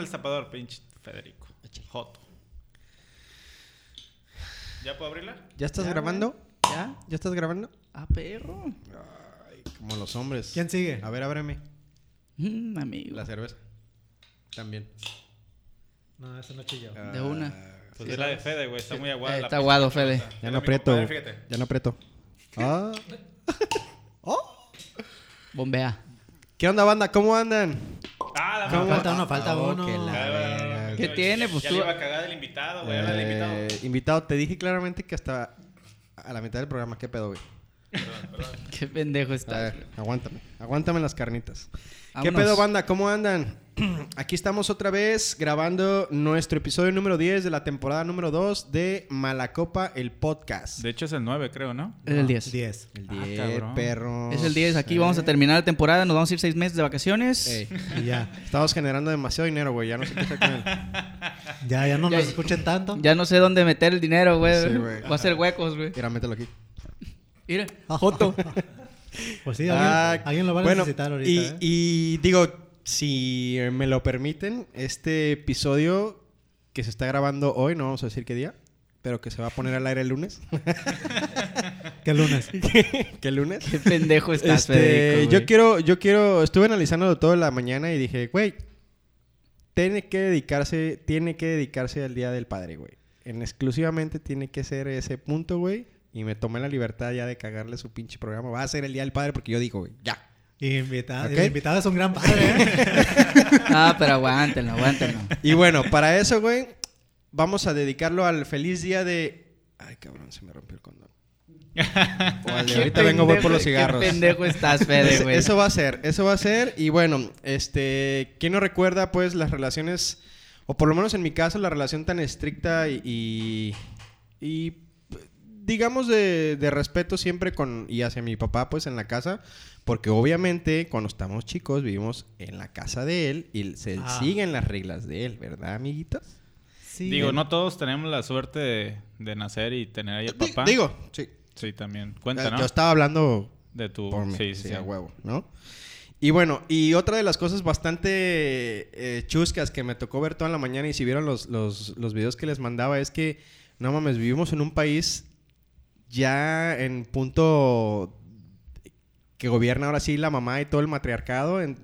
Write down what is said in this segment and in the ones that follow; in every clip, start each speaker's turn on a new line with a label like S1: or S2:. S1: el zapador, pinche Federico. Joto. ¿Ya puedo abrirla?
S2: ¿Ya estás
S3: Ya,
S2: grabando?
S3: ¿Ya?
S2: ¿Ya estás grabando?
S3: Ah, perro.
S2: Ay, como los hombres.
S4: ¿Quién sigue?
S2: A ver, ábreme.
S3: Mm, amigo.
S2: La cerveza. También.
S4: No, esa no chilló.
S3: De una.
S2: Ah,
S1: Pues es la de Fede, güey. Está muy aguada.
S3: Eh,
S1: la
S3: está
S1: pinche
S3: aguado,
S1: cerveza.
S3: Fede.
S1: Era
S2: Ya
S1: mi
S2: no aprieto.
S1: compadre, fíjate.
S2: Ya no aprieto. Ah.
S3: Bombea.
S2: ¿Qué onda, banda? ¿Cómo andan?
S1: Ah, la
S4: No,
S1: mamá.
S4: falta uno, falta
S2: Ah,
S4: uno.
S2: que
S1: Ya,
S2: la
S1: ya, ya,
S2: verga.
S1: ya,
S3: ¿Qué
S1: ya,
S3: tiene?
S1: ya,
S3: Pues
S1: ya
S3: tú-
S1: le iba a cagar el invitado, güey. Habla del
S2: Eh,
S1: invitado.
S2: invitado, te dije claramente que hasta a la mitad del programa, qué pedo, güey.
S3: Qué pendejo
S2: A
S3: está.
S2: ver, aguántame. Aguántame las carnitas. ¿Qué
S3: Vámonos.
S2: pedo, banda? ¿Cómo andan? Aquí estamos otra vez grabando nuestro episodio número 10 de la temporada número 2 de Malacopa, el podcast.
S1: De hecho es el 9, creo, ¿no?
S3: Es el 10.
S4: 10.
S2: El Eh.
S1: Ah,
S2: 10,
S1: cabrón.
S2: perro.
S3: Es el 10. Aquí vamos a terminar la temporada. Nos vamos a ir seis meses de vacaciones.
S2: Ey,
S4: Y ya.
S2: estamos generando demasiado dinero, güey. Ya no sé qué hacer con él.
S4: Ya, ya no
S3: Ya-
S4: nos escuchen tanto.
S3: Ya no sé dónde meter el dinero, güey.
S2: Sí, güey.
S3: Va a ser huecos, güey.
S2: Mira, mételo aquí.
S3: Mira, Joto.
S4: Ah. Pues sí, alguien,
S2: Ah,
S4: alguien lo va a
S2: bueno,
S4: necesitar ahorita.
S2: Y,
S4: ¿eh?
S2: y digo, si eh, me lo permiten, este episodio que se está grabando hoy, no vamos a decir qué día, pero que se va a poner al aire el lunes.
S4: ¿Qué lunes?
S2: ¿Qué lunes?
S3: Qué pendejo estás,
S2: Este,
S3: Federico,
S2: yo
S3: güey.
S2: quiero, yo quiero, estuve analizándolo toda la mañana y dije, güey, tiene que dedicarse, tiene que dedicarse al Día del Padre, güey. En exclusivamente tiene que ser ese punto, güey. Y me tomé la libertad ya de cagarle su pinche programa. Va a ser el Día del Padre porque yo digo, güey, ya.
S4: Y invita-
S2: Ok.
S4: El invitado es un gran padre. ¿eh?
S3: Ah, pero aguántenlo, aguántenlo.
S2: Y bueno, para eso, güey, vamos a dedicarlo al feliz día de... Ay, cabrón, se me rompió el condón. O al de
S3: Qué
S2: ahorita vengo, voy por
S3: pendejo-
S2: los cigarros.
S3: Qué pendejo estás, Fede,
S2: Es-
S3: güey.
S2: eso va a ser, eso va a ser. Y bueno, este, ¿quién no recuerda pues las relaciones, o por lo menos en mi caso, la relación tan estricta y, y, y, p- digamos de, de respeto siempre con, y hacia mi papá pues en la casa, porque obviamente cuando estamos chicos vivimos en la casa de él y se
S4: Ah.
S2: siguen las reglas de él, ¿verdad, amiguitos?
S4: Sí.
S1: Digo, no todos tenemos la suerte de, de nacer y tener ahí al
S2: Di-
S1: papá.
S2: Digo, sí.
S1: Sí, también.
S2: Eh,
S1: Cuenta, ¿no?
S2: Yo estaba hablando
S1: De tu...
S2: por mí,
S1: sí,
S2: sí,
S1: sí, sí.
S2: a huevo, ¿no? Y bueno, y otra de las cosas bastante eh, chuscas que me tocó ver toda la mañana y si vieron los, los, los videos que les mandaba es que, no mames, vivimos en un país ya en punto que gobierna ahora sí la mamá y todo el matriarcado en-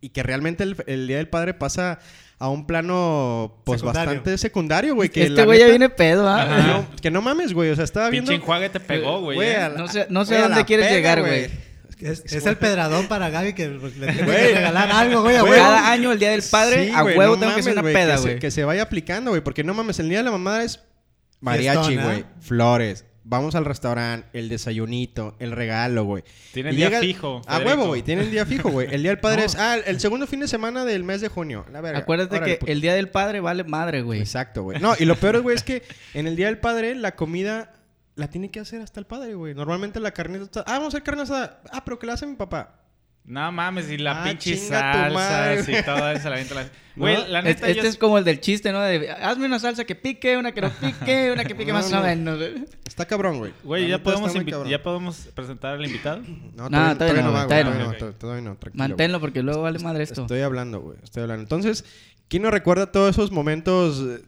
S2: y que realmente el, el Día del Padre pasa a un plano pues
S4: Secundario.
S2: bastante secundario, güey. que
S3: Este
S2: la
S3: güey ya
S2: neta-
S3: viene pedo, ¿ah?
S1: Ajá.
S2: no, que no mames, güey. O sea, estaba
S1: Pinche
S2: viendo...
S1: enjuague te pegó, güey.
S2: Güey,
S1: ¿eh?
S2: a la-
S3: No sé- no sé a
S2: güey, a
S3: dónde
S2: la
S3: quieres llegar, güey.
S4: Es, es el pedradón para Gaby que pues, le tiene
S2: Güey.
S4: que regalar algo, güey. a
S2: Güey.
S4: huevo.
S3: Cada año, el día del padre,
S2: Sí,
S3: a
S2: güey,
S3: huevo
S2: no
S3: tengo que hacer
S2: mames,
S3: una
S2: güey,
S3: peda,
S2: se-
S3: güey.
S2: Que se vaya aplicando, güey. Porque no mames, el día de la mamada es mariachi,
S4: Fiestón, ¿eh?
S2: güey. Flores. Vamos al restaurante, el desayunito, el regalo, güey.
S1: Tienen
S2: Y
S1: día
S2: llega-
S1: fijo,
S2: A
S1: Federico.
S2: huevo, güey. Tienen día fijo, güey. El día del padre
S4: No.
S2: es. Ah, el- el segundo fin de semana del mes de junio. La verga.
S3: Acuérdate
S2: Órale,
S3: que
S2: puto.
S3: el día del padre vale madre, güey.
S2: Exacto, güey. No, y lo peor, güey, es que en el día del padre la comida la tiene que hacer hasta el padre, güey. Normalmente la carnita está. Ah, vamos a hacer carne asada. Ah, pero que la hace mi papá.
S1: No mames, y la
S2: Ah,
S1: pinche
S2: chinga tu madre,
S1: salsas y todo eso. La gente la... Güey,
S2: No,
S1: la
S3: Es-
S1: neta, yo
S3: este es como el del chiste, ¿no? De, hazme una salsa que pique, una que no pique, una que pique más
S2: No,
S3: o
S2: no.
S3: menos. güey.
S2: Está cabrón, güey.
S1: Güey,
S2: La
S1: ¿ya
S2: neta
S1: podemos,
S2: está muy
S1: invi-
S2: cabrón.
S1: ¿ya podemos presentar al invitado?
S2: No,
S3: No, todavía no,
S1: no.
S2: va, güey,
S3: todavía
S2: todavía no, todavía no, tranquilo, güey.
S3: Manténlo porque luego vale madre esto.
S2: Estoy hablando, güey. Estoy hablando. Entonces, ¿quién no recuerda todos esos momentos, eh,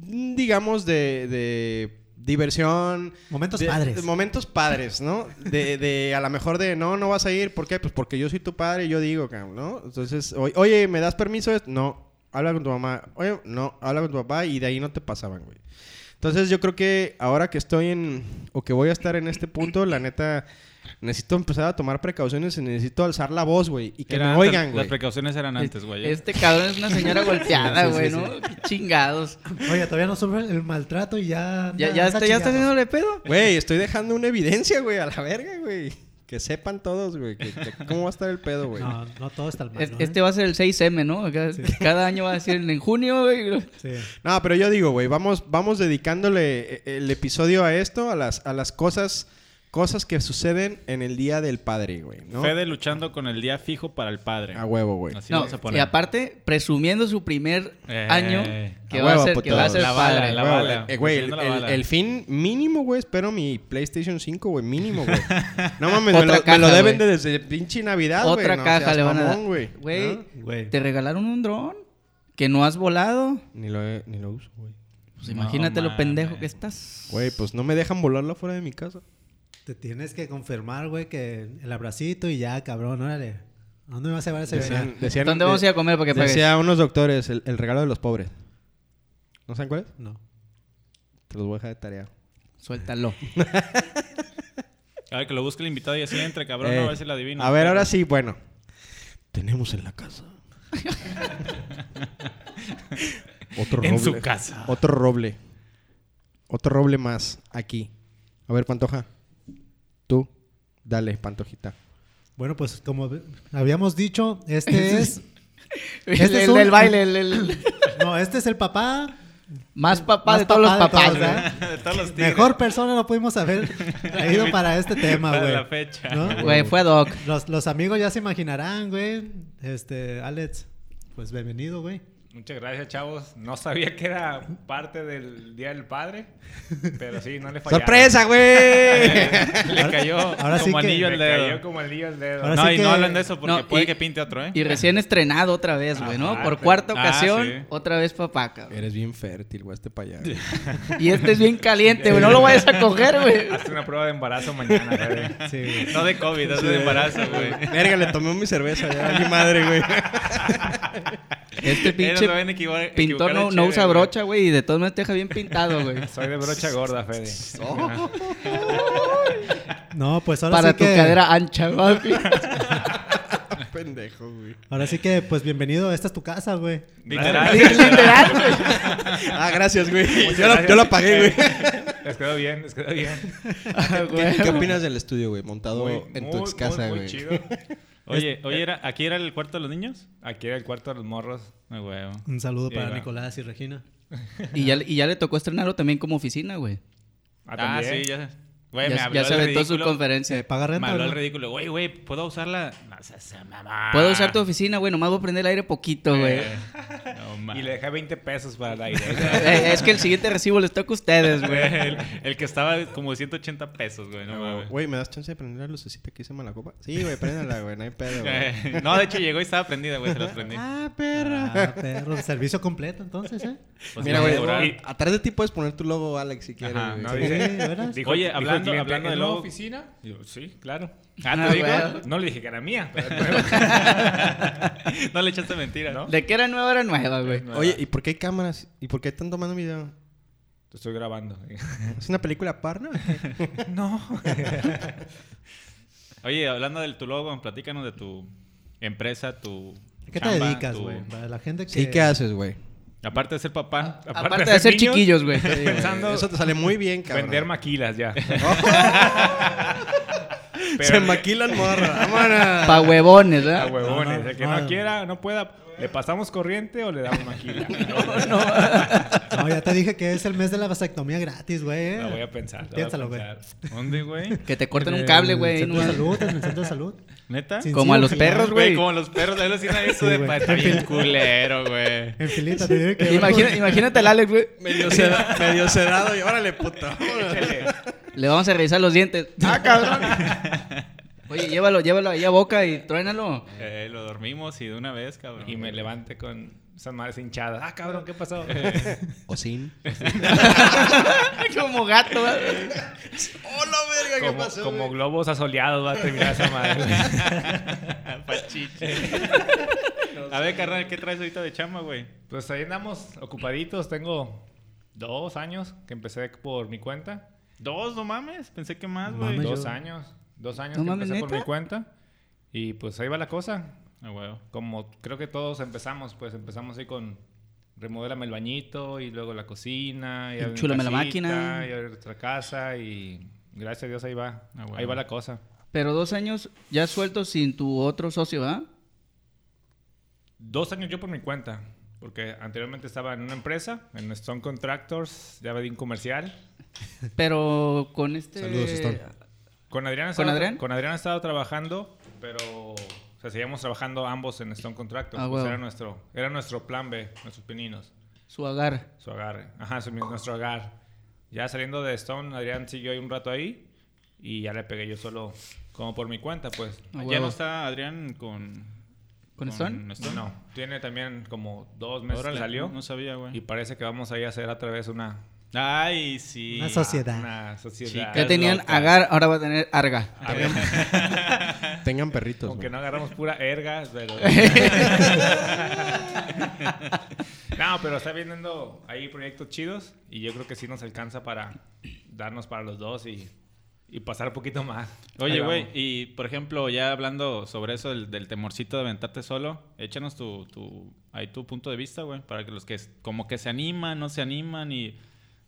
S2: digamos, de, de diversión?
S4: Momentos
S2: De-
S4: padres.
S2: de momentos padres, ¿no? De, de a lo mejor de, no, no vas a ir. ¿Por qué? Pues porque yo soy tu padre y yo digo, cabrón, ¿no? Entonces, o- oye, ¿me das permiso? No. Habla con tu mamá. Oye, no. Habla con tu papá y de ahí no te pasaban, güey. Entonces, yo creo que ahora que estoy en, o que voy a estar en este punto, la neta... Necesito empezar a tomar precauciones y necesito alzar la voz, güey. Y que
S1: Era
S2: me
S1: antes,
S2: oigan,
S1: Las
S2: güey.
S1: precauciones eran antes, güey. ¿eh?
S3: Este cabrón es una señora golpeada,
S2: Sí, sí,
S3: güey,
S2: sí,
S3: ¿no? Qué Chingados.
S4: Oye, todavía no sufre el maltrato y ya.
S3: ¿Ya, ya,
S4: anda- anda
S3: está, ya está
S4: chillado.
S3: haciéndole pedo?
S2: Güey, estoy dejando una evidencia, güey, a la verga, güey. Que sepan todos, güey, que- que- cómo va a estar el pedo, güey.
S4: No, no todo está al mal.
S3: Es-
S4: ¿no?
S3: Este va a ser el 6M, ¿no? Cada, cada año va a decir en junio, güey.
S4: Sí.
S2: No, pero yo digo, güey, vamos, vamos dedicándole eh, el episodio a esto, a las, a las cosas, cosas que suceden en el Día del Padre, güey, ¿no?
S1: Fede luchando con el día fijo para el padre.
S2: A huevo, güey.
S1: Así
S3: no,
S1: vamos a poner.
S3: y aparte, presumiendo su primer
S1: Eh,
S3: año que
S2: a
S3: va a
S2: huevo,
S3: ser, que va a
S2: puto.
S3: ser
S1: La bala,
S3: padre.
S1: la
S2: A huevo,
S1: bala.
S2: eh, Güey, el,
S1: Haciendo la
S2: el-
S1: bala.
S2: el fin mínimo, güey, espero mi PlayStation 5, güey, mínimo, güey. No mames,
S3: Otra
S2: me lo, me
S3: caja,
S2: lo deben de
S3: güey.
S2: desde pinche Navidad, güey.
S3: Otra
S2: no
S3: caja
S2: seas
S3: le van a
S2: mamón,
S3: dar.
S2: güey.
S3: Güey,
S2: ¿No?
S4: Güey.
S3: ¿te regalaron un dron? que no has volado.
S2: Ni lo, he- ni lo uso, güey.
S3: Pues
S1: No
S3: imagínate lo
S1: mames.
S3: pendejo que estás.
S2: Güey, pues no me dejan volarlo afuera de mi casa.
S4: Te tienes que confirmar, güey, que el abracito y ya, cabrón, órale. ¿A dónde me vas a llevar ese
S2: Decían,
S4: verano?
S2: decían-
S3: ¿Dónde vamos a ir a comer para que pagues?
S2: Decía a unos doctores, el, el regalo de los pobres. ¿No saben cuál es?
S4: No.
S2: Te los voy a dejar de tarea.
S3: Suéltalo.
S1: A ver, que lo busque el invitado y así entre, cabrón,
S2: Eh,
S1: a ver si la adivina.
S2: A ver, ahora sí, bueno. Tenemos en la casa. Otro
S1: En
S2: roble.
S1: su casa.
S2: Otro roble. Otro roble más aquí. A ver, Pantoja. Tú, dale, Pantojita.
S4: Bueno, pues como habíamos dicho, este es.
S3: El,
S4: Este es
S3: el
S4: un-
S3: del baile, el, el-
S4: No, este es el papá.
S3: más papá
S4: Más
S3: de todos los
S4: papá de
S3: papás,
S4: todos,
S3: ¿verdad?
S4: ¿eh?
S1: De todos los tigres.
S4: Mejor persona no pudimos haber traído para este tema,
S1: Para
S4: güey.
S1: la fecha.
S4: ¿No?
S3: ¿eh? Güey, fue Doc.
S4: Los, los amigos ya se imaginarán, güey. Este, Alex, pues bienvenido, güey.
S5: Muchas gracias, chavos. No sabía que era parte del Día del Padre, pero sí, no le fallaron.
S2: ¡Sorpresa, güey!
S1: Le cayó
S4: ahora sí
S1: como
S4: que-
S1: anillo
S5: Me
S1: al
S5: cayó
S1: dedo.
S5: como el lío al dedo.
S4: Ahora
S1: no,
S4: sí
S1: y
S4: que-
S1: no hablen de eso porque
S3: No,
S1: puede
S3: y-
S1: que pinte otro, ¿eh?
S3: Y recién estrenado otra vez, güey, ¿no?
S5: Ajá,
S3: Por
S5: te-
S3: cuarta
S1: ah,
S3: ocasión,
S1: sí.
S3: otra vez papá, cabrón.
S2: Eres bien fértil, güey, este payaso.
S3: Y este es bien caliente, güey. No lo vayas a coger, güey.
S5: Hazte una prueba de embarazo mañana, güey.
S4: Sí, güey.
S1: No de COVID, es de embarazo, Ah, güey.
S2: Verga, le tomé mi cerveza, ya mi madre, güey.
S1: Ellos
S3: Este
S1: se
S3: pinche
S1: van a equivo- equivocar
S3: pintor
S1: de
S3: no, no
S1: chévere,
S3: usa
S1: güey.
S3: brocha, güey. Y de todos modos te deja bien pintado, güey.
S5: Soy de brocha gorda, Fede.
S4: No, pues ahora
S3: Para
S4: sí
S3: tu
S4: que.
S3: cadera ancha, papi.
S2: Pendejo, güey.
S4: Ahora sí que, pues bienvenido. Esta es tu casa, güey.
S1: Literal.
S3: Literal, güey.
S2: Ah, gracias, güey.
S5: Muchas
S2: Yo la,
S5: gracias.
S2: yo la pagué, güey.
S5: Les quedó bien, les quedó bien.
S3: Ah, güey.
S2: ¿Qué, qué opinas del estudio, güey? Montado
S5: Muy-
S2: en tu
S5: muy,
S2: ex casa,
S5: muy, muy
S2: güey.
S5: chido.
S1: Oye,
S3: Este, eh,
S1: oye era, ¿aquí era el cuarto de los niños?
S5: Aquí era el cuarto de los morros.
S1: Ay, huevo.
S4: Un saludo
S1: Sí,
S4: para
S1: va.
S4: Nicolás y Regina.
S3: Y ya, y ya le tocó estrenarlo también como oficina, güey.
S1: Ah, sí,
S5: ya.
S1: ya. Güey,
S3: ya
S1: me habló
S3: ya se
S1: el
S3: aventó su
S1: ridículo.
S4: ¿Se
S3: conferencia.
S4: paga
S1: Me
S4: renta?
S1: habló
S4: o
S1: el
S4: no?
S1: ridículo. Güey, güey, ¿puedo usarla? No, se, se mamá.
S3: Puedo usar tu oficina, güey. Nomás voy a prender el aire poquito, güey.
S1: Ah. Eh, No, mames.
S5: Y le dejé 20 pesos para el aire.
S3: Eh, es que el siguiente recibo les toca a ustedes,
S1: Güey,
S3: güey.
S1: el, el que estaba como 180 pesos, güey. No, mames.
S2: Güey, ¿me das chance de prender la lucecita que hice mala copa? Sí, güey, préndela, güey, no hay pedo, güey.
S1: Eh, No, de hecho llegó y estaba prendida, güey. Se las prendí.
S2: Ah, perra.
S4: Ah, perro, servicio completo, entonces, ¿eh?
S1: Pues
S2: Mira,
S1: sí,
S2: güey,
S1: seguro.
S2: y atrás de ti puedes poner tu logo, Alex, si quieres,
S1: Ajá,
S2: güey.
S5: No,
S2: Sí.
S5: dice-
S4: Sí, ¿verdad?
S1: Oye, hablando-
S5: el
S1: hablando de
S5: ¿es nueva
S1: logo-
S5: oficina? Y yo, sí, claro.
S1: Ah,
S3: Ah,
S1: ¿te digo?
S3: güey.
S5: No le dije que era mía, pero
S1: No le echaste mentira, ¿no?
S3: De que era nueva, era nueva, güey.
S2: Oye, ¿y por qué hay cámaras? ¿Y por qué están tomando video?
S5: te estoy grabando.
S2: ¿Es una película parna?
S5: No.
S1: Oye, hablando de tu logo, platícanos de tu empresa, tu.
S4: ¿Qué te
S1: chamba,
S4: dedicas,
S1: tu-
S4: güey? Para la gente que.
S2: Sí, ¿qué haces, güey?
S1: Aparte de ser papá.
S3: Aparte de ser
S5: niños,
S3: chiquillos, güey.
S2: Sí, güey,
S5: Pensando-
S2: Eso te sale muy bien, cabrón.
S5: Vender maquilas ya.
S2: Se
S5: Pero-
S2: maquilan morra. Vámonos.
S3: Pa' huevones,
S5: A
S1: Ah,
S3: ¿verdad?
S5: huevones.
S4: No, no,
S5: el que
S4: no.
S5: no quiera, no pueda, ¿le pasamos corriente o le damos maquila?
S4: No, ya te dije que es el mes de la vasectomía gratis, güey.
S5: La voy a pensar. la voy a
S4: Piénsalo, güey.
S5: pensar.
S1: ¿Dónde, güey?
S3: Que te
S2: Eh,
S3: corten un cable, güey.
S4: En el
S3: no
S4: centro de
S3: mames.
S4: salud, en el centro de salud.
S1: ¿Neta?
S4: Sí,
S3: Como a los
S4: ojalá.
S3: perros,
S1: Güey,
S3: güey.
S1: como los perros, ahí lo hacían eso
S4: Sí,
S1: de
S4: güey.
S1: pa- está bien culero, güey.
S4: En filita, te diré que.
S3: Imagina- imagínate al Alex, güey.
S2: Medio, seda- medio sedado y órale, puta. vámonos.
S5: Échale.
S3: Le vamos a revisar los dientes. Ah, cabrón. Oye, llévalo, llévalo ahí a boca y truénalo.
S1: Eh, lo dormimos y de una vez, cabrón.
S5: Y me levante con esas madres hinchadas. Ah, cabrón, ¿qué pasó?
S2: O sin.
S3: Como gato, güey.
S2: ¡Hola, verga! ¿Qué
S5: Eh, como,
S2: pasó?
S5: como
S2: güey?
S5: globos asoleados va a terminar esa madre.
S1: Pachiche. A ver, carnal, ¿qué traes ahorita de chamba, güey?
S5: Pues ahí andamos ocupaditos. Tengo dos años que empecé por mi cuenta.
S1: Dos, no mames. Pensé que más,
S4: No
S1: güey.
S4: mames.
S5: Dos Ah,
S4: yo-
S5: años. Dos años
S3: No
S5: que
S3: mames,
S5: empecé por
S3: ¿neta?
S5: mi cuenta. Y pues ahí va la cosa.
S1: Ah, huevo.
S5: como creo que todos empezamos, pues empezamos ahí con remodélame el bañito y luego la cocina y
S3: Enchúlame la
S5: casita,
S3: máquina.
S5: y abrir otra casa y gracias a Dios ahí va,
S1: Ah, bueno.
S5: ahí va la cosa.
S3: Pero dos años ya suelto sin tu otro socio, ¿ah?
S5: Dos años yo por mi cuenta, porque anteriormente estaba en una empresa, en Stone Contractors, ya di un comercial.
S3: Pero con este.
S2: Saludos, Stone.
S5: Con Adrián
S3: ¿Con
S5: estaba-
S3: Adrián?
S5: Con Adrián estaba trabajando, pero o sea, seguíamos trabajando ambos en Stone Contractors.
S3: Ah,
S5: pues,
S3: bueno.
S5: era nuestro, era nuestro plan B, nuestros pininos.
S3: Su agar.
S5: Su agarre. Ajá, su- nuestro agarre. Ya saliendo de Stone, Adrián siguió ahí un rato ahí y ya le pegué yo solo como por mi cuenta, pues.
S3: Ah,
S1: ya
S3: huevo.
S1: no está Adrián con.
S3: ¿Con Stone?
S5: No, tiene también como dos meses que
S1: Órale,
S5: salió.
S1: No sabía,
S5: Y
S1: güey.
S5: parece que vamos ahí a hacer otra vez una,
S1: Ay, sí.
S4: Una sociedad.
S5: una sociedad.
S1: Chicas.
S3: Ya tenían
S1: loca.
S3: agar, ahora va a tener arga.
S5: A ver,
S2: Tengan perritos.
S5: aunque
S2: güey.
S5: no agarramos pura erga. Pero... no, pero está viniendo ahí proyectos chidos y yo creo que sí nos alcanza para darnos para los dos y, y pasar un poquito más. Ahí
S1: Oye,
S5: vamos.
S1: güey, y por ejemplo, ya hablando sobre eso del, del temorcito de aventarte solo, échanos tu, tu, ahí tu punto de vista, güey, para que los que s- como que se animan, no se animan y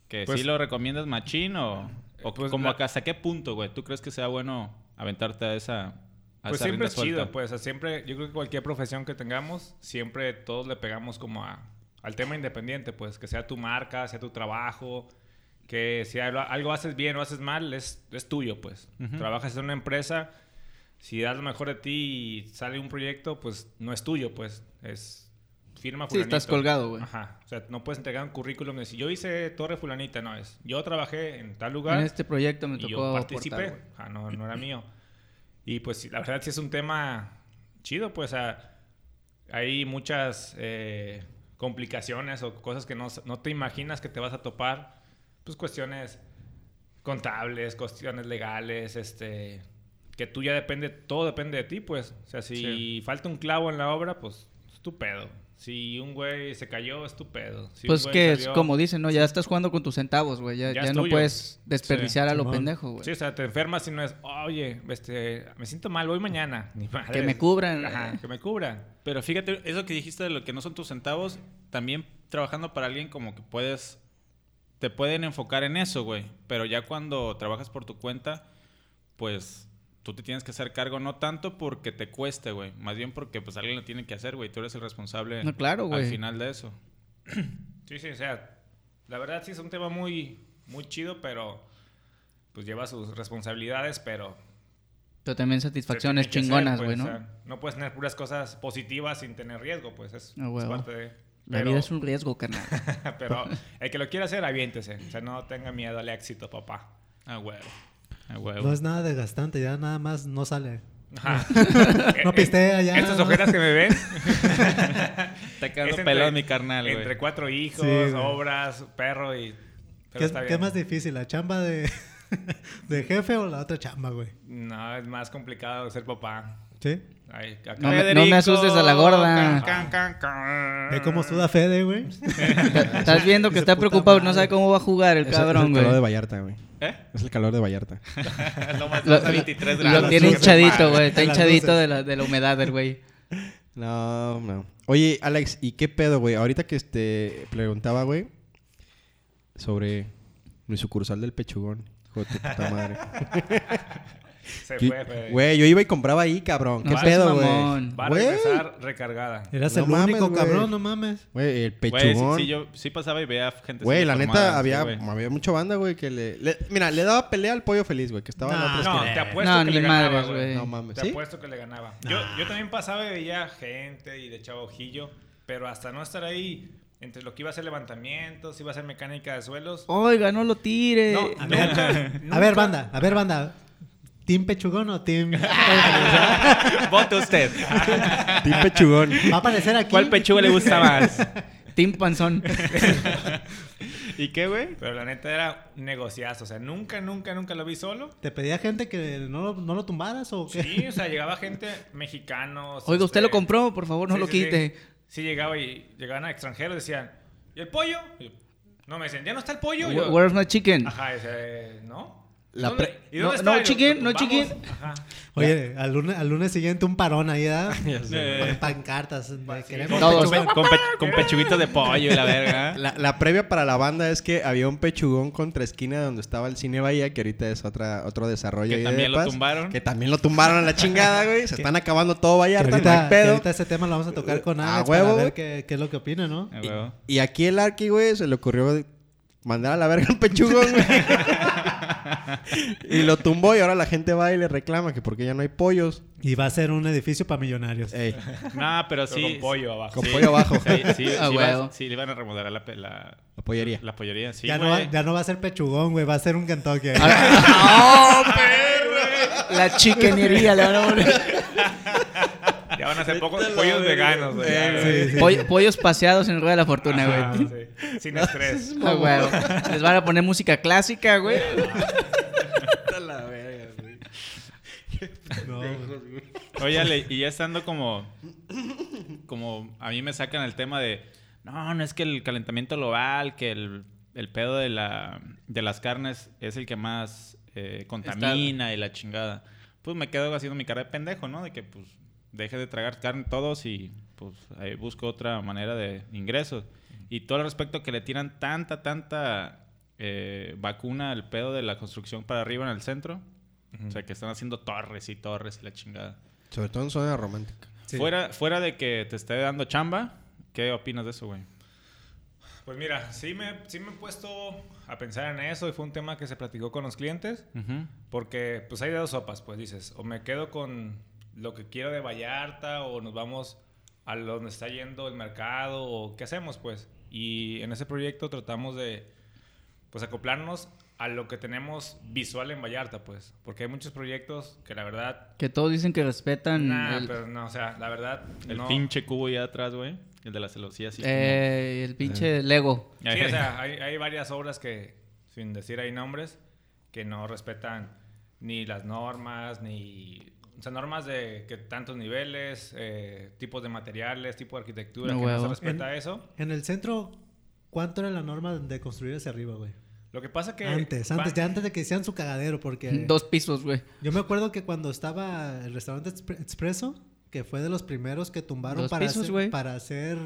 S1: que
S5: Pues-
S1: sí lo recomiendas machín o, o
S5: Pues
S1: como
S5: la-
S1: acá, hasta qué punto, güey, tú crees que sea bueno aventarte a esa... A
S5: Pues
S1: esa rienda
S5: siempre es chido,
S1: suelta?
S5: pues o sea, siempre, yo creo que cualquier profesión que tengamos, siempre todos le pegamos como a, al tema independiente, pues que sea tu marca, sea tu trabajo, que si algo, algo haces bien o haces mal, es, es tuyo, pues.
S1: Ujú.
S5: Trabajas en una empresa, si das lo mejor de ti y sale un proyecto, pues no es tuyo, pues es firma
S3: Sí, estás
S5: fulanito.
S3: colgado, güey.
S5: Ajá, o sea, no puedes entregar un currículum de si yo hice Torre Fulanita, no es. Yo trabajé en tal lugar.
S3: En este proyecto me
S5: Y
S3: tocó
S5: yo participé.
S3: aportar, güey.
S5: Ah, no, no era mío. Y pues sí, la verdad sí es un tema chido, pues ah, hay muchas eh, complicaciones o cosas que no, s- no te imaginas que te vas a topar. Pues cuestiones contables, cuestiones legales, este que tú ya depende, todo depende de ti, pues. O sea, si
S1: Sí.
S5: falta un clavo en la obra, pues es tu pedo. Si un güey se cayó, es tu pedo. Si un
S3: Pues
S5: güey
S3: que es
S5: salió-
S3: como dicen, ¿no? Ya estás jugando con tus centavos, güey. Ya,
S5: Ya
S3: ya
S5: es
S3: no
S5: tuyo.
S3: puedes desperdiciar a lo
S4: Simón.
S3: pendejo, güey.
S5: Sí, o sea, te enfermas y no es, oye, este, me siento mal, voy mañana. Ni madres.
S3: Que me cubran. Eh.
S5: Ajá, que me cubran.
S1: Pero fíjate, eso que dijiste de lo que no son tus
S5: pues.
S1: centavos, también trabajando para alguien como que puedes, te pueden enfocar en eso, güey. Pero ya cuando trabajas por tu cuenta, pues tú te tienes que hacer cargo no tanto porque te cueste, güey. Más bien porque pues alguien lo tiene que hacer, güey. Tú eres el responsable
S3: No, claro,
S1: al
S3: güey.
S1: final de eso.
S5: Sí, sí, o sea, la verdad sí es un tema muy, muy chido, pero pues lleva sus responsabilidades, pero...
S3: Pero también
S5: se
S3: satisfacciones
S5: tiene que
S3: chingonas,
S5: hacer,
S3: güey,
S5: pues,
S3: ¿no?
S5: o sea, no puedes tener puras cosas positivas sin tener riesgo, pues es,
S3: Ah,
S5: es
S3: huevo.
S5: parte de...
S3: la
S5: pero-
S3: vida es un riesgo, carnal.
S5: pero el que lo quiera hacer, aviéntese. O sea, no tenga miedo al éxito, papá.
S1: Ah, güey. Ah, güey.
S4: No es nada desgastante, ya nada más no sale.
S5: Ajá. Eh,
S4: No pistea ya,
S5: Estas
S4: ¿no?
S5: ojeras que me ven...
S1: Está quedando
S5: Es entre-
S1: pelón mi carnal, güey.
S5: Entre cuatro hijos,
S4: Sí, güey.
S5: obras, perro y... pero
S4: ¿Qué, es-
S5: está
S4: qué
S5: bien.
S4: es más difícil, la chamba de, de jefe o la otra chamba, güey?
S5: No, es más complicado ser papá.
S4: ¿Sí?
S5: Ay, acá-
S3: No me- no me asustes a la gorda.
S5: Can, can, can, can.
S4: Ve cómo
S5: Ah.
S4: suda Fede, güey.
S3: Estás viendo que
S4: Dice,
S3: está
S4: "Puta
S3: preocupado, no
S4: madre".
S3: sabe cómo va a jugar el
S2: Es- es
S3: cabrón,
S2: el
S3: güey.
S2: calor de Vallarta, güey.
S1: ¿Eh?
S2: Es el calor de Vallarta.
S5: Lo más-
S3: Lo,
S5: más a 23
S3: lo
S5: grados.
S3: tiene
S4: Las luces.
S3: hinchadito, güey. Está
S4: Las
S3: hinchadito
S4: luces.
S3: de la, de la humedad del güey.
S2: No, no. Oye, Alex, ¿y qué pedo, güey? Ahorita que este preguntaba, güey, sobre mi sucursal del pechugón. Hijo de tu puta madre.
S5: Se
S2: Yo-
S5: fue,
S1: eh.
S5: fue.
S2: Güey, yo iba y compraba ahí, cabrón. ¿Qué
S3: No seas
S2: pedo, güey?
S3: mamón.
S5: Va a
S2: güey.
S5: regresar recargada.
S4: Eras
S2: No
S4: el
S2: mames,
S4: único
S2: güey.
S4: cabrón, no mames.
S2: Güey, el
S1: Güey, sí,
S2: pechugón.
S1: sí, yo sí pasaba y veía gente.
S2: Güey,
S1: sin
S2: la
S1: formadas,
S2: neta,
S1: sí,
S2: había,
S1: güey.
S2: había mucha banda, güey, que le, le- Mira, le daba pelea al pollo feliz, güey, que estaba en la otra
S4: Nah.
S5: No,
S2: esquina.
S5: te apuesto
S3: No,
S5: que
S3: ni
S5: le ganaba,
S3: madres,
S5: güey.
S3: güey.
S2: No mames,
S5: Te
S2: ¿sí?
S5: apuesto que le ganaba. Yo,
S3: Ah.
S5: yo también pasaba y veía gente y de chavo ojillo, pero hasta no estar ahí, entre lo que iba a hacer levantamientos, iba a hacer mecánica de suelos.
S3: Oiga, no lo tire.
S5: No,
S4: A ver, a ver, banda, a ver, banda. ¿Team pechugón o team...?
S1: Vote usted.
S2: Team pechugón.
S4: Va a aparecer aquí.
S1: ¿Cuál pechuga le gusta más?
S3: Tim Panzón.
S1: ¿Y qué, güey?
S5: Pero la neta era un negociazo. O sea, nunca, nunca, nunca lo vi solo.
S4: ¿Te pedía gente que no, lo- no lo tumbaras o qué?
S5: Sí, o sea, llegaba gente mexicanos.
S3: Oiga, usted
S5: este,
S3: lo compró, por favor, no
S5: sí,
S3: lo
S5: sí, sí.
S3: quite.
S5: Sí, llegaba y llegaban a extranjeros decían, ¿y el pollo? Y yo, no, me decían, ¿ya no está el pollo? Y yo,
S3: Where- Where's my chicken?
S5: Ajá, y dice, ¿no?
S2: La
S5: ¿Dónde-
S2: pre-
S5: ¿Y dónde
S3: No, no,
S5: está? Y yo,
S3: chicken,
S5: "Lo
S3: no,
S5: tumbamos".
S3: chicken.
S5: Ajá.
S4: Oye, al lunes, al lunes siguiente un parón ahí, ¿verdad?
S1: sé.
S4: Con Pancartas. de queremos
S3: Todos.
S4: pechugón.
S1: Con, pe- con pechuguitos de pollo y la verga. ¿eh?
S2: La, la previa para la banda es que había un pechugón contra esquina donde estaba el Cine Bahía, que ahorita es otra, otro desarrollo.
S1: Que
S2: ahí de
S1: también lo
S2: Depas,
S1: tumbaron.
S2: Que también lo tumbaron a la chingada, güey. Se están acabando todo
S4: Que
S2: Vallarta,
S4: ahorita,
S2: no hay
S4: que
S2: pedo.
S4: ahorita ese tema lo vamos a tocar con
S2: A
S4: Alex
S2: huevo,
S4: para
S2: güey.
S4: ver qué, qué es lo que opina, ¿no?
S1: Ah, huevo.
S2: Y aquí el Arqui, güey, se le ocurrió mandar a la verga al pechugón, güey. y lo tumbó y ahora la gente va y le reclama que porque ya no hay pollos.
S4: Y va a ser un edificio para millonarios.
S2: Ey,
S1: No, pero
S5: Pero
S1: sí.
S5: con pollo abajo.
S2: con pollo abajo.
S1: Sí, sí,
S3: Ah,
S1: sí,
S3: huevo.
S1: vas- sí, le iban a remodelar la, pe- la,
S2: La pollería.
S1: la pollería. Sí,
S4: ya, no va,
S1: güey.
S4: ya no va a ser pechugón, güey, va a ser un Kentucky.
S3: Ah. La chickenería, le van a poner.
S5: Ya Estaban hace poco pollos veganos, güey.
S1: Eh,
S4: Sí, sí.
S3: Poll- pollos paseados en rueda de la fortuna, güey.
S5: Ajá, sí. Sin estrés.
S3: Ah, güey. Les van a poner música clásica, güey.
S4: No, güey.
S1: Oye, Ale, y ya estando como. Como a mí me sacan el tema de. No, no es que el calentamiento global, que el, el pedo de, la, de las carnes es el que más eh, contamina y la chingada. Pues me quedo haciendo mi cara de pendejo, ¿no? De que pues deje de tragar carne todos y pues ahí busco otra manera de ingresos. Y todo el respecto que le tiran tanta, tanta eh, vacuna al pedo de la construcción para arriba en el centro. O sea, que están haciendo torres y torres y la chingada.
S2: Sobre todo en zona romántica.
S4: Sí.
S1: Fuera, fuera de que te esté dando chamba, ¿qué opinas de eso, güey?
S5: Pues mira, sí me, sí me he puesto a pensar en eso y fue un tema que se platicó con los clientes. Porque pues hay de dos sopas, pues dices, o me quedo con lo que quiero de Vallarta o nos vamos a lo donde está yendo el mercado o qué hacemos, pues. Y en ese proyecto tratamos de pues acoplarnos a lo que tenemos visual en Vallarta, pues, porque hay muchos proyectos que la verdad
S3: Que todos dicen que respetan.
S5: nah,
S3: el,
S5: pero no, o sea, la verdad
S1: El
S5: no.
S1: pinche cubo ya atrás, güey. El de la celosía, así.
S3: eh, el pinche Lego.
S1: como-
S5: Sí, o sea, hay, hay varias obras que, sin decir hay nombres, que no respetan ni las normas, ni... O sea, normas de que tantos niveles, eh, tipos de materiales, tipo de arquitectura,
S3: No
S5: que no se
S3: huevo.
S5: respeta
S4: En-
S5: eso.
S4: En el centro, ¿cuánto era la norma de construir hacia arriba, güey?
S5: Lo que pasa que...
S4: Antes, antes,
S5: va-
S4: ya antes de que hicieran su cagadero, porque...
S3: Dos pisos, güey.
S4: Yo me acuerdo que cuando estaba el restaurante Expre- Expreso, que fue de los primeros que tumbaron
S3: Los
S4: para,
S3: pisos, güey.
S4: hacer, para hacer...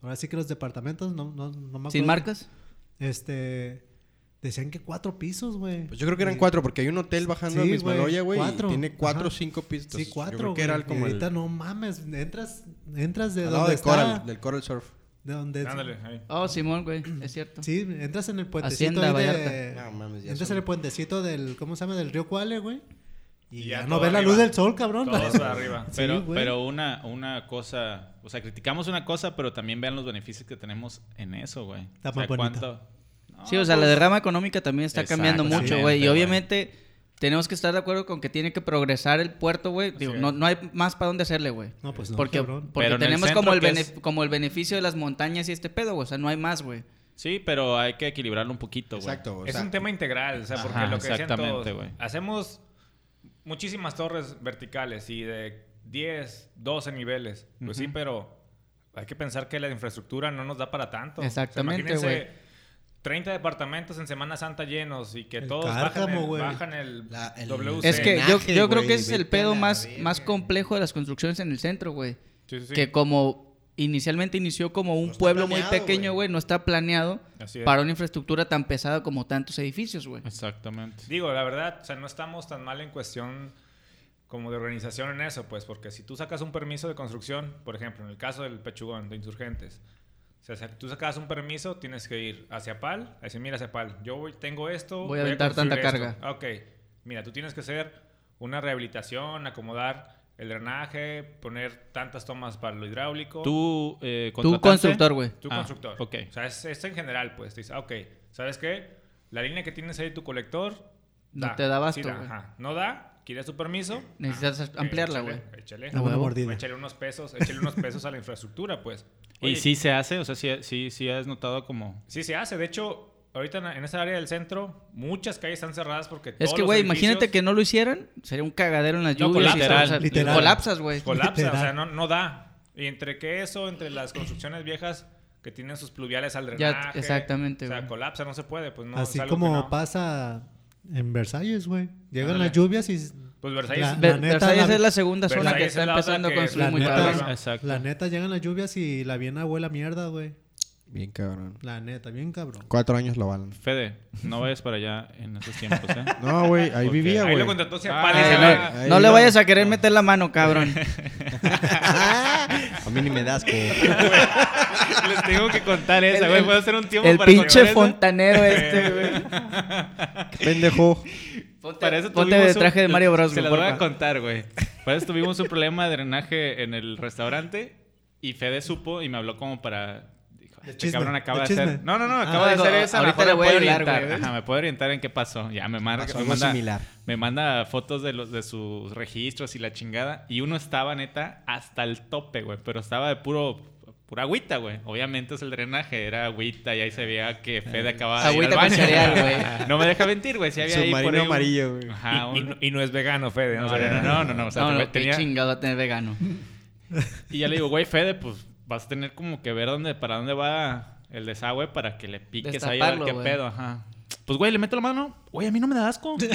S4: Ahora sí que los departamentos, no, no, no me acuerdo.
S3: Sin marcas.
S4: Este... Decían que cuatro pisos, güey.
S2: Pues yo creo que eran
S4: Y-
S2: cuatro, porque hay un hotel bajando
S4: Sí,
S2: a Mismaloya, güey, y
S4: cuatro.
S2: tiene cuatro o
S4: Ajá.
S2: cinco pistas.
S4: Sí,
S2: Yo
S4: cuatro,
S2: creo que
S4: güey.
S2: era como
S4: Y ahorita
S2: el,
S4: no mames, entras, entras
S2: al
S4: de
S2: lado
S4: donde
S2: de
S4: está...
S2: Coral, del Coral Surf.
S4: De donde...
S5: Ándale, ahí.
S3: Oh, Simón, güey. Es cierto.
S4: Sí, entras en el puentecito
S3: Hacienda,
S4: ahí de...
S2: Vallarta. No mames, ya
S4: entras
S2: son-
S4: en el puentecito del... ¿Cómo se llama? Del río Cuale, güey. Y,
S5: Y ya
S4: ya,
S5: todo
S4: no ves la
S5: arriba.
S4: luz del sol, cabrón.
S5: Todo está arriba.
S4: Sí,
S1: Pero,
S4: güey.
S1: pero una, una cosa, o sea, criticamos una cosa, pero también vean los beneficios que tenemos en eso, güey.
S4: Está
S1: O sea,
S4: más bonita.
S1: cuánto- No,
S3: Sí, o sea, la
S1: pues,
S3: derrama económica también está cambiando mucho, güey.
S1: Exactamente,
S3: Y
S1: güey.
S3: obviamente tenemos que estar de acuerdo con que tiene que progresar el puerto, güey. Digo,
S1: es.
S3: no, no hay más para dónde hacerle, güey.
S4: No, pues no,
S3: porque
S4: cabrón.
S3: porque
S1: Pero en el
S3: tenemos
S1: centro,
S3: como, el
S1: que
S3: bene-
S1: es-
S3: como el beneficio de las montañas y este pedo, güey. O sea, no hay más, güey.
S1: Sí, pero hay que equilibrarlo un poquito, güey.
S2: Exacto. o
S5: es
S2: sea,
S5: un tema integral, o sea, porque
S1: Ajá,
S5: lo que decían todos,
S1: exactamente, güey.
S5: hacemos muchísimas torres verticales y de 10, 12 niveles. Pues sí, pero hay que pensar que la infraestructura no nos da para tanto. O sea,
S3: Exactamente,
S5: imagínense
S3: güey.
S5: 30 departamentos en Semana Santa llenos y que
S4: El
S5: todos
S4: cárcamo,
S5: bajan el,
S4: güey.
S5: bajan el
S2: La- el-
S5: WC.
S3: Es que yo,
S2: Drenaje,
S3: yo creo
S2: güey,
S3: que ese es el
S2: vete a
S3: pedo
S2: la
S3: más,
S2: verga.
S3: más complejo de las construcciones en el centro, güey.
S5: Sí, sí, sí.
S3: Que como inicialmente inició como un
S2: No está
S3: pueblo muy
S2: planeado,
S3: pequeño,
S2: güey.
S3: güey, no está planeado
S5: Así es.
S3: para una infraestructura tan pesada como tantos edificios, güey.
S1: Exactamente.
S5: Digo, la verdad, o sea, no estamos tan mal en cuestión como de organización en eso, pues, porque si tú sacas un permiso de construcción, por ejemplo, en el caso del Pechugón, de Insurgentes, o sea, si tú sacas un permiso, tienes que ir hacia PAL, a decir, mira, hacia PAL, yo voy, tengo esto,
S3: Voy a aventar tanta
S5: construir
S3: carga.
S5: Ah, Ok, mira, tú tienes que hacer una rehabilitación, acomodar el drenaje, poner tantas tomas para lo hidráulico.
S1: Tú, eh,
S3: Tú
S1: contratante,
S3: constructor, güey.
S5: Tú
S1: Ah,
S5: constructor.
S1: ok.
S5: O sea, es, es en general, pues. Te dice, ah, ok, ¿sabes qué? La línea que tienes ahí tu colector...
S3: No te da abasto,
S5: Ah, sí da,
S3: güey.
S5: ajá. No da, quieres tu permiso.
S3: Necesitas
S5: Ah, ok,
S3: ampliarla,
S5: échale,
S3: güey.
S5: Échale.
S4: Una buena
S3: huevo.
S4: mordida.
S5: Échale unos pesos, échale unos pesos a la infraestructura, pues.
S1: Y
S5: Oye,
S1: sí se hace, o sea, sí, sí, sí has notado como...
S5: Sí se hace. De hecho, ahorita en- en esa área del centro, muchas calles están cerradas porque
S3: Es que, güey, imagínate que no lo hicieran, sería un cagadero en las
S1: No,
S3: lluvias. y
S1: literal,
S3: todo, o sea,
S4: literal.
S3: Colapsas, güey.
S5: Colapsa, o
S4: Literal.
S5: sea, no, no da. Y entre que eso, entre las construcciones viejas que tienen sus pluviales al drenaje.
S3: exactamente,
S5: O sea,
S3: güey.
S5: colapsa, no se puede. Pues no,
S4: Así
S5: es algo que
S4: como
S5: no.
S4: pasa en Versalles, güey. Llegan
S5: Ándale.
S4: las lluvias y...
S5: Pues Versalles-
S4: La-
S3: Ver-
S4: la neta,
S3: Versalles
S4: la-
S3: es la segunda zona que
S5: Versalles
S3: está
S5: es la otra
S3: empezando a
S5: que-
S3: construir
S4: La
S3: muy
S4: neta,
S3: cabrón.
S1: cabrón. Exacto.
S4: la neta, llegan las lluvias y la Viena huele a mierda, güey.
S2: Bien cabrón.
S4: La neta, bien cabrón.
S2: Cuatro años lo valen.
S1: Fede, no vayas para allá en esos tiempos, ¿eh?
S2: No, güey, ahí
S1: Ok,
S2: vivía,
S5: Ahí
S2: güey.
S5: lo contrató se
S1: Ah,
S5: apaga y
S3: Eh,
S5: se
S3: no-
S5: va.
S2: ahí
S3: no le
S2: va.
S3: vayas a querer meter la mano, cabrón.
S2: A mí ni me das, güey.
S1: Les tengo que contar
S3: esa, güey. Puedo
S1: hacer un tiempo
S3: El pinche fontanero este, güey.
S2: Pendejo.
S3: Ponte,
S1: Para eso
S3: ponte
S1: tuvimos
S3: de
S1: un-
S3: traje de Mario Bros.
S1: Se
S3: güey,
S1: las voy a
S3: porfa.
S1: contar, güey. Para eso tuvimos un problema de drenaje en el restaurante y Fede supo y me habló como para... Dijo, Este
S4: chisme,
S1: cabrón acaba de
S4: de
S1: hacer.
S4: chisme.
S1: No, no, no,
S4: Ah,
S1: acaba de
S3: digo,
S1: hacer esa.
S3: ahorita
S1: mejor
S3: le
S1: me
S3: voy a
S1: puede
S3: hablar,
S1: orientar.
S3: güey.
S1: Ajá, me puede orientar en qué pasó. Ya me marca,
S2: Pasó
S1: me
S2: algo
S1: manda,
S2: similar.
S1: me manda fotos de los de sus registros y la chingada. Y uno estaba, neta, hasta el tope, güey. Pero estaba de puro. Pura agüita, güey. Obviamente es el drenaje, era agüita y ahí se veía que Fede acababa de ir al
S3: Agüita con
S1: baño.
S3: cereal, güey.
S1: No me deja mentir, güey. Si había ahí por ahí
S2: Submarino
S1: un-
S2: amarillo, güey.
S1: Ajá,
S5: y, y
S1: un-
S5: no- y no es vegano, Fede. No,
S1: no,
S5: sé.
S1: no, no, no, no, o sea,
S3: no,
S1: te-
S3: no, qué
S1: tenía-
S3: chingado va a tener vegano.
S1: y ya le digo, güey, Fede, pues vas a tener como que ver dónde, para dónde va el desagüe para que le piques ahí a ver
S3: Destaparlo,
S1: qué
S3: güey.
S1: pedo, ajá. Pues, güey, le meto la mano. Güey, a mí no me da asco. Güey,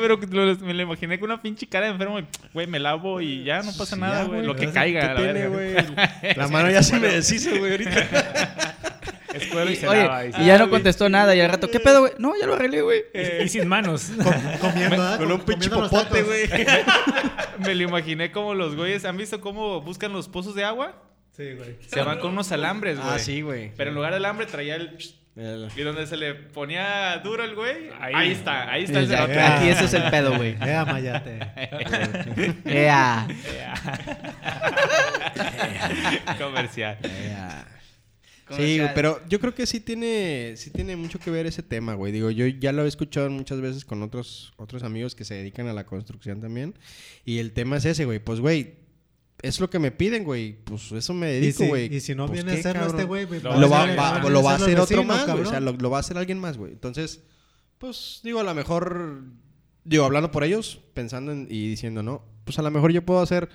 S1: pero lo- me lo imaginé con una pinche cara de enfermo. y, Güey, me lavo y ya no pasa
S2: Sí,
S1: nada,
S2: ya,
S1: güey. Lo que
S2: ¿Qué
S1: caiga, la
S2: tiene,
S1: verga.
S2: güey? La mano ya se me deshizo, güey, ahorita.
S5: Es cuero y se
S3: Oye,
S5: lava. dice.
S3: y ya no contestó nada. Y al rato, ¿qué pedo, güey? No, ya lo arreglé, güey.
S5: Y- y sin manos.
S4: Comiendo, ¿ah?
S2: Con un
S4: Com-
S2: pinche
S4: comiendo los
S2: popote,
S4: tacos.
S2: güey.
S1: Me lo imaginé como los güeyes. ¿Han visto cómo buscan los pozos de agua?
S4: Sí, güey.
S1: Se van con unos alambres, güey.
S2: Ah, sí, güey. Ah,
S1: Pero en lugar del alambre traía el...
S2: El-
S1: Y donde se le ponía duro el güey. Ahí,
S5: Ahí.
S1: está, ahí está el
S3: Dice,
S1: cerote.
S4: ya.
S3: Aquí eso es el pedo, güey.
S4: Ea, mayate.
S3: Ea.
S1: Comercial.
S2: Sí,
S3: Comercial.
S2: güey, pero yo creo que sí tiene, sí tiene mucho que ver ese tema, güey. Digo, yo ya lo he escuchado muchas veces con otros, otros amigos que se dedican a la construcción también. Y el tema es ese, güey. Pues, güey, es lo que me piden, güey. Pues eso me
S4: Y
S2: dedico,
S4: si,
S2: güey.
S4: y si no
S2: Pues,
S4: viene a
S2: ¿qué,
S4: hacerlo
S2: cabrón?
S4: este güey, pues,
S2: Lo va,
S4: ser-
S2: va-
S4: van
S2: lo va a
S4: ser los
S2: hacer otro
S4: vecinos,
S2: más, güey. O sea,
S4: cabrón.
S2: lo, lo va a hacer alguien más, güey. Entonces, pues, digo, a lo mejor... Digo, hablando por ellos, pensando en- y diciendo, no, pues a lo mejor yo puedo hacer...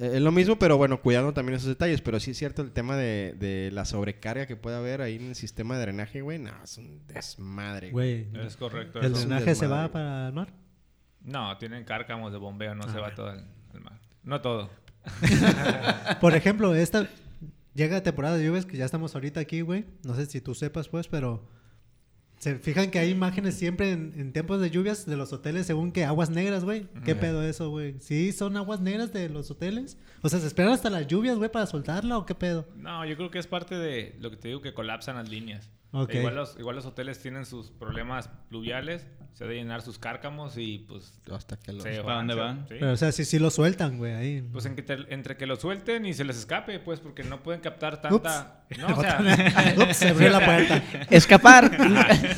S2: Eh, Es lo mismo, pero bueno, cuidando también esos detalles. Pero sí es cierto el tema de, de la sobrecarga que puede haber ahí en el sistema de drenaje, güey. No, es un desmadre. güey.
S4: Güey,
S5: Es correcto.
S4: ¿el
S5: eso.
S2: es un
S4: drenaje se
S2: desmadre,
S4: va
S2: güey.
S4: para el mar?
S5: No, tienen cárcamos de bombeo, no
S4: Ah,
S5: se va todo al, al mar. No todo.
S4: Por ejemplo, esta llega temporada de lluvias que ya estamos ahorita aquí, güey. No sé si tú sepas, pues, pero se fijan que hay imágenes siempre en, en tiempos de lluvias de los hoteles según que aguas negras, güey. ¿Qué pedo eso, güey? ¿Sí son aguas negras de los hoteles? O sea, ¿se esperan hasta las lluvias, güey, para soltarla o qué pedo?
S5: No, yo creo que es parte de lo que te digo que colapsan las líneas.
S4: Ok.
S5: Igual, los, igual los hoteles tienen sus problemas pluviales, se deben llenar sus cárcamos y pues
S2: Hasta que lo...
S5: se
S1: ¿Para dónde
S5: se-
S1: van?
S5: sí.
S4: Pero, o sea, sí, sí lo sueltan, güey, ahí.
S5: Pues en que te- entre que lo suelten y se les escape, pues porque no pueden captar tanta... No, o sea,
S4: Ups, se abrió la puerta.
S3: Escapar.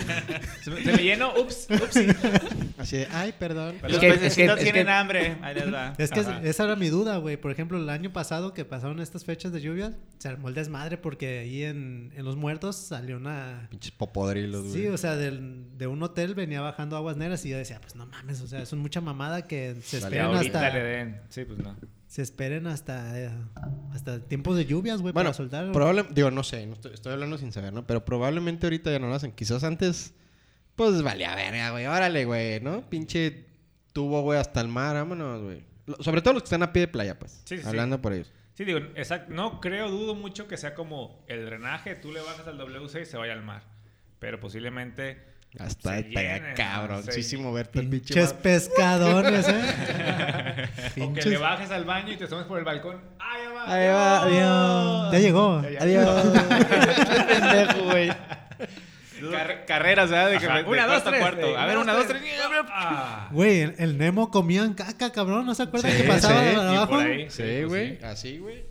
S5: se, se me llenó, ups, ups.
S2: Así de, ay, perdón.
S5: Pero
S1: Los
S3: que- es
S1: pececitos
S3: que- es que-
S1: tienen hambre. Ahí les va.
S4: Es que
S5: Ajá.
S4: esa era mi duda, güey. Por ejemplo, el año pasado que pasaron estas fechas de lluvias, se armó el desmadre porque ahí en, en Los Muertos salió una...
S2: Pinches popodrilos, güey.
S4: Sí, o sea, del- de un hotel venía bajando aguas negras y yo decía, pues no mames, o sea, son mucha mamada que se
S2: Dale,
S5: Que
S4: esperen
S5: ahorita
S4: hasta,
S5: le den. Sí, pues no.
S4: se esperen hasta, eh, hasta tiempos de lluvias, güey,
S2: Bueno,
S4: para soltar.
S2: probable- digo, no sé, no estoy, estoy hablando sin saber, ¿no? Pero probablemente ahorita ya no lo hacen. Quizás antes, pues vale a verga, güey. Órale, güey, ¿no? Pinche tubo, güey, hasta el mar, vámonos, güey. Lo- Sobre todo los que están a pie de playa, pues.
S5: Sí, sí,
S2: hablando por ellos.
S5: Sí, digo, exacto. No creo, dudo mucho que sea como el drenaje, tú le bajas al WC y se vaya al mar. Pero posiblemente...
S2: Hasta
S5: Se
S2: estaría
S5: llenen,
S2: cabroncísimo
S5: se-
S2: verte el pinche
S4: Pinches
S2: mar.
S4: pescadones, eh.
S5: O que
S4: Pinches-
S5: le bajes al baño y te tomes por el balcón. ¡Ah, ya va!
S2: Ahí va,
S4: Ya llegó.
S2: Pendejo, güey.
S1: Car- carreras, ¿verdad? De que
S5: Ajá,
S1: me- de cuarto a cuarto.
S5: de-
S1: A ver, una, dos, tres.
S5: Ah.
S4: Güey, el, el Nemo comían caca, cabrón, ¿no se acuerdan
S2: Sí,
S4: que pasaba
S2: sí,
S4: para
S5: Y
S4: abajo?
S5: por ahí,
S2: Sí,
S5: pues,
S2: güey.
S5: sí.
S2: Así, güey.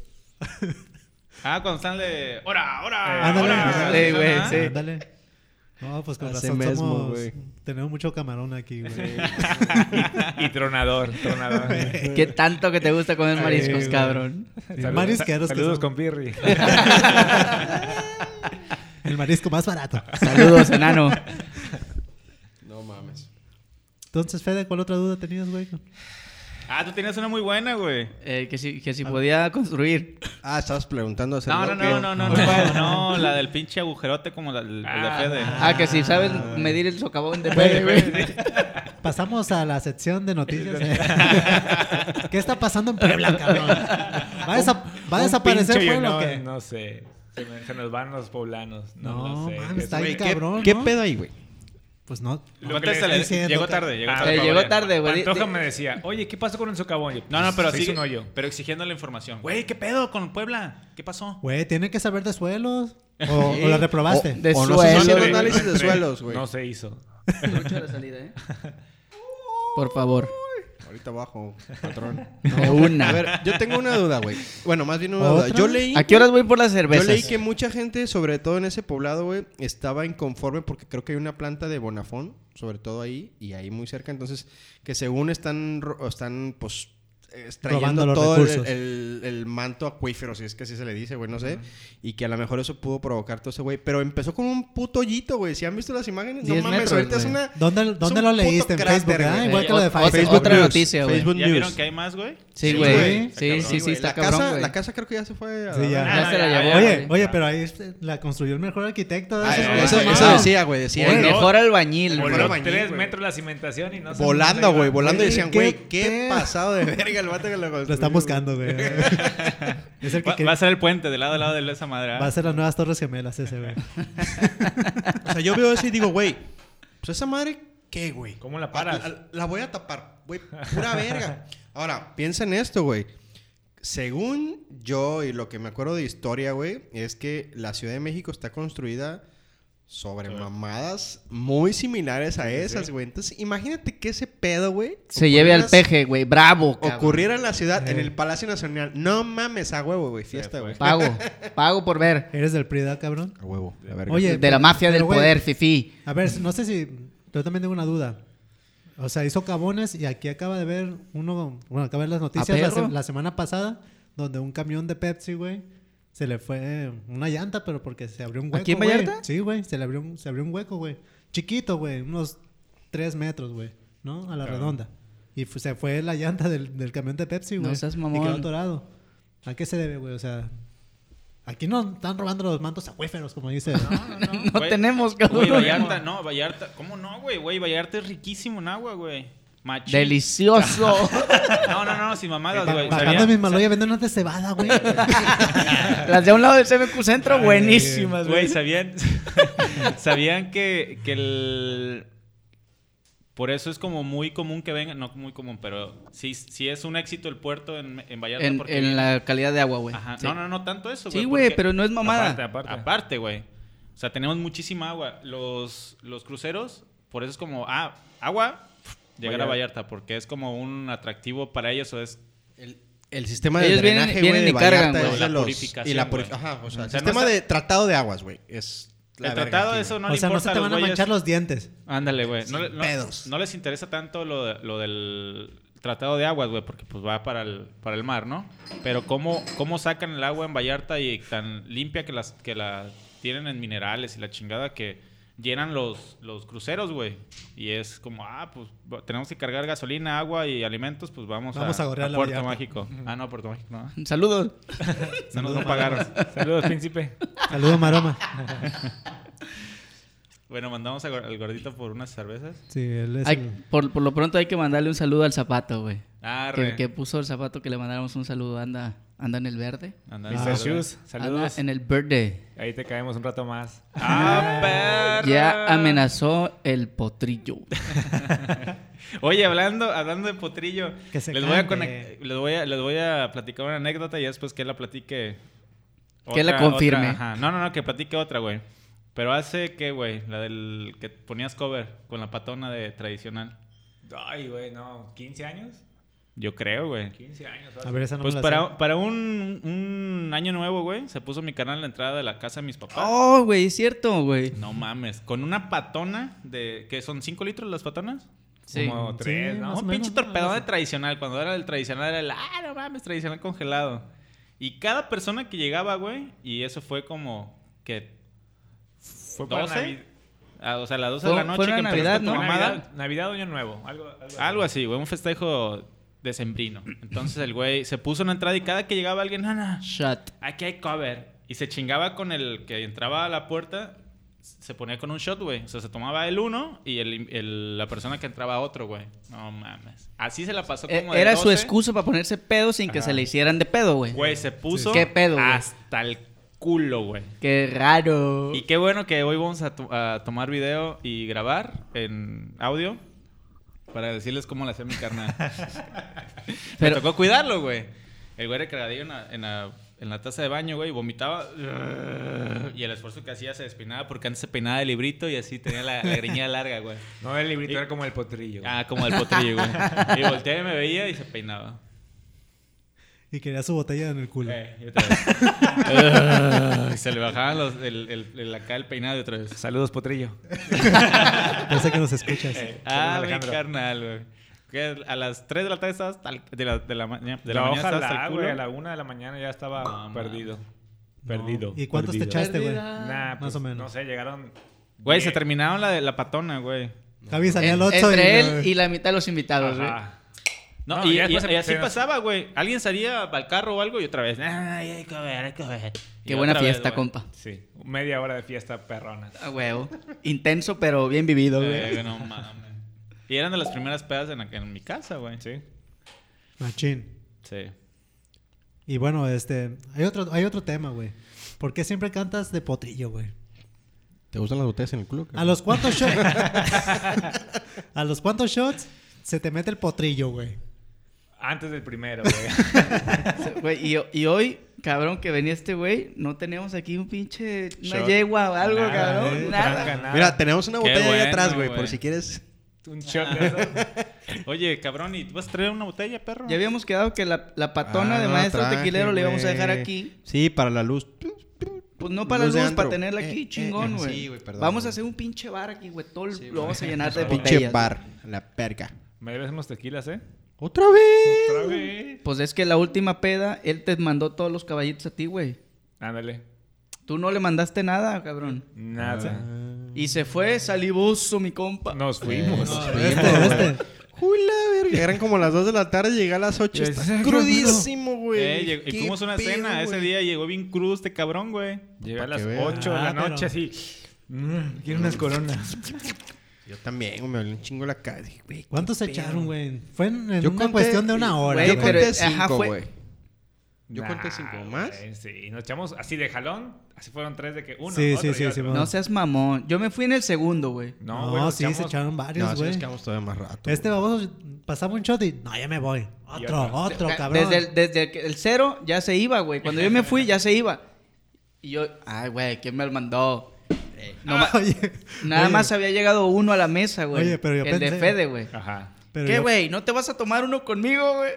S1: Ah, cuando están de... ¡Hora,
S5: Eh,
S1: hora,
S4: ándale.
S1: hora!
S3: Sí, güey,
S1: Ajá.
S3: sí.
S4: Ándale. No, pues con
S2: Así
S4: razón
S2: mismo,
S4: somos-
S2: güey.
S4: tenemos mucho camarón aquí, güey.
S5: Y tronador, tronador.
S3: Qué tanto que te gusta comer mariscos,
S4: güey.
S3: cabrón.
S5: Saludos-
S4: Marisqueros que
S5: Saludos
S4: son.
S5: con Pirri.
S4: El marisco más barato.
S3: Saludos, enano.
S2: No mames.
S4: Entonces, Fede, ¿cuál otra duda tenías, güey?
S1: Ah, tú tenías una muy buena, güey.
S3: Eh, que, si, que si podía construir.
S2: Ah, estabas preguntando acerca
S1: No, no, no,
S2: de-
S1: no, no, no, güey, no, la del pinche agujerote como la, el
S5: Ah.
S1: de Fede.
S3: Ah, que si sabes medir el socavón de Fede, güey.
S4: Pasamos a la sección de noticias. eh. ¿Qué está pasando en Puebla, cabrón? ¿Va a, desa- va a
S5: Un
S4: desaparecer
S5: pinche
S4: Puebla o
S5: llenón,
S4: qué?
S5: No sé. Se, me- se nos van los poblanos.
S4: No,
S5: No, lo sé.
S4: mames, está
S5: Güey,
S2: Güey,
S4: bien
S5: ¿qué-
S2: ¿qué,
S4: Cabrón,
S2: ¿Qué
S4: ¿no?
S2: pedo ahí, güey?
S4: Pues no.
S5: Lo
S4: no te
S5: que le
S4: estoy
S5: decía,
S4: diciendo,
S1: llegó
S4: ca-
S1: tarde, llegó
S5: Ah,
S1: tarde.
S3: Eh,
S1: para
S3: llegó
S1: variar.
S3: tarde, güey.
S5: Pantoja me decía, oye, ¿qué pasó con el socavón? Yo,
S1: No, no, pero
S5: se
S1: sí,
S5: hizo un hoyo.
S1: pero exigiéndole información. Güey, ¿qué pedo con Puebla? ¿Qué pasó?
S4: Güey, tiene que saber de suelos. ¿O, o la reprobaste?
S3: De
S2: o no se
S3: suelo,
S2: hizo el
S3: güey.
S2: análisis de suelos, güey.
S5: No se hizo.
S3: Mucho la salida, ¿eh? Por favor.
S2: Ahorita bajo, patrón.
S3: De una.
S2: A ver, yo tengo una duda, güey. Bueno, más bien una duda.
S4: ¿Otra?
S2: Yo leí,
S3: ¿A qué horas voy por las
S2: yo
S3: cervezas?
S2: leí que mucha gente, sobre todo en ese poblado, güey, estaba inconforme porque creo que hay una planta de Bonafón, sobre todo ahí, y ahí muy cerca. Entonces, que según están, ro- están pues,
S4: Robando
S2: extrayendo
S4: los
S2: todo el,
S4: recursos.
S2: el- el manto acuífero, si es que así se le dice, güey, no sé. Y que a lo mejor eso pudo provocar todo ese, güey. Pero empezó con un puto hoyito, güey. Si han visto las imágenes, no
S3: Diez
S2: mames,
S3: metros,
S2: ahorita es
S3: güey.
S2: una...
S4: ¿Dónde,
S2: Es
S4: dónde
S2: un puto
S4: lo leíste? En
S2: cráter,
S4: Facebook, ¿verdad?
S2: güey.
S4: Igual que lo de
S3: Ot- otra-
S4: Facebook.
S3: otra
S2: News.
S3: noticia, güey.
S2: Facebook
S1: ¿Ya vieron
S2: News.
S1: que hay más, güey?
S3: Sí,
S2: Sí,
S3: güey.
S4: güey.
S3: Sí,
S1: Está
S3: sí, sí,
S2: güey.
S3: está
S2: la,
S3: cabrón,
S2: casa,
S3: güey.
S2: la casa creo que ya se fue. a
S4: Sí,
S2: la
S4: ya.
S2: verga.
S3: Ya se la
S1: Ah,
S3: llevó.
S4: Oye,
S3: güey.
S4: oye, pero ahí este, la construyó el mejor arquitecto. de
S2: Ah,
S4: esos
S1: eh,
S4: güey.
S2: eso,
S4: Esa
S2: eso
S4: mamada.
S2: decía, güey. Decía,
S3: El
S2: güey,
S3: mejor albañil,
S2: Voló
S3: güey.
S5: Voló
S2: bañil,
S5: tres
S2: güey.
S5: metros la cimentación y no se-
S2: volando, güey. Volando y
S4: Güey,
S2: decían,
S4: qué
S2: güey, qué
S4: pedo.
S2: pasado de verga el vato que lo construyó.
S4: Lo están buscando, güey. Es el que
S1: Va,
S4: que-
S1: va a ser el puente de lado a lado de esa madre. ¿ah?
S4: va a ser las nuevas Torres Gemelas ese, güey.
S2: O sea, yo veo eso y digo, güey, pues esa madre, ¿qué, güey?
S5: ¿Cómo la paras?
S2: Ah, La, la voy a tapar, güey, pura verga. Ahora, piensa en esto, güey. Según yo y lo que me acuerdo de historia, güey, es que la Ciudad de México está construida sobre mamadas muy similares a esas, güey. Entonces, imagínate que ese pedo, güey,
S3: Se lleve al
S2: ocurrieras-
S3: peje, güey. Bravo, cabrón.
S2: ocurriera en la ciudad, en el Palacio Nacional. No mames, a huevo, güey, fiesta, güey.
S3: Pago. Pago por ver.
S4: Eres del PRI, ¿verdad, cabrón?
S2: A huevo, la verga.
S4: Oye,
S3: De la mafia
S4: pero,
S3: del
S4: güey,
S3: poder, fifi.
S4: A ver, no sé si. Yo también tengo una duda. O sea, hizo cabones y aquí acaba de ver uno. Bueno, acaba de ver las noticias la,
S3: perro?
S4: se- la semana pasada, donde un camión de Pepsi, güey, se le fue una llanta, pero porque se abrió un hueco.
S3: ¿Aquí en
S4: güey.
S3: Vallarta?
S4: Sí, güey, se le abrió un, se abrió un hueco, güey. Chiquito, güey, unos tres metros, güey, ¿no? A la redonda. Y fu- se fue la llanta del, del camión de Pepsi,
S3: No
S4: güey.
S3: seas
S4: Y
S3: mamón.
S4: quedó atorado. ¿A qué se debe, güey? O sea, aquí no están robando los mantos acuíferos, como dice.
S3: No
S1: ¿ah? Güey,
S3: tenemos, cabrón.
S1: Güey, Vallarta, no, Vallarta. ¿Cómo no, güey? Güey, Vallarta es riquísimo en agua, güey. Machín.
S3: Delicioso.
S1: No, no, no, sin mamadas,
S4: Ba-
S1: güey.
S4: Bajando
S1: Sabía-
S4: a mi maloya venden unas de cebada, güey.
S3: Las de a un lado del CBQ Centro, buenísimas,
S1: Güey,
S3: güey.
S1: ¿sabían, sabían que, que el... Por eso es como muy común que vengan, no muy común, pero sí, sí es un éxito el puerto en, en Vallarta.
S3: En,
S1: porque
S3: en la calidad de agua, güey.
S1: Ajá.
S3: Sí.
S1: No, no, no tanto eso, güey.
S3: Sí, güey,
S1: porque-
S3: pero no es mamada.
S5: Aparte, aparte.
S1: Aparte, güey. O sea, tenemos muchísima agua. Los, los cruceros, por eso es como, ah, agua, llegar a Vallarta, porque es como un atractivo para ellos o es...
S2: El, el sistema de
S3: Ellos vienen-
S2: drenaje,
S3: vienen
S2: güey, de
S3: y cargan,
S2: Vallarta
S1: güey.
S2: es
S1: La
S2: de los-
S1: purificación,
S2: Y la
S1: güey.
S2: puri- Ajá, o sea,
S1: O sea,
S2: el
S1: no
S2: sistema
S1: está-
S2: de tratado de aguas, güey. Es la
S1: el
S2: verga
S1: tratado
S2: aquí,
S1: de eso
S2: güey.
S1: no
S4: o
S1: le
S4: sea, no
S1: importa
S4: se te
S1: a los
S4: van a
S1: güeyes.
S4: manchar los dientes.
S1: Ándale, güey. No,
S2: Sin
S1: le- no-
S2: pedos.
S1: no les interesa tanto lo, de- lo del tratado de aguas, güey, porque pues va para el, para el mar, ¿no? Pero cómo, cómo sacan el agua en Vallarta y tan limpia que las que la tienen en minerales y la chingada que llenan los, los cruceros, güey. Y es como, ah, pues va- tenemos que cargar gasolina, agua y alimentos, pues vamos,
S4: Vamos a gorrear la
S1: Puerto
S4: Vallarta.
S1: Mágico. Ah, no, Puerto Mágico, no.
S3: Saludos.
S1: No nos no pagaron.
S5: Saludos, príncipe.
S4: Saludos, Maroma.
S1: Bueno, mandamos a gor- al gordito por unas cervezas.
S4: Sí, él es.
S3: Hay-
S4: el-
S3: por, por lo pronto hay que mandarle un saludo al zapato, güey.
S1: Arre.
S3: Que, que puso el zapato que le mandáramos un saludo. Anda, anda en el verde.
S1: Ándale.
S4: Ah,
S5: Mr. Shoes,
S3: Anda
S5: saludos.
S3: Ah, en el verde.
S5: Ahí te caemos un rato más.
S1: Ah, perra.
S3: Ya amenazó el potrillo.
S1: Oye, hablando, hablando de potrillo,
S4: Que se
S1: les, voy a
S4: cante.
S1: conec- les, voy a, les voy a platicar una anécdota y después que él la platique.
S3: Que la confirme.
S1: otra, ajá. No, no, no, que platique otra, güey. Pero hace que, güey, la del que ponías cover con la patona de tradicional.
S5: Ay, güey, no. ¿15 años?
S1: Yo creo, güey.
S5: 15 años.
S4: A ver, esa no
S1: Pues
S4: me la sé.
S1: para, para un, un año nuevo, güey, se puso mi canal en la entrada de la casa de mis papás.
S3: Oh, güey, es cierto, güey.
S1: No mames, con una patona de... ¿Qué son? ¿5 litros las patonas?
S3: Sí.
S5: Como 3,
S4: Sí,
S5: ¿no? ¿eh?
S4: más o
S1: Un
S4: menos,
S1: pinche
S4: ¿no?
S1: torpedón de tradicional. Cuando era el tradicional era el, ah, no mames, tradicional congelado. Y cada persona que llegaba, güey, y eso fue como que
S5: Fue para
S1: 12.
S5: Navidad.
S1: ah, o sea, las 12
S3: Fue-
S1: de la noche.
S3: fue una
S1: que empezaste
S3: Navidad,
S1: tu
S3: ¿no?
S1: mamada.
S5: Navidad, Navidad, Año Nuevo. Algo, algo así.
S1: Algo así, güey, un festejo decembrino. Entonces el güey se puso una entrada y cada que llegaba alguien, nana,
S3: Shot.
S1: aquí hay cover. Y se chingaba con el que entraba a la puerta, se ponía con un shot, güey. O sea, se tomaba el uno y el, el- la persona que entraba otro, güey. No mames. Así se la pasó
S3: Eh,
S1: como de
S3: Era su
S1: 12.
S3: excusa para ponerse pedo sin que
S5: Ajá.
S3: se le hicieran de pedo, güey.
S1: Güey, se puso
S3: ¿Qué pedo, güey?
S1: hasta el culo, güey.
S3: Qué raro.
S1: Y qué bueno que hoy vamos a, to- a tomar video y grabar en audio para decirles cómo le hacía mi carnal. Me
S3: Pero-
S1: tocó cuidarlo, güey. El güey recreadillo en la, en la- en la taza de baño, güey, y vomitaba. Y el esfuerzo que hacía se despeinaba porque antes se peinaba de librito y así tenía la, la greña larga, güey.
S5: No, el librito era como el potrillo. güey.
S1: Ah, como el potrillo, güey. Y volteaba y me veía y se peinaba.
S4: Y quería su botella en el culo.
S1: Eh, y otra vez. Y se le bajaban los, el, el, el- acá el peinado y otra vez.
S5: Saludos, potrillo.
S4: Yo sé que nos escuchas.
S1: Ah, mi
S5: Alejandro.
S1: carnal, güey. Que A las 3 de la tarde estabas tal- de la, de la, mañana- de la
S5: No,
S1: mañana estabas hasta
S5: ojalá,
S1: el
S5: güey,
S1: culo.
S5: a la una de la mañana ya estaba
S1: No,
S5: perdido.
S4: No.
S5: Perdido.
S4: ¿Y cuántos te
S5: perdido.
S4: echaste, Este, güey?
S5: Nah,
S4: Ah. Más
S5: pues,
S4: o menos.
S5: No sé, llegaron.
S1: Güey,
S5: diez.
S1: se terminaron la, de- la patona, güey.
S4: Javi salía al
S3: En-
S4: 8
S3: Eh, Entre él y la mitad de los invitados, güey.
S5: Ajá.
S1: No,
S5: No,
S1: y,
S5: y ya
S1: y-
S5: después
S1: y así
S5: se nos-
S1: pasaba, güey. Alguien salía al carro o algo y otra vez. Ay, hay que ver, hay que ver.
S3: Qué
S1: Y
S3: buena
S1: otra vez,
S3: fiesta,
S1: güey.
S3: compa.
S5: Sí, media hora de fiesta perrona.
S3: A huevo. Intenso, pero bien vivido,
S1: Eh,
S3: güey.
S1: güey, no mames. Y eran de las primeras pedas en, la- en mi casa, güey.
S5: Sí.
S4: Machín.
S1: Sí.
S4: Y bueno, este. Hay otro, hay otro tema, güey. ¿Por qué siempre cantas de potrillo, güey?
S2: ¿Te gustan las botellas en el culo?
S4: ¿A los cuantos shots? ¿A los cuantos shots se te mete el potrillo, güey?
S5: Antes del primero, güey.
S3: Güey, y, y hoy, cabrón, que venía este güey, no tenemos aquí un pinche. Una
S1: Shot.
S3: yegua o algo,
S5: Nada,
S3: cabrón.
S5: eh,
S3: nada.
S5: tranca, nada.
S2: Mira, tenemos una
S1: Qué
S2: botella ahí
S1: bueno,
S2: atrás, güey,
S1: güey.
S2: por si quieres.
S5: un shot de eso.
S1: Oye, cabrón, ¿y tú vas a traer una botella, perro?
S3: Ya habíamos quedado que la, la patona
S2: Ah,
S3: de
S2: no la
S3: maestro
S2: traje,
S3: tequilero le íbamos a dejar
S2: güey.
S3: aquí.
S2: Sí, para la luz.
S3: Pues no para
S2: Luz de
S3: luz, para
S2: antro.
S3: tenerla
S2: Eh,
S3: aquí,
S2: eh,
S3: chingón,
S2: eh,
S3: güey.
S2: sí, güey, perdón,
S3: Vamos a
S2: güey.
S3: hacer un pinche bar aquí, güey. Todo el- lo vamos a llenar de
S2: Pinche
S3: botellas.
S2: bar, la perca.
S5: Me debes unos tequilas, ¿eh?
S2: ¡Otra vez!
S5: Otra vez.
S3: Pues es que la última peda, él te mandó todos los caballitos a ti, güey.
S5: Ándale.
S3: Tú no le mandaste nada, cabrón.
S5: Nada.
S3: Y se fue salivoso, mi
S2: Ah,
S3: compa.
S5: Nos fuimos.
S4: Este, este.
S2: ¡Jula, verga! Eran como las 2 de la tarde, llegué a las 8.
S5: Ya sé,
S2: Está
S5: qué
S2: crudísimo, güey.
S1: Eh, llegó- y
S2: Qué
S1: fuimos a una
S2: pedo,
S1: cena. Ese
S2: güey.
S1: día llegó bien cruz este cabrón, güey.
S5: Llegué
S2: Pa'
S5: a las
S2: que veas.
S5: 8 de
S4: Ah,
S5: la
S4: pero-
S5: noche así. Mm, quiero unas coronas.
S2: Yo también, güey, me dolió un chingo la cabeza. Dije, güey,
S4: ¿Cuántos se
S2: qué pedo.
S4: echaron, güey? Fue en, en
S2: Yo
S4: una
S2: conté-
S4: cuestión de una hora.
S3: Güey,
S2: Yo
S4: güey.
S3: pero-
S2: conté
S3: ajá,
S2: cinco,
S3: fue-
S2: güey. Yo
S5: Nah,
S2: conté cinco más.
S5: güey, Sí, nos echamos así de jalón. Así fueron tres de que uno.
S4: Sí,
S5: otro
S4: sí,
S5: y
S4: sí,
S5: otro.
S4: sí,
S3: No seas mamón. Yo me fui en el segundo, güey.
S5: No,
S4: No,
S5: güey, nos
S4: sí, se
S5: echamos-
S4: echaron
S2: No,
S4: varios,
S2: así
S4: güey.
S2: nos quedamos todavía más rato.
S4: Este
S2: güey.
S4: baboso pasaba un shot y. No, ya me voy. Otro,
S5: otro.
S4: otro,
S3: Ca-
S4: cabrón.
S3: Desde el, desde el que- el cero ya se iba, güey. Cuando yo me fui, ya se iba. Y yo, ay, güey, ¿quién me lo mandó? Eh, no ma-
S4: Oye,
S3: nada
S4: oye,
S3: más había llegado uno a la mesa, güey.
S4: Oye, pero yo
S3: El de
S4: pensé-
S3: Fede, güey.
S5: Ajá.
S4: pero
S3: ¿Qué,
S4: yo-
S3: güey? ¿No te vas a tomar uno conmigo, güey?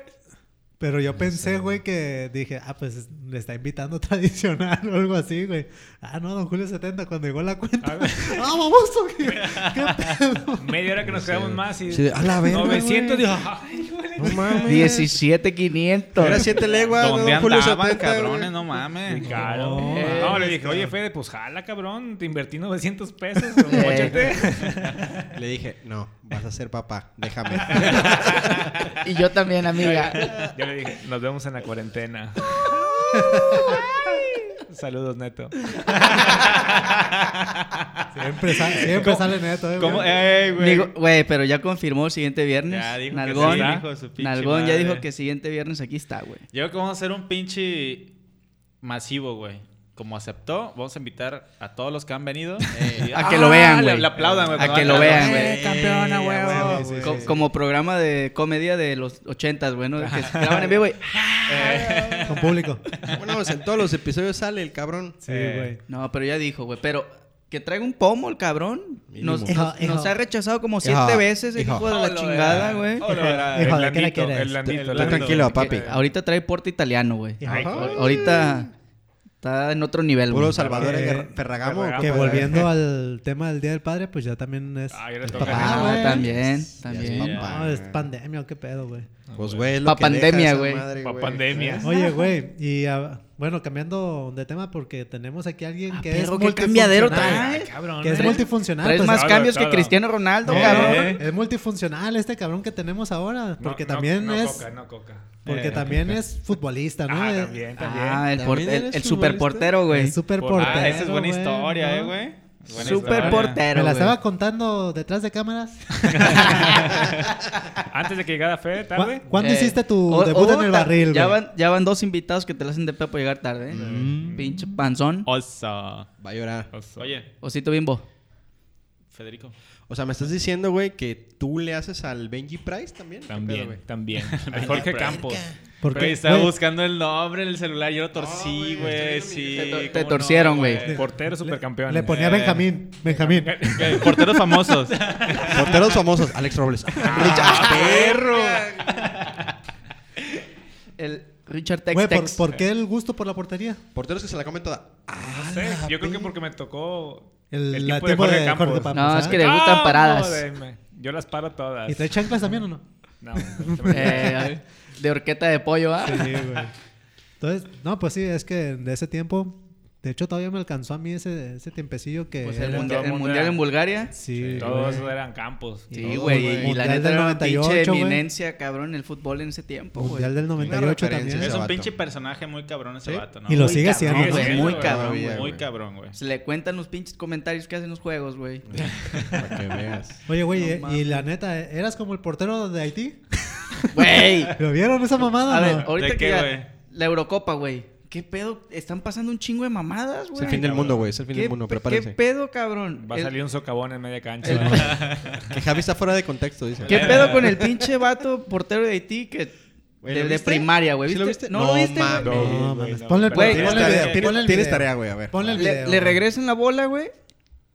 S4: Pero yo pensé, güey, que dije, ah, pues es- le está invitando tradicional o algo así, güey. Ah, no, don Julio 70, cuando llegó la cuenta.
S5: Ah, güey.
S4: ¡Ah, baboso! ¿Qué, qué pedo?
S5: Media hora que nos quedamos más y.
S2: Sí, a la verga, güey.
S5: 900. digo, ay, güey.
S2: No mames.
S3: 17,500.
S2: Era 7 leguas,
S1: ¿Dónde
S2: don Julio
S1: andaban,
S2: 70,
S1: cabrones?
S2: güey.
S1: No mames.
S5: Caro.
S4: No,
S5: Eh, No,
S3: mames,
S5: le dije, oye, Fede, pues jala, cabrón. Te invertí 900 pesos. Móchate.
S2: Le dije, no, vas a ser papá, déjame.
S3: Y yo también, amiga.
S5: Yo le dije, nos vemos en la cuarentena. Saludos, Neto.
S4: Siempre, sa- siempre sale neto, eh,
S1: ¿Cómo?
S4: güey.
S1: Ey, güey.
S3: Digo, güey, pero ya confirmó siguiente viernes.
S1: Ya dijo que
S3: Nalgón,
S1: sí, hijo de su pinche
S3: Nalgón ya
S1: madre.
S3: dijo que siguiente viernes aquí está, güey.
S1: Yo creo que vamos a hacer un pinche masivo, güey. Como aceptó, vamos a invitar a todos los que han venido. Y-
S3: a que lo vean, güey.
S1: Le, le aplaudan, güey.
S3: A
S1: cuando
S3: que
S1: van
S3: lo vean,
S1: aplaudir.
S3: güey. Campeona,
S4: huevo. Sí, sí,
S3: Co-
S4: sí.
S3: Como programa de comedia de los ochentas, güey, ¿no? Que se graban en vivo, güey.
S4: Con público.
S2: bueno, pues en todos los episodios sale el cabrón.
S4: Sí,
S5: Eh.
S4: güey.
S3: No, pero ya dijo, güey. Pero que traiga un pomo el cabrón.
S2: Mínimo.
S3: Nos,
S4: Hijo,
S3: nos-
S4: hijo.
S3: nos ha rechazado como
S2: Hijo,
S3: siete veces el
S2: hijo.
S3: hijo de la
S1: Hola,
S3: chingada,
S1: eh.
S3: güey.
S1: Hola, eh.
S4: Hijo, ¿de
S5: El
S4: qué la
S5: blandito,
S4: quieres?
S5: el blandito.
S1: Tú
S5: el
S2: Tú
S5: blandito.
S2: tranquilo, papi.
S3: Que Ahorita trae porte italiano, güey.
S4: Hijo.
S5: Ay,
S3: A- Ahorita está en otro nivel, güey.
S2: Puro Salvador
S4: Eh,
S2: en Ferragamo.
S5: Ferragamo.
S4: Que
S2: compadre.
S4: volviendo al tema del Día del Padre, pues ya también es,
S5: Ah, ya le
S4: es
S5: toca.
S4: papá,
S3: Ah,
S4: güey.
S3: también,
S2: Ya
S3: también.
S2: es
S4: No, es pandemia, o qué pedo, güey.
S2: Pues, güey, es
S3: Pa'
S2: lo que deja
S3: pandemia,
S2: esa
S3: güey.
S2: madre,
S5: Pa'
S2: güey.
S5: pandemia.
S4: Oye, güey, y ah, bueno, cambiando de tema porque tenemos aquí a alguien
S3: Ah,
S4: que
S3: perro, qué
S4: es
S3: cambiadero
S4: multifuncional.
S3: trae.
S5: Cabrón.
S4: Que es
S5: eh.
S4: multifuncional.
S3: Traes
S4: pues,
S3: más
S5: todo,
S3: cambios que
S5: todo.
S3: Cristiano Ronaldo,
S4: No,
S3: cabrón.
S5: Eh.
S4: Es multifuncional este cabrón que tenemos ahora.
S5: No,
S4: Porque
S5: no,
S4: también
S5: no
S4: es.
S5: Coca, no coca.
S4: Porque
S1: Eh,
S4: también es futbolista, ¿no?
S5: Ah,
S4: Eh,
S5: también, también.
S3: Ah, el,
S2: ¿También
S3: por- el-
S2: eres
S3: el
S2: futbolista?
S3: superportero, güey.
S4: Es super
S5: Por- ah,
S4: portero.
S1: Ah, esa es buena
S4: güey,
S1: historia,
S4: ¿no?
S1: eh, güey. Buena
S3: Super
S1: historia.
S3: portero,
S4: Me la
S3: güey.
S4: estaba contando detrás de cámaras.
S5: Antes de que llegara Fede, tarde.
S4: ¿Cu- ¿Cuándo
S3: Eh,
S4: hiciste tu
S3: o-
S4: debut
S3: o
S4: en el
S3: ta-
S4: barril,
S3: Ya
S4: güey?
S3: van, ya van dos invitados que te la hacen de pedo por llegar tarde, ¿eh?
S4: Mm.
S3: Pinche panzón.
S1: Oso.
S2: Va a llorar.
S5: Oso.
S1: Oye,
S3: Osito bimbo.
S1: Federico.
S2: O sea, me estás diciendo, güey, que tú le haces al Benji Price también. ¿Qué pedo,
S5: También,
S2: güey?
S5: también. A Jorge Campos.
S4: Porque,
S1: Güey, estaba
S4: güey,
S1: buscando el nombre en el celular, yo lo torcí,
S2: güey,
S1: güey,
S2: estoy
S1: sí.
S3: viendo mi- Te
S1: cómo
S3: tor- te torcieron, güey.
S4: Le-
S5: Portero
S4: le,
S5: supercampeón.
S4: le ponía
S1: Eh.
S4: Benjamín. Benjamín.
S1: Eh, Porteros famosos.
S2: Porteros famosos. Alex Robles.
S1: perro!
S3: El Richard Tex
S4: Güey,
S3: Tex.
S4: ¿por, por qué el gusto por la portería?
S2: Porteros que se la comen toda.
S5: No sé, yo creo que porque me tocó
S4: El-
S5: el,
S4: la
S5: tiempo,
S4: tiempo
S5: de Jorge
S4: de
S5: Campos.
S4: Jorge Campos.
S3: No,
S4: pues,
S3: es
S4: ah.
S3: que le gustan
S5: Ah,
S3: paradas.
S5: no, deme. yo las paro todas.
S4: ¿Y trae chanclas también o no?
S5: No,
S3: Eh, de horqueta de pollo, ¿ah?
S4: Sí, güey. Entonces, no, pues sí, es que de ese tiempo, de hecho todavía me alcanzó a mí ese, ese tiempecillo que...
S3: Pues el,
S5: Todo
S3: mundial, el
S5: mundo
S3: mundial
S5: era-
S3: en Bulgaria.
S4: Sí,
S5: todos
S4: güey.
S5: eran Campos.
S3: Sí,
S4: todo,
S3: güey.
S4: güey.
S3: Y la
S4: Mundial
S3: neta
S4: del
S3: era una pinche
S4: 98, güey.
S3: eminencia, cabrón, el fútbol en ese tiempo, güey.
S4: Mundial del 98
S2: referencia,
S4: también.
S1: Es
S2: ese
S1: un
S2: vato.
S1: pinche personaje muy cabrón ese
S2: ¿Sí?
S1: vato, ¿no?
S4: Y lo
S1: Muy
S4: sigue
S1: cabrón,
S4: siendo,
S1: güey,
S3: ¿no?
S1: Muy
S3: Muy
S1: cabrón, güey.
S2: cabrón,
S1: Muy
S2: güey.
S1: cabrón, güey.
S3: Se le cuentan los pinches comentarios que hacen los juegos, güey.
S2: Para que veas.
S4: Oye, güey,
S3: No
S4: eh, y
S3: mames.
S4: la neta, eh, ¿eras como el portero de Haití?
S3: Güey.
S4: ¿Lo vieron esa mamada?
S3: A
S4: o
S3: ver,
S4: no?
S3: ahorita
S1: ¿De
S3: que
S1: qué,
S3: ya-
S1: güey?
S3: la Eurocopa, güey. ¿Qué pedo? Están pasando un chingo de mamadas, güey.
S2: Es el fin del mundo, güey. Es el fin
S3: ¿Qué,
S2: del mundo.
S3: pe-
S2: Prepárense.
S3: ¿Qué pedo, cabrón?
S5: Va a
S3: El-
S5: salir un socavón en media cancha. Ah,
S3: el-
S2: Que Javi está fuera de contexto, dice.
S3: ¿Qué pedo con el pinche vato portero de Haití que
S2: Güey, ¿lo
S3: de, de
S2: viste?
S3: primaria, güey?
S2: ¿Sí lo
S3: ¿Viste?
S2: viste?
S3: No lo
S2: No
S3: viste, güey.
S2: mames.
S5: No,
S4: No,
S5: güey,
S4: mames.
S5: no.
S4: Ponle el
S5: Pero-
S3: Güey,
S2: Tienes
S4: ponle el
S2: tarea,
S4: video,
S2: tienes-
S4: ponle el
S2: tienes
S4: video.
S2: tarea, güey. A ver.
S4: Ponle el
S3: Le-
S4: video.
S3: le regresan la bola, güey.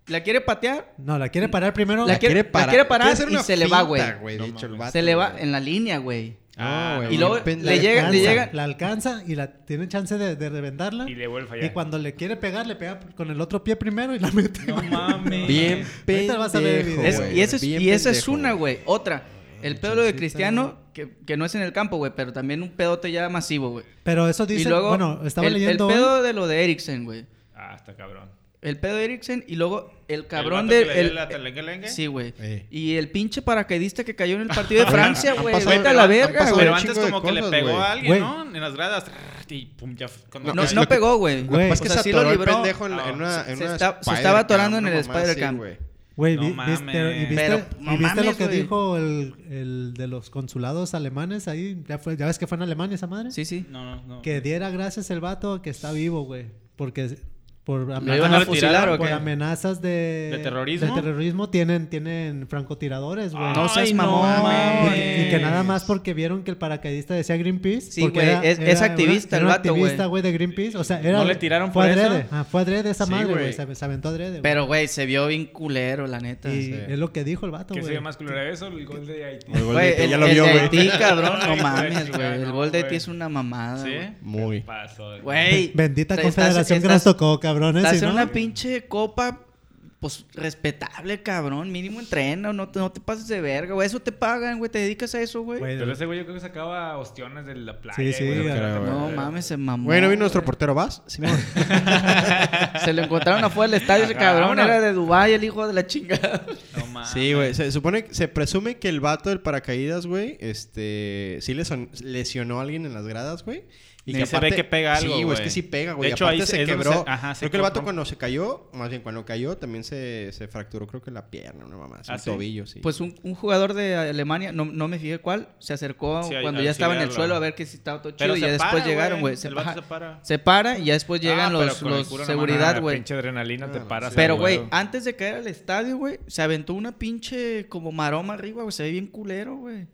S3: La quiere patear.
S4: No, la quiere parar primero.
S3: La quiere-
S2: para-
S3: quiere parar
S2: hacer
S3: y
S2: una
S3: se le va, güey.
S2: finta, De hecho, el vato,
S3: Se le va
S2: güey.
S3: en la línea, güey.
S2: Ah, güey.
S3: Y luego
S2: bien pendejo.
S3: le llega- le
S4: alcanza,
S3: llega-
S4: La alcanza y la tiene chance de, de reventarla.
S5: Y le vuelve a fallar.
S4: Y cuando le quiere pegar, le pega con el otro pie primero y la mete.
S1: No
S4: güey.
S1: mames.
S2: Bien
S4: Ahorita vas a ver el
S2: pendejo,
S4: video.
S3: Es-
S2: güey.
S3: y esa es,
S2: Bien
S3: y esa es
S2: pendejo,
S3: una, güey. Otra. El pedo de
S4: chancita.
S3: Cristiano, que, que no es en el campo, güey, pero también un pedote ya masivo, güey.
S4: Pero eso
S3: Y
S4: dice.
S3: luego,
S4: bueno, estaba
S3: el, el
S4: leyendo. hoy-
S3: pedo de lo de Eriksen, güey.
S5: Ah, está cabrón.
S3: El pedo de Eriksen y luego el cabrón
S1: vato que
S3: de...
S1: le dio
S3: el-
S1: la telequelengue.
S3: Sí, güey.
S2: Eh.
S3: Y el pinche paracaidista que cayó en el partido de
S2: Oye,
S3: Francia,
S2: Ah, han
S3: güey.
S1: Pues
S2: pasado-
S3: Vete a la
S2: han
S3: verga,
S2: pasado
S3: güey.
S1: Pero
S2: un
S1: antes
S2: chingo de
S1: como que le
S2: cosas,
S1: pegó
S2: güey.
S1: a alguien,
S4: Güey.
S1: ¿no? En las gradas. Y pum, ya. fue- cuando
S2: No,
S3: No,
S1: cae.
S3: no
S2: lo que-
S3: pegó, güey.
S2: Lo que pasa es
S3: O
S2: que
S3: sea,
S2: se
S3: sí lo
S2: atoró el
S3: libró.
S2: pendejo en, en una.
S3: se-
S2: en
S3: se
S2: una
S3: está- se estaba
S2: Spider-Cam,
S3: atorando en
S2: una
S3: el
S2: mamá así,
S3: Spider-Cam.
S2: güey.
S4: Güey,
S1: No
S4: vi-
S1: mames.
S4: viste, y viste,
S3: Pero,
S4: y
S3: no
S4: viste
S3: mames,
S4: lo que
S3: güey.
S4: dijo el, el de los consulados alemanes ahí. Ya, fue, ya ves que fue en Alemania esa madre.
S3: Sí, sí.
S1: No, no, no.
S4: Que diera gracias el vato que está vivo, güey. Porque por
S3: ¿Lo iban
S1: ¿No
S3: a
S1: lo
S4: amenazas,
S1: tiraron
S3: fusilar o
S4: por
S3: qué?
S4: amenazas de,
S1: ¿De terrorismo?
S4: de terrorismo tienen, tienen francotiradores, güey.
S3: No seas
S1: Ay,
S3: mamón,
S1: no
S3: güey.
S1: mames.
S4: Y que nada más porque vieron que el paracaidista decía Greenpeace.
S3: Sí,
S4: porque
S3: güey,
S4: era-
S3: es-
S4: era
S3: es
S4: una-
S3: activista
S4: era
S3: el
S4: un
S3: vato, güey.
S4: activista, güey, de Greenpeace. O sea, era.
S1: ¿No le tiraron
S4: fue
S1: por eso?
S4: adrede. Ah, fue adrede esa
S2: Sí,
S4: madre, güey.
S2: güey.
S4: Se, se aventó adrede. güey.
S3: Pero, güey, se vio bien culero, la neta.
S4: Y
S3: Sí.
S4: es lo que dijo el vato,
S5: ¿Qué se
S4: güey.
S5: ve más culero eso? o El gol de Haití.
S2: El gol de
S3: Güey,
S2: Haití,
S3: el,
S2: ya lo
S3: el
S2: vio,
S3: de
S2: güey.
S3: Haití, cabrón, no
S5: Ay,
S3: mames,
S5: güey,
S3: güey. El
S5: no,
S3: gol de Haití
S5: güey.
S3: es una mamada,
S1: ¿Sí?
S3: güey.
S2: Muy.
S5: Pasó.
S3: Güey.
S4: Bendita
S3: Estás-
S4: confederación que
S3: estás-
S4: nos tocó, cabrones.
S3: Estás
S4: si
S3: en
S4: no-
S3: una pinche copa, pues, respetable, cabrón. Mínimo entrena, no te, no te pases de verga, güey. Eso te pagan, güey. Te dedicas a eso, güey.
S4: Güey,
S5: Pero ese güey yo creo que sacaba ostiones de la playa.
S4: Sí, sí,
S5: güey,
S4: güey.
S5: pero-
S3: No mames, se mamó.
S2: Bueno, vino nuestro portero, ¿vas? Simón.
S3: Se lo encontraron afuera del estadio ese cabrón.
S5: Vámonos.
S3: Era de Dubái, el hijo de la chingada.
S1: No mames.
S2: Sí, güey. Se supone, se presume que el vato del paracaídas, güey, este, sí lesion- lesionó a alguien en las gradas, güey.
S1: Sí, se ve que pega algo,
S2: Sí,
S1: güey.
S2: es que sí pega, güey.
S1: De
S2: De
S1: hecho,
S2: hecho,
S1: ahí
S2: Aparte
S1: se-
S2: se
S1: es donde
S2: quebró.
S1: se- ajá, se
S2: creo que el vato
S1: cortó.
S2: cuando se cayó, más bien cuando cayó, también se, se fracturó, creo que la pierna, una mamá. así,
S1: ¿Ah,
S2: el
S1: sí?
S2: tobillo, sí.
S3: Pues un, un jugador de Alemania, no, no me fijé cuál, se acercó
S1: Sí, a-
S3: cuando
S1: a
S3: ya estaba en el
S1: auxiliarlo.
S3: suelo a ver que si estaba todo
S1: Pero
S3: chido y ya
S1: se
S3: después
S1: para,
S3: llegaron, güey. Se,
S1: El vato
S3: ajá,
S1: se para.
S3: se para y ya después
S5: Ah,
S3: llegan
S5: pero
S3: los,
S5: con el
S3: los
S5: culo nomás,
S3: seguridad,
S5: la
S3: güey.
S5: Ah, Pinche adrenalina te
S2: Ah,
S5: paras.
S3: Pero,
S5: a
S3: güey,
S5: huevo.
S3: antes de caer al estadio, güey, se aventó una pinche como maroma arriba, güey. Se ve bien culero, güey.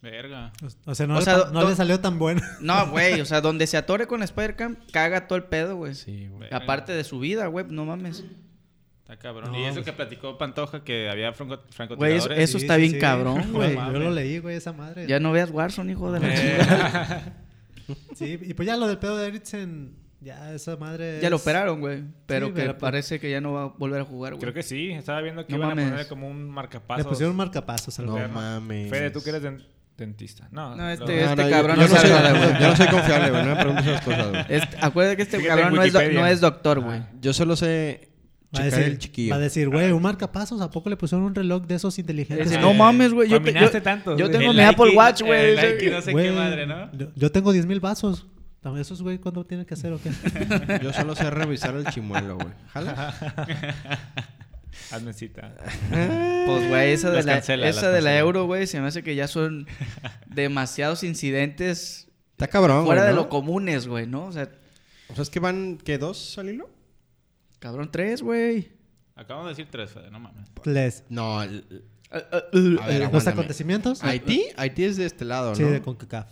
S1: Verga.
S4: pues, O sea, no,
S3: O
S4: le,
S3: sea,
S4: pa- no
S3: do-
S4: le salió tan bueno.
S3: No, güey, o sea, donde se atore con la Spider-Cam, caga todo el pedo, güey.
S2: sí, güey.
S3: Aparte de su vida, güey, no mames.
S1: Está cabrón.
S4: No,
S1: y eso
S4: pues-
S1: que platicó Pantoja que había franco-
S3: Güey,
S1: francotiradores.
S3: eso, eso está bien cabrón, güey.
S4: Yo lo leí, güey, esa madre.
S3: Ya no veas Warzone, hijo de la
S1: Eh,
S3: chingada.
S4: Sí, y pues ya lo del pedo de Erickson, ya esa madre.
S3: Ya lo
S4: es-
S3: operaron, güey. Pero
S4: Sí,
S3: que
S4: pero-
S3: parece que ya no va a volver a jugar, güey.
S5: Creo que sí. Estaba viendo que
S3: No
S5: iban
S3: mames.
S5: a ponerle como un marcapasos.
S4: Le pusieron marcapasos al
S2: No
S4: güey.
S5: Enfermo.
S2: mames.
S5: Fede, tú que eres den- dentista. No,
S3: No, este-
S5: lo-
S2: Ah,
S3: este
S2: yo-
S3: cabrón
S2: yo,
S3: no
S2: no
S3: sabe
S2: soy,
S3: nada, güey.
S2: yo no soy confiable, güey. No me preguntes esas cosas, güey.
S3: Este- acuérdate que este
S5: Fíjate
S3: cabrón
S5: en
S3: no es, do-
S5: Wikipedia.
S3: no es doctor, güey.
S2: Yo solo sé
S4: Va a
S2: checar
S4: decir,
S2: el chiquillo.
S4: va a decir, güey, un marcapasos, ¿a poco le pusieron un reloj de esos inteligentes?
S3: Dice,
S5: Ah,
S3: no mames, güey. Yo,
S5: caminaste
S3: yo-
S5: tanto,
S3: yo
S5: güey.
S3: tengo
S1: el
S3: mi Apple
S1: Nike-
S3: Watch, güey.
S1: el
S3: dice
S1: Nike
S3: que-
S1: no sé
S4: Güey,
S1: qué madre, ¿no?
S4: Yo, yo tengo 10 mil vasos. ¿Esos, güey, cuándo tienen que hacer o qué?
S2: Yo solo sé revisar el chimuelo, güey. Jala.
S5: Hazme cita.
S3: Pues, güey, esa de
S1: Las
S3: la,
S1: cancela,
S3: esa
S1: las
S3: de la
S1: cancela.
S3: euro, güey, se me hace que ya son demasiados incidentes
S2: Está cabrón,
S3: fuera
S2: güey,
S3: de
S2: ¿no?
S3: lo comunes, güey, ¿no? O sea,
S2: O sea, es que van, ¿qué? ¿Dos al hilo?
S3: cabrón, tres, güey.
S1: Acabamos de decir tres, Fede, no mames.
S4: Les.
S2: No, el-
S3: A
S2: ver,
S4: Los
S2: aguántame.
S4: acontecimientos.
S2: Haití, Haití es de este lado,
S4: Sí,
S2: ¿no?
S4: de CONCACAF.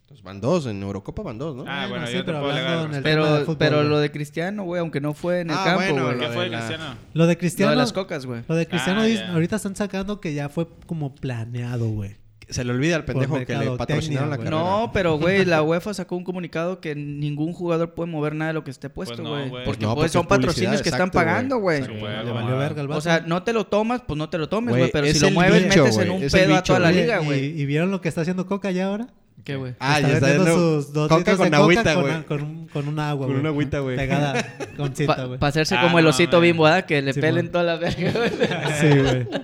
S2: Entonces van dos, en Eurocopa van dos, ¿no?
S1: Ah,
S4: Bueno,
S1: bueno,
S4: sí,
S1: yo te
S4: pero
S1: puedo
S4: hablando
S1: alegar.
S4: en el- tema
S3: Pero,
S4: de fútbol,
S3: pero
S4: güey.
S3: lo de Cristiano, güey, aunque no fue en el
S2: Ah,
S3: campo,
S2: bueno,
S1: ¿Qué
S2: lo
S3: güey.
S1: fue de
S2: de la-
S1: Cristiano?
S4: Lo de
S3: Lo
S4: Cristiano.
S3: de las cocas, güey.
S4: lo de Cristiano
S1: Ah,
S4: dis-
S1: ya.
S4: ahorita están sacando que ya fue como planeado, güey.
S2: Se le olvida al pendejo que le
S4: mercadotecnia,
S2: patrocinaron la
S4: güey.
S2: carrera.
S3: No, pero, güey, la UEFA sacó un comunicado que ningún jugador puede mover nada de lo que esté puesto,
S1: no,
S3: güey.
S1: güey.
S3: porque,
S2: No, porque
S3: pues, son
S2: es publicidad,
S3: patrocinios que están
S2: exacto, güey.
S3: pagando, güey.
S1: Sí,
S4: Le
S1: güey,
S4: valió
S1: mamá.
S4: verga el vato.
S3: O sea, no te lo tomas, pues no te lo tomes,
S2: Güey,
S3: güey. Pero
S2: es
S3: si lo
S2: el
S3: mueves,
S2: bicho,
S3: metes en
S2: güey,
S3: un
S2: es el
S3: pedo a
S2: bicho,
S3: toda la
S2: güey.
S3: liga,
S4: Y-
S3: güey.
S4: Y, vieron lo que está haciendo Coca ya ahora?
S3: ¿Qué, güey?
S2: Ah,
S4: está
S2: ya está
S4: vendiendo
S2: dando
S4: sus dos
S2: coca
S4: litros
S2: con
S4: de
S2: agüita,
S4: con,
S2: güey.
S4: a- con, un- con un agua,
S2: Con
S4: güey.
S2: una agüita, güey.
S4: Pegada con cinta,
S3: Para
S4: güey.
S3: hacerse
S1: Ah,
S3: como el
S1: no,
S3: osito
S1: güey.
S3: bimbo, ¿verdad? Que le
S4: Simón.
S3: pelen toda la verga, güey.
S4: Sí, güey.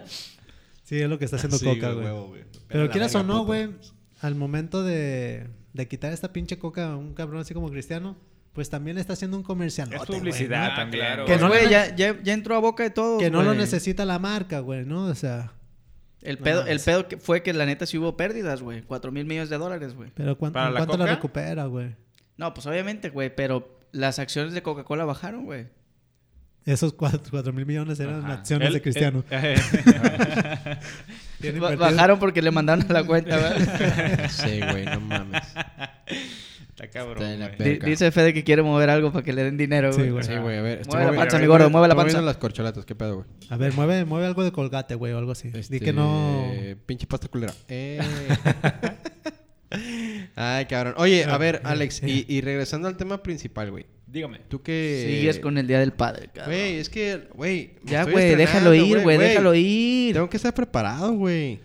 S4: Sí, es lo que está haciendo
S2: Sí,
S4: Coca, güey.
S2: huevo, güey.
S4: Pero
S2: la
S4: quieras o
S2: verga,
S4: no,
S2: puto.
S4: güey, al momento de, de quitar esta pinche Coca a un cabrón así como Cristiano, pues también le está haciendo un comercial.
S5: Es publicidad
S1: Ah,
S5: también.
S1: claro.
S5: güey.
S3: Que
S4: no
S3: no,
S4: lo
S3: güey,
S4: ne-
S3: ya, ya, ya entró a boca de todos,
S4: Que no lo
S3: güey.
S4: necesita la marca, güey, ¿no? O sea,
S3: El
S4: No
S3: pedo, el
S4: mames.
S3: pedo que fue que la neta sí hubo pérdidas, güey. Cuatro mil millones de dólares, güey.
S4: pero ¿cuánto,
S1: ¿Para la
S4: ¿cuánto la
S1: Coca?
S4: recupera, güey?
S3: No, pues obviamente, güey, pero las acciones de Coca-Cola bajaron, güey.
S4: Esos 4 mil millones eran
S1: Ajá.
S4: acciones
S1: Él-
S4: de Cristiano.
S1: eh,
S4: Tiene
S3: Ba-
S4: invertido.
S3: bajaron porque le mandaron a la cuenta, güey.
S2: Sí, güey, no mames.
S1: Está
S2: Está de
S1: cabrón,
S2: la
S1: güey.
S2: pe-
S3: Di-
S2: Verga.
S3: Dice Fede que quiere mover algo para que le den dinero,
S4: Sí,
S3: güey.
S4: güey.
S2: Pues Sí, güey, a ver. estoy
S3: Mueve la
S2: movi-
S3: panza,
S2: a ver,
S3: mi gordo,
S2: estoy
S3: mueve la
S2: moviendo
S3: panza.
S2: las corcholatas, qué pedo, güey.
S4: A ver, mueve, mueve algo de colgate, güey, o algo así. Di que no.
S2: Este, Pinche pasta culera. Eh. Ay, cabrón. Oye, a ver, Alex, y, y regresando al tema principal, güey.
S5: Dígame.
S2: Tú que.
S3: Sigues con el Día del Padre, cabrón.
S2: Güey, es que, güey. me
S3: ya,
S2: estoy
S3: güey,
S2: estrenando,
S3: déjalo ir, güey, déjalo ir.
S2: Tengo que estar preparado, güey.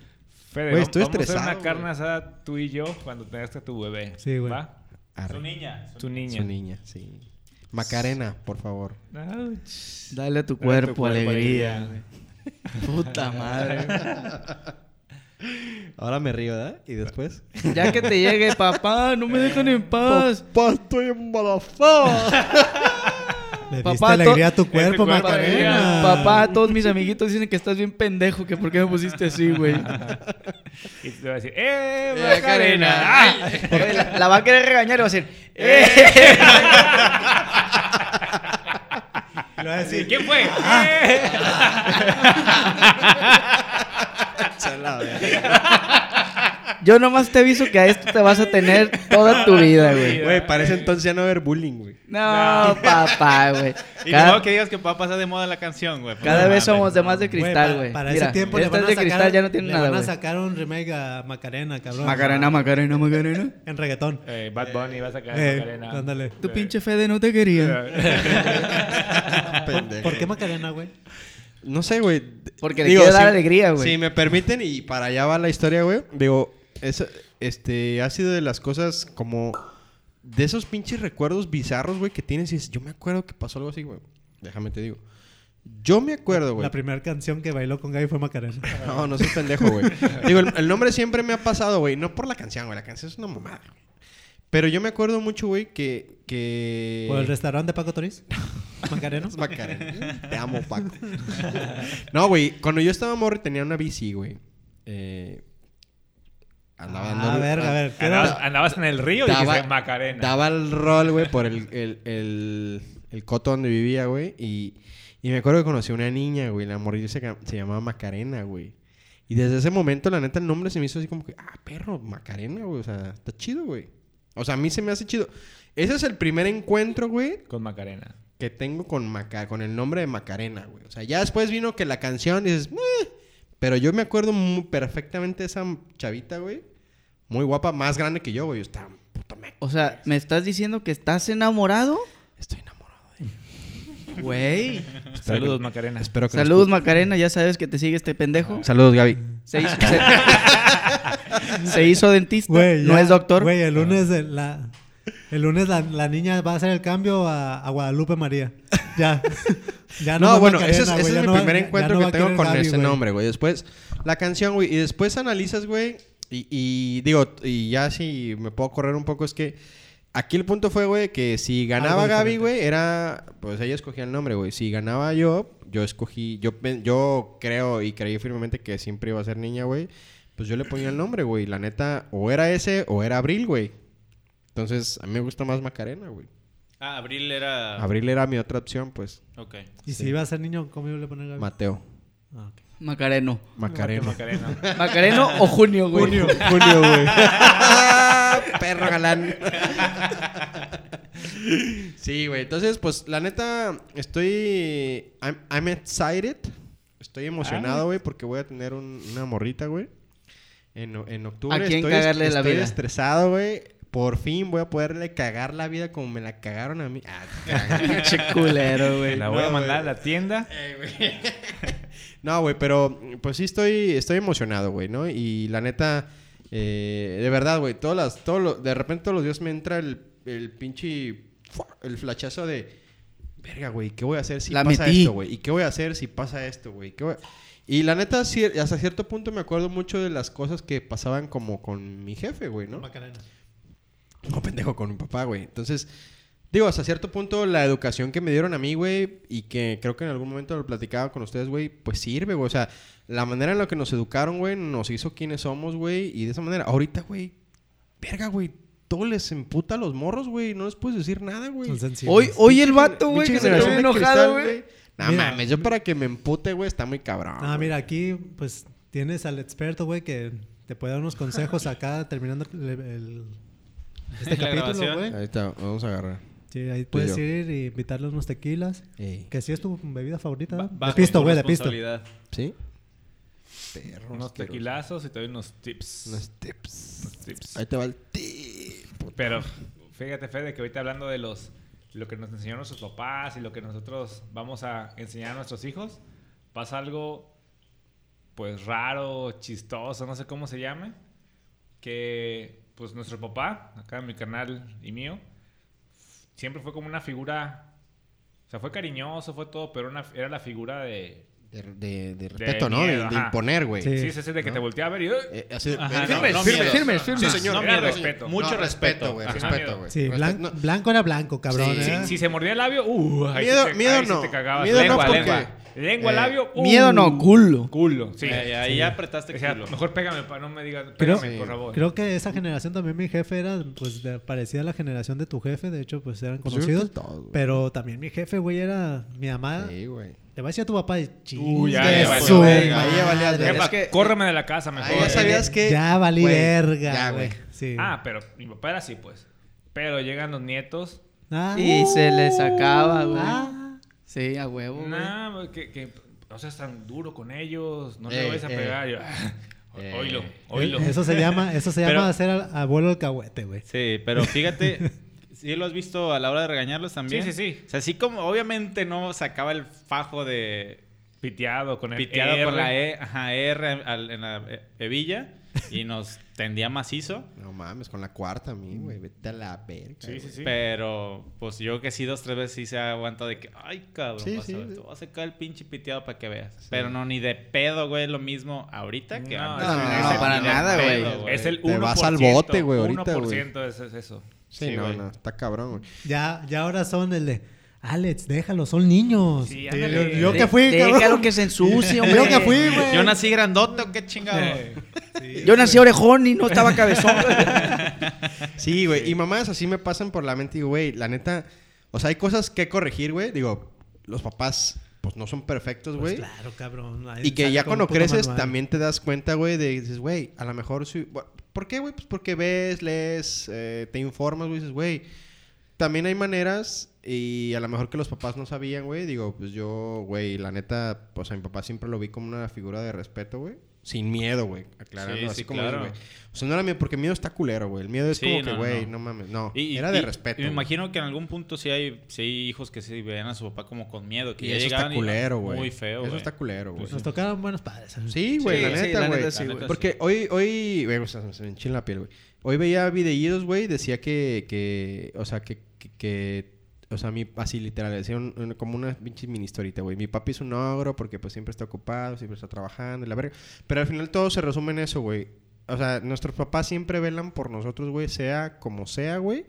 S5: Fede,
S2: Güey,
S5: vam-
S2: estoy
S5: vamos a hacer
S2: estresado,
S5: una carne
S2: güey.
S5: asada tú y yo cuando tengas a tu bebé.
S4: Sí, güey.
S5: ¿Va?
S1: Su
S2: Arre,
S1: niña.
S5: Tu niña.
S2: Su niña, sí. Macarena, por favor.
S5: Ay,
S3: Dale a tu
S5: Dale a tu
S3: cuerpo,
S5: cuerpo
S3: alegría.
S5: alegría,
S3: güey. Puta madre. güey.
S2: Ahora me río, ¿verdad? Y después.
S3: Ya que te llegue, papá, no me dejan en paz.
S2: Papá, estoy embarazada.
S4: Le
S3: Papá,
S4: diste alegría a
S3: to- este
S4: tu cuerpo,
S5: cuerpo,
S4: Macarena.
S5: alegría.
S3: Papá, todos mis amiguitos dicen que estás bien pendejo, que por qué me pusiste así, güey.
S5: Y te va a decir, ¡eh,
S3: Eh, Karina.
S5: Macarena!
S3: Güey, la, la va a querer regañar y va a decir, "Eh".
S4: Le va a decir,
S5: ¿Quién fue?
S2: Ah.
S5: ¡Eh!
S2: Chala, güey.
S3: yo nomás te aviso que a esto te vas a tener toda tu vida, güey.
S2: Güey, para ese entonces ya no haber bullying, güey.
S3: No, papá, güey.
S1: Y
S3: Cada-
S1: luego que digas que va a pasar de moda la canción, güey. pues
S3: Cada
S1: No
S3: vez
S1: mames.
S3: somos de más de
S4: Güey,
S3: cristal,
S4: pa-
S3: güey.
S4: Para
S3: Mira,
S4: ese tiempo le
S3: estas
S4: van a
S3: de
S4: sacar,
S3: cristal ya no tienen
S4: le
S3: nada,
S4: van a
S3: güey.
S4: sacar un remake a Macarena, cabrón.
S3: Macarena, Macarena, Macarena.
S4: En reggaetón.
S5: Eh, Bad Bunny va a sacar
S4: Eh,
S5: Macarena.
S4: ándale.
S3: Tu pinche Fede no te quería.
S2: Pendejo.
S4: ¿Por qué Macarena, güey?
S2: No sé, güey.
S3: Porque le quiero dar
S2: si-
S3: alegría, güey.
S2: Si me permiten, y para allá va la historia, güey. Digo, eso, este, ha sido de las cosas como... De esos pinches recuerdos bizarros, güey, que tienes. Y dices, yo me acuerdo que pasó algo así, güey. Déjame te digo. Yo me acuerdo, güey.
S4: La primera canción que bailó con Gaby fue Macarena.
S2: No, no soy pendejo, güey. Digo, el, el nombre siempre me ha pasado, güey. No por la canción, güey. La canción es una mamada. güey. Pero yo me acuerdo mucho, güey, que... que...
S4: ¿Por el restaurante de Paco Toriz? ¿Macareno?
S2: Es Macarena. Te amo, Paco. no, güey. Cuando yo estaba morro y tenía una bici, güey. Eh, andaba dando-
S4: Ah, verga, a ver. ¿qué
S5: Andabas,
S4: era?
S5: andabas en el río y
S2: Daba-
S5: dijiste Macarena.
S2: Daba el rol, güey, por el, el, el, el coto donde vivía, güey. Y, y me acuerdo que conocí a una niña, güey. La morrilla se, ca- se llamaba Macarena, güey. Y desde ese momento, la neta, el nombre se me hizo así como que, ah, perro, Macarena, güey. O sea, está chido, güey. O sea, a mí se me hace chido. Ese es el primer encuentro, güey,
S5: Con Macarena.
S2: que tengo con Maca, con el nombre de Macarena, güey. O sea, ya después vino que la canción y dices, "Meh". pero yo me acuerdo muy perfectamente de esa chavita, güey. Muy guapa, más grande que yo, güey. Yo estaba, puta, me-
S3: O sea, ¿me estás diciendo que estás enamorado?
S2: estoy enamorado de ella.
S3: Güey.
S5: Saludos, Macarena.
S2: Espero que
S3: Saludos, Macarena. Ya sabes que te sigue este pendejo.
S2: Saludos, Gaby.
S3: Se hizo, se- se hizo dentista.
S4: Güey,
S3: no
S4: ya,
S3: es doctor. Ah.
S4: Güey, el lunes, el- la, el lunes la, la niña va a hacer el cambio a, a Guadalupe María. Ya. ya
S2: No,
S4: va
S2: bueno, ese
S4: Macarena,
S2: es, ese
S4: ah, güey,
S2: es
S4: ya
S2: mi
S4: no va-
S2: primer
S4: ya- ya
S2: encuentro
S4: no va
S2: que
S4: a
S2: tengo
S4: querer
S2: con
S4: Gaby,
S2: ese
S4: güey.
S2: nombre, güey. Después, la canción, güey. Y después analizas, güey. Y, y digo, y ya si me puedo correr un poco, es que aquí el punto fue, güey, que si ganaba
S4: Algo
S2: Gaby,
S4: diferente.
S2: güey, era. Pues ella escogía el nombre, güey. Si ganaba yo, yo escogí. Yo, pen- yo creo y creí firmemente que siempre iba a ser niña, güey. Pues yo le ponía el nombre, güey. La neta, o era ese o era Abril, güey. Entonces, a mí me gusta más Macarena, güey.
S1: Ah, Abril era.
S2: Abril era mi otra opción, pues.
S1: Ok.
S4: Y si iba a ser niño, ¿cómo iba a poner Gaby?
S2: Mateo.
S4: Ah, ok.
S3: Macareno.
S2: Macarena.
S5: Macarena.
S3: Macareno o Junio, güey.
S2: Junio, junio, güey. Perro galán. sí, güey. Entonces, pues, la neta, estoy. I'm, I'm excited. Estoy
S3: Ah.
S2: emocionado, güey, porque voy a tener un- una morrita, güey. En, o- en octubre.
S3: ¿A quién
S2: estoy
S3: cagarle la
S2: estoy
S3: vida?
S2: estresado, güey. Por fin voy a poderle cagar la vida como me la cagaron a mí. Ah,
S3: Pinche culero, güey.
S5: La voy a
S2: No,
S5: mandar a
S2: güey.
S5: la tienda.
S2: No, güey, pero pues sí estoy, estoy emocionado, güey, ¿no? Y la neta, eh, de verdad, güey, todas las, todos los- de repente todos los días me entra el, el pinche, ¡fua! el flachazo de, verga, güey, ¿qué voy a hacer si
S3: La
S2: pasa
S3: metí.
S2: esto, güey? ¿Y qué voy a hacer si pasa esto, güey? ¿Qué voy a-?" Y la neta, sí, hasta cierto punto me acuerdo mucho de las cosas que pasaban como con mi jefe, güey, ¿no?
S4: Macarena.
S2: No, pendejo, con mi papá, güey. Entonces, digo, hasta cierto punto la educación que me dieron a mí, güey, y que creo que en algún momento lo platicaba con ustedes, güey, pues sirve, güey. O sea, la manera en la que nos educaron, güey, nos hizo quienes somos, güey. Y de esa manera, ahorita, güey, verga, güey, todo les emputa a los morros, güey. No les puedes decir nada, güey.
S4: Son sensibles.
S3: Hoy, hoy el
S2: Pinche-
S3: vato, güey,
S2: pinche
S3: que se
S2: generación
S3: quedó
S2: de
S3: enojado,
S2: cristal,
S3: güey.
S2: No
S4: Mira.
S2: mames, yo para que me empute, güey, está muy cabrón.
S4: Ah,
S2: güey.
S4: mira, aquí pues tienes al experto, güey, que te puede dar unos consejos acá terminando el, el- este
S1: La
S4: capítulo,
S1: grabación.
S4: güey.
S2: Ahí está, vamos a agarrar.
S4: Sí, ahí
S3: Pues
S4: puedes
S2: yo.
S4: ir y invitarle unos tequilas.
S2: Ey.
S4: Que sí es tu bebida favorita. ¿no?
S1: Bajo
S4: de pisto,
S1: tu
S4: güey, de pisto.
S1: responsabilidad.
S2: ¿Sí?
S5: Unos tequilazos y te doy unos tips.
S2: Unos tips.
S5: tips.
S2: Ahí te va el tip.
S5: Pero fíjate, Fede, que ahorita hablando de los lo que nos enseñaron nuestros papás y lo que nosotros vamos a enseñar a nuestros hijos, pasa algo pues raro, chistoso, no sé cómo se llame, que pues nuestro papá, acá en mi canal y mío, siempre fue como una figura, o sea, fue cariñoso, fue todo, pero una- era la figura de...
S2: De, de- de respeto, ¿no?
S5: miedo,
S2: de, de
S5: ajá.
S2: imponer, güey.
S4: Sí.
S5: Sí, sí, sí, de que te voltea a ver y... "Ugh".
S2: Eh, así de-
S1: Ajá,
S2: Firmes,
S1: no, no
S2: firmes,
S1: miedo.
S2: firmes,
S1: Sí,
S2: firmes.
S1: señor.
S2: No,
S1: Miedo,
S2: miedo,
S5: respeto.
S1: Mucho
S2: No,
S1: respeto.
S2: güey.
S5: Ajá,
S2: Respeto,
S5: miedo.
S2: güey.
S4: Sí,
S2: Respeto,
S4: blan-
S2: no.
S4: blanco era blanco, cabrón.
S2: Sí,
S5: Si,
S4: ¿eh?
S5: si se mordía el labio, uh, ahí
S2: Miedo-
S5: sí te,
S2: miedo
S5: ahí sí
S2: no.
S5: te cagabas.
S2: Miedo no,
S5: lengua,
S2: porque-
S5: lengua. Lengua,
S2: Eh,
S5: labio, uh,
S3: Miedo no, culo.
S5: Culo, sí.
S1: Ahí, ahí ya apretaste
S5: O sea,
S1: culo.
S5: mejor pégame para no me digas,
S4: Creo-
S5: pégame, por favor.
S4: Creo que esa generación también mi jefe era pues de- parecida a la generación de tu jefe, de hecho pues eran
S2: Pues yo creo que
S4: conocidos,
S2: todos, güey.
S4: pero también mi jefe, güey, era mi mamá.
S2: Sí, güey.
S4: Le va a decir a tu papá y chingue
S5: Uy, ya, ya valió
S4: su
S2: verga, ahí ya
S4: madre.
S2: valías verga.
S5: Jefa,
S2: es que-
S5: córreme de la casa mejor.
S2: Ahí ya sabías que...
S4: Ya valí
S2: Güey,
S4: verga,
S2: ya,
S4: güey.
S2: güey.
S4: Sí.
S5: Ah, pero mi papá era así, pues. Pero llegan los nietos.
S4: Ah,
S3: Y se le sacaba, güey.
S4: ah.
S3: Sí, a huevo, güey.
S5: Nah, güey, que, que no seas tan duro con ellos. No
S2: Eh,
S5: le vayas a
S2: eh.
S5: pegar. Yo,
S2: Eh.
S5: oílo, oílo.
S4: Eso se llama, eso se
S1: Pero-
S4: llama hacer al abuelo alcahuete, güey.
S1: Sí, pero fíjate, sí lo has visto a la hora de regañarlos también.
S5: Sí, sí, sí.
S1: O sea, así como obviamente no sacaba el fajo de
S5: Piteado con el
S1: piteado
S5: R.
S1: con la E, ajá, R al- en la eh, hebilla y nos tendía macizo.
S2: No mames, con la cuarta a mí, güey. Vete a la verga,
S5: Sí, sí,
S2: güey.
S5: sí.
S1: Pero, pues yo que sí, dos, tres veces sí se ha aguantado de que, ay, cabrón,
S2: Sí,
S1: vas
S2: sí.
S1: a ver, te voy a sacar el pinche piteado para que veas. Pero no, ni de pedo, güey, lo mismo ahorita que
S5: No,
S1: antes.
S5: no,
S1: Ni
S3: no,
S1: de
S3: para
S1: pedo,
S3: nada, güey.
S5: Es el 1%.
S2: Te vas al bote, güey, ahorita,
S5: 1% es, es eso.
S2: Sí,
S1: Sí,
S2: no,
S1: güey.
S2: no. Está cabrón, güey.
S4: Ya, ya ahora son el de Alex, déjalo, son niños.
S5: Sí,
S4: Sí,
S5: ándale.
S4: yo, yo que
S5: De-
S4: fui,
S3: Déjalo
S4: cabrón.
S3: que se ensucie, hombre.
S4: Yo que fui, güey.
S1: Yo nací grandote, ¿o qué chingado.
S3: Yo nací orejón y no estaba cabezón.
S2: Sí, güey. Y mamás así me pasan por la mente y, digo, güey, la neta... O sea, hay cosas que corregir, güey. Digo, los papás, pues, no son perfectos, güey.
S4: Pues claro, cabrón. Ahí
S2: Y que
S4: sale
S2: ya
S4: con un
S2: cuando
S4: puto
S2: creces
S4: manual.
S2: también te das cuenta, güey, de dices, güey, a lo mejor sí. bu- ¿Por qué, güey? Pues porque ves, lees, eh, te informas, güey, dices, güey. También hay maneras y a lo mejor que los papás no sabían, güey. Digo, pues yo, güey, la neta, pues a mi papá siempre lo vi como una figura de respeto, güey. Sin miedo, güey. Aclarando,
S1: Sí,
S2: así
S1: sí,
S2: como
S1: claro.
S2: dices, güey. O sea, no era miedo, porque miedo está culero, güey. El miedo es
S1: Sí,
S2: como que,
S1: no,
S2: güey, no.
S1: no.
S2: mames. No,
S1: Y- y-
S2: era de
S1: y-
S2: respeto.
S1: Y me
S2: güey.
S1: imagino que en algún punto sí hay, sí hay hijos que sí veían a su papá como con miedo. Que
S2: Y
S1: ya
S2: eso está
S1: llegaban y-
S2: culero, güey.
S1: Muy feo,
S2: Eso
S1: güey.
S2: está culero, güey.
S4: Pues, Nos tocaron buenos padres.
S2: Sí, güey,
S3: Sí,
S2: la
S3: sí,
S2: neta,
S3: la
S2: güey.
S3: neta sí,
S1: La güey. neta
S2: Porque
S1: sí.
S2: hoy, hoy, güey, o sea, se me hincha la piel, güey. Hoy veía videídos, güey, decía que, que, o sea, que, que, que- o sea, mi, así literal, decía un- un- como una pinche mini historita, güey. Mi papi es un ogro porque, pues, siempre está ocupado, siempre está trabajando y la verga. Pero al final todo se resume en eso, güey. O sea, nuestros papás siempre velan por nosotros, güey, sea como sea, güey.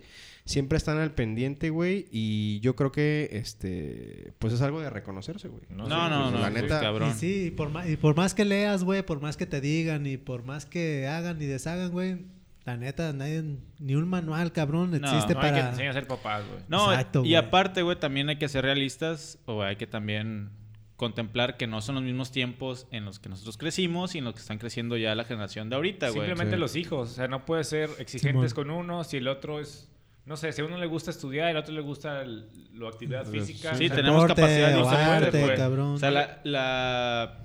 S2: Siempre están al pendiente, güey. Y yo creo que, este, pues es algo de reconocerse, güey.
S5: No,
S1: No, no, no.
S2: la
S1: pues,
S2: neta-
S1: cabrón.
S4: Y sí, y por más, y por más que leas, güey, por más que te digan y por más que hagan y deshagan, güey, La neta, nadie, ni un manual, cabrón,
S1: No,
S4: existe
S5: No hay que
S4: para...
S5: enseñar a ser papás, güey.
S1: No,
S4: Exacto,
S1: y
S4: güey.
S1: aparte, güey, también hay que ser realistas o hay que también contemplar que no son los mismos tiempos en los que nosotros crecimos y en los que están creciendo ya la generación de ahorita, güey.
S5: Simplemente
S2: Sí.
S5: los hijos. O sea, no puedes ser exigentes con uno si el otro es... No sé, si a uno le gusta estudiar, al otro le gusta el- la actividad física.
S1: Sí,
S5: Ajá.
S1: tenemos
S4: Deporte,
S1: capacidad
S4: o
S1: diferente,
S4: arte,
S1: güey.
S4: cabrón.
S1: O sea, la, la,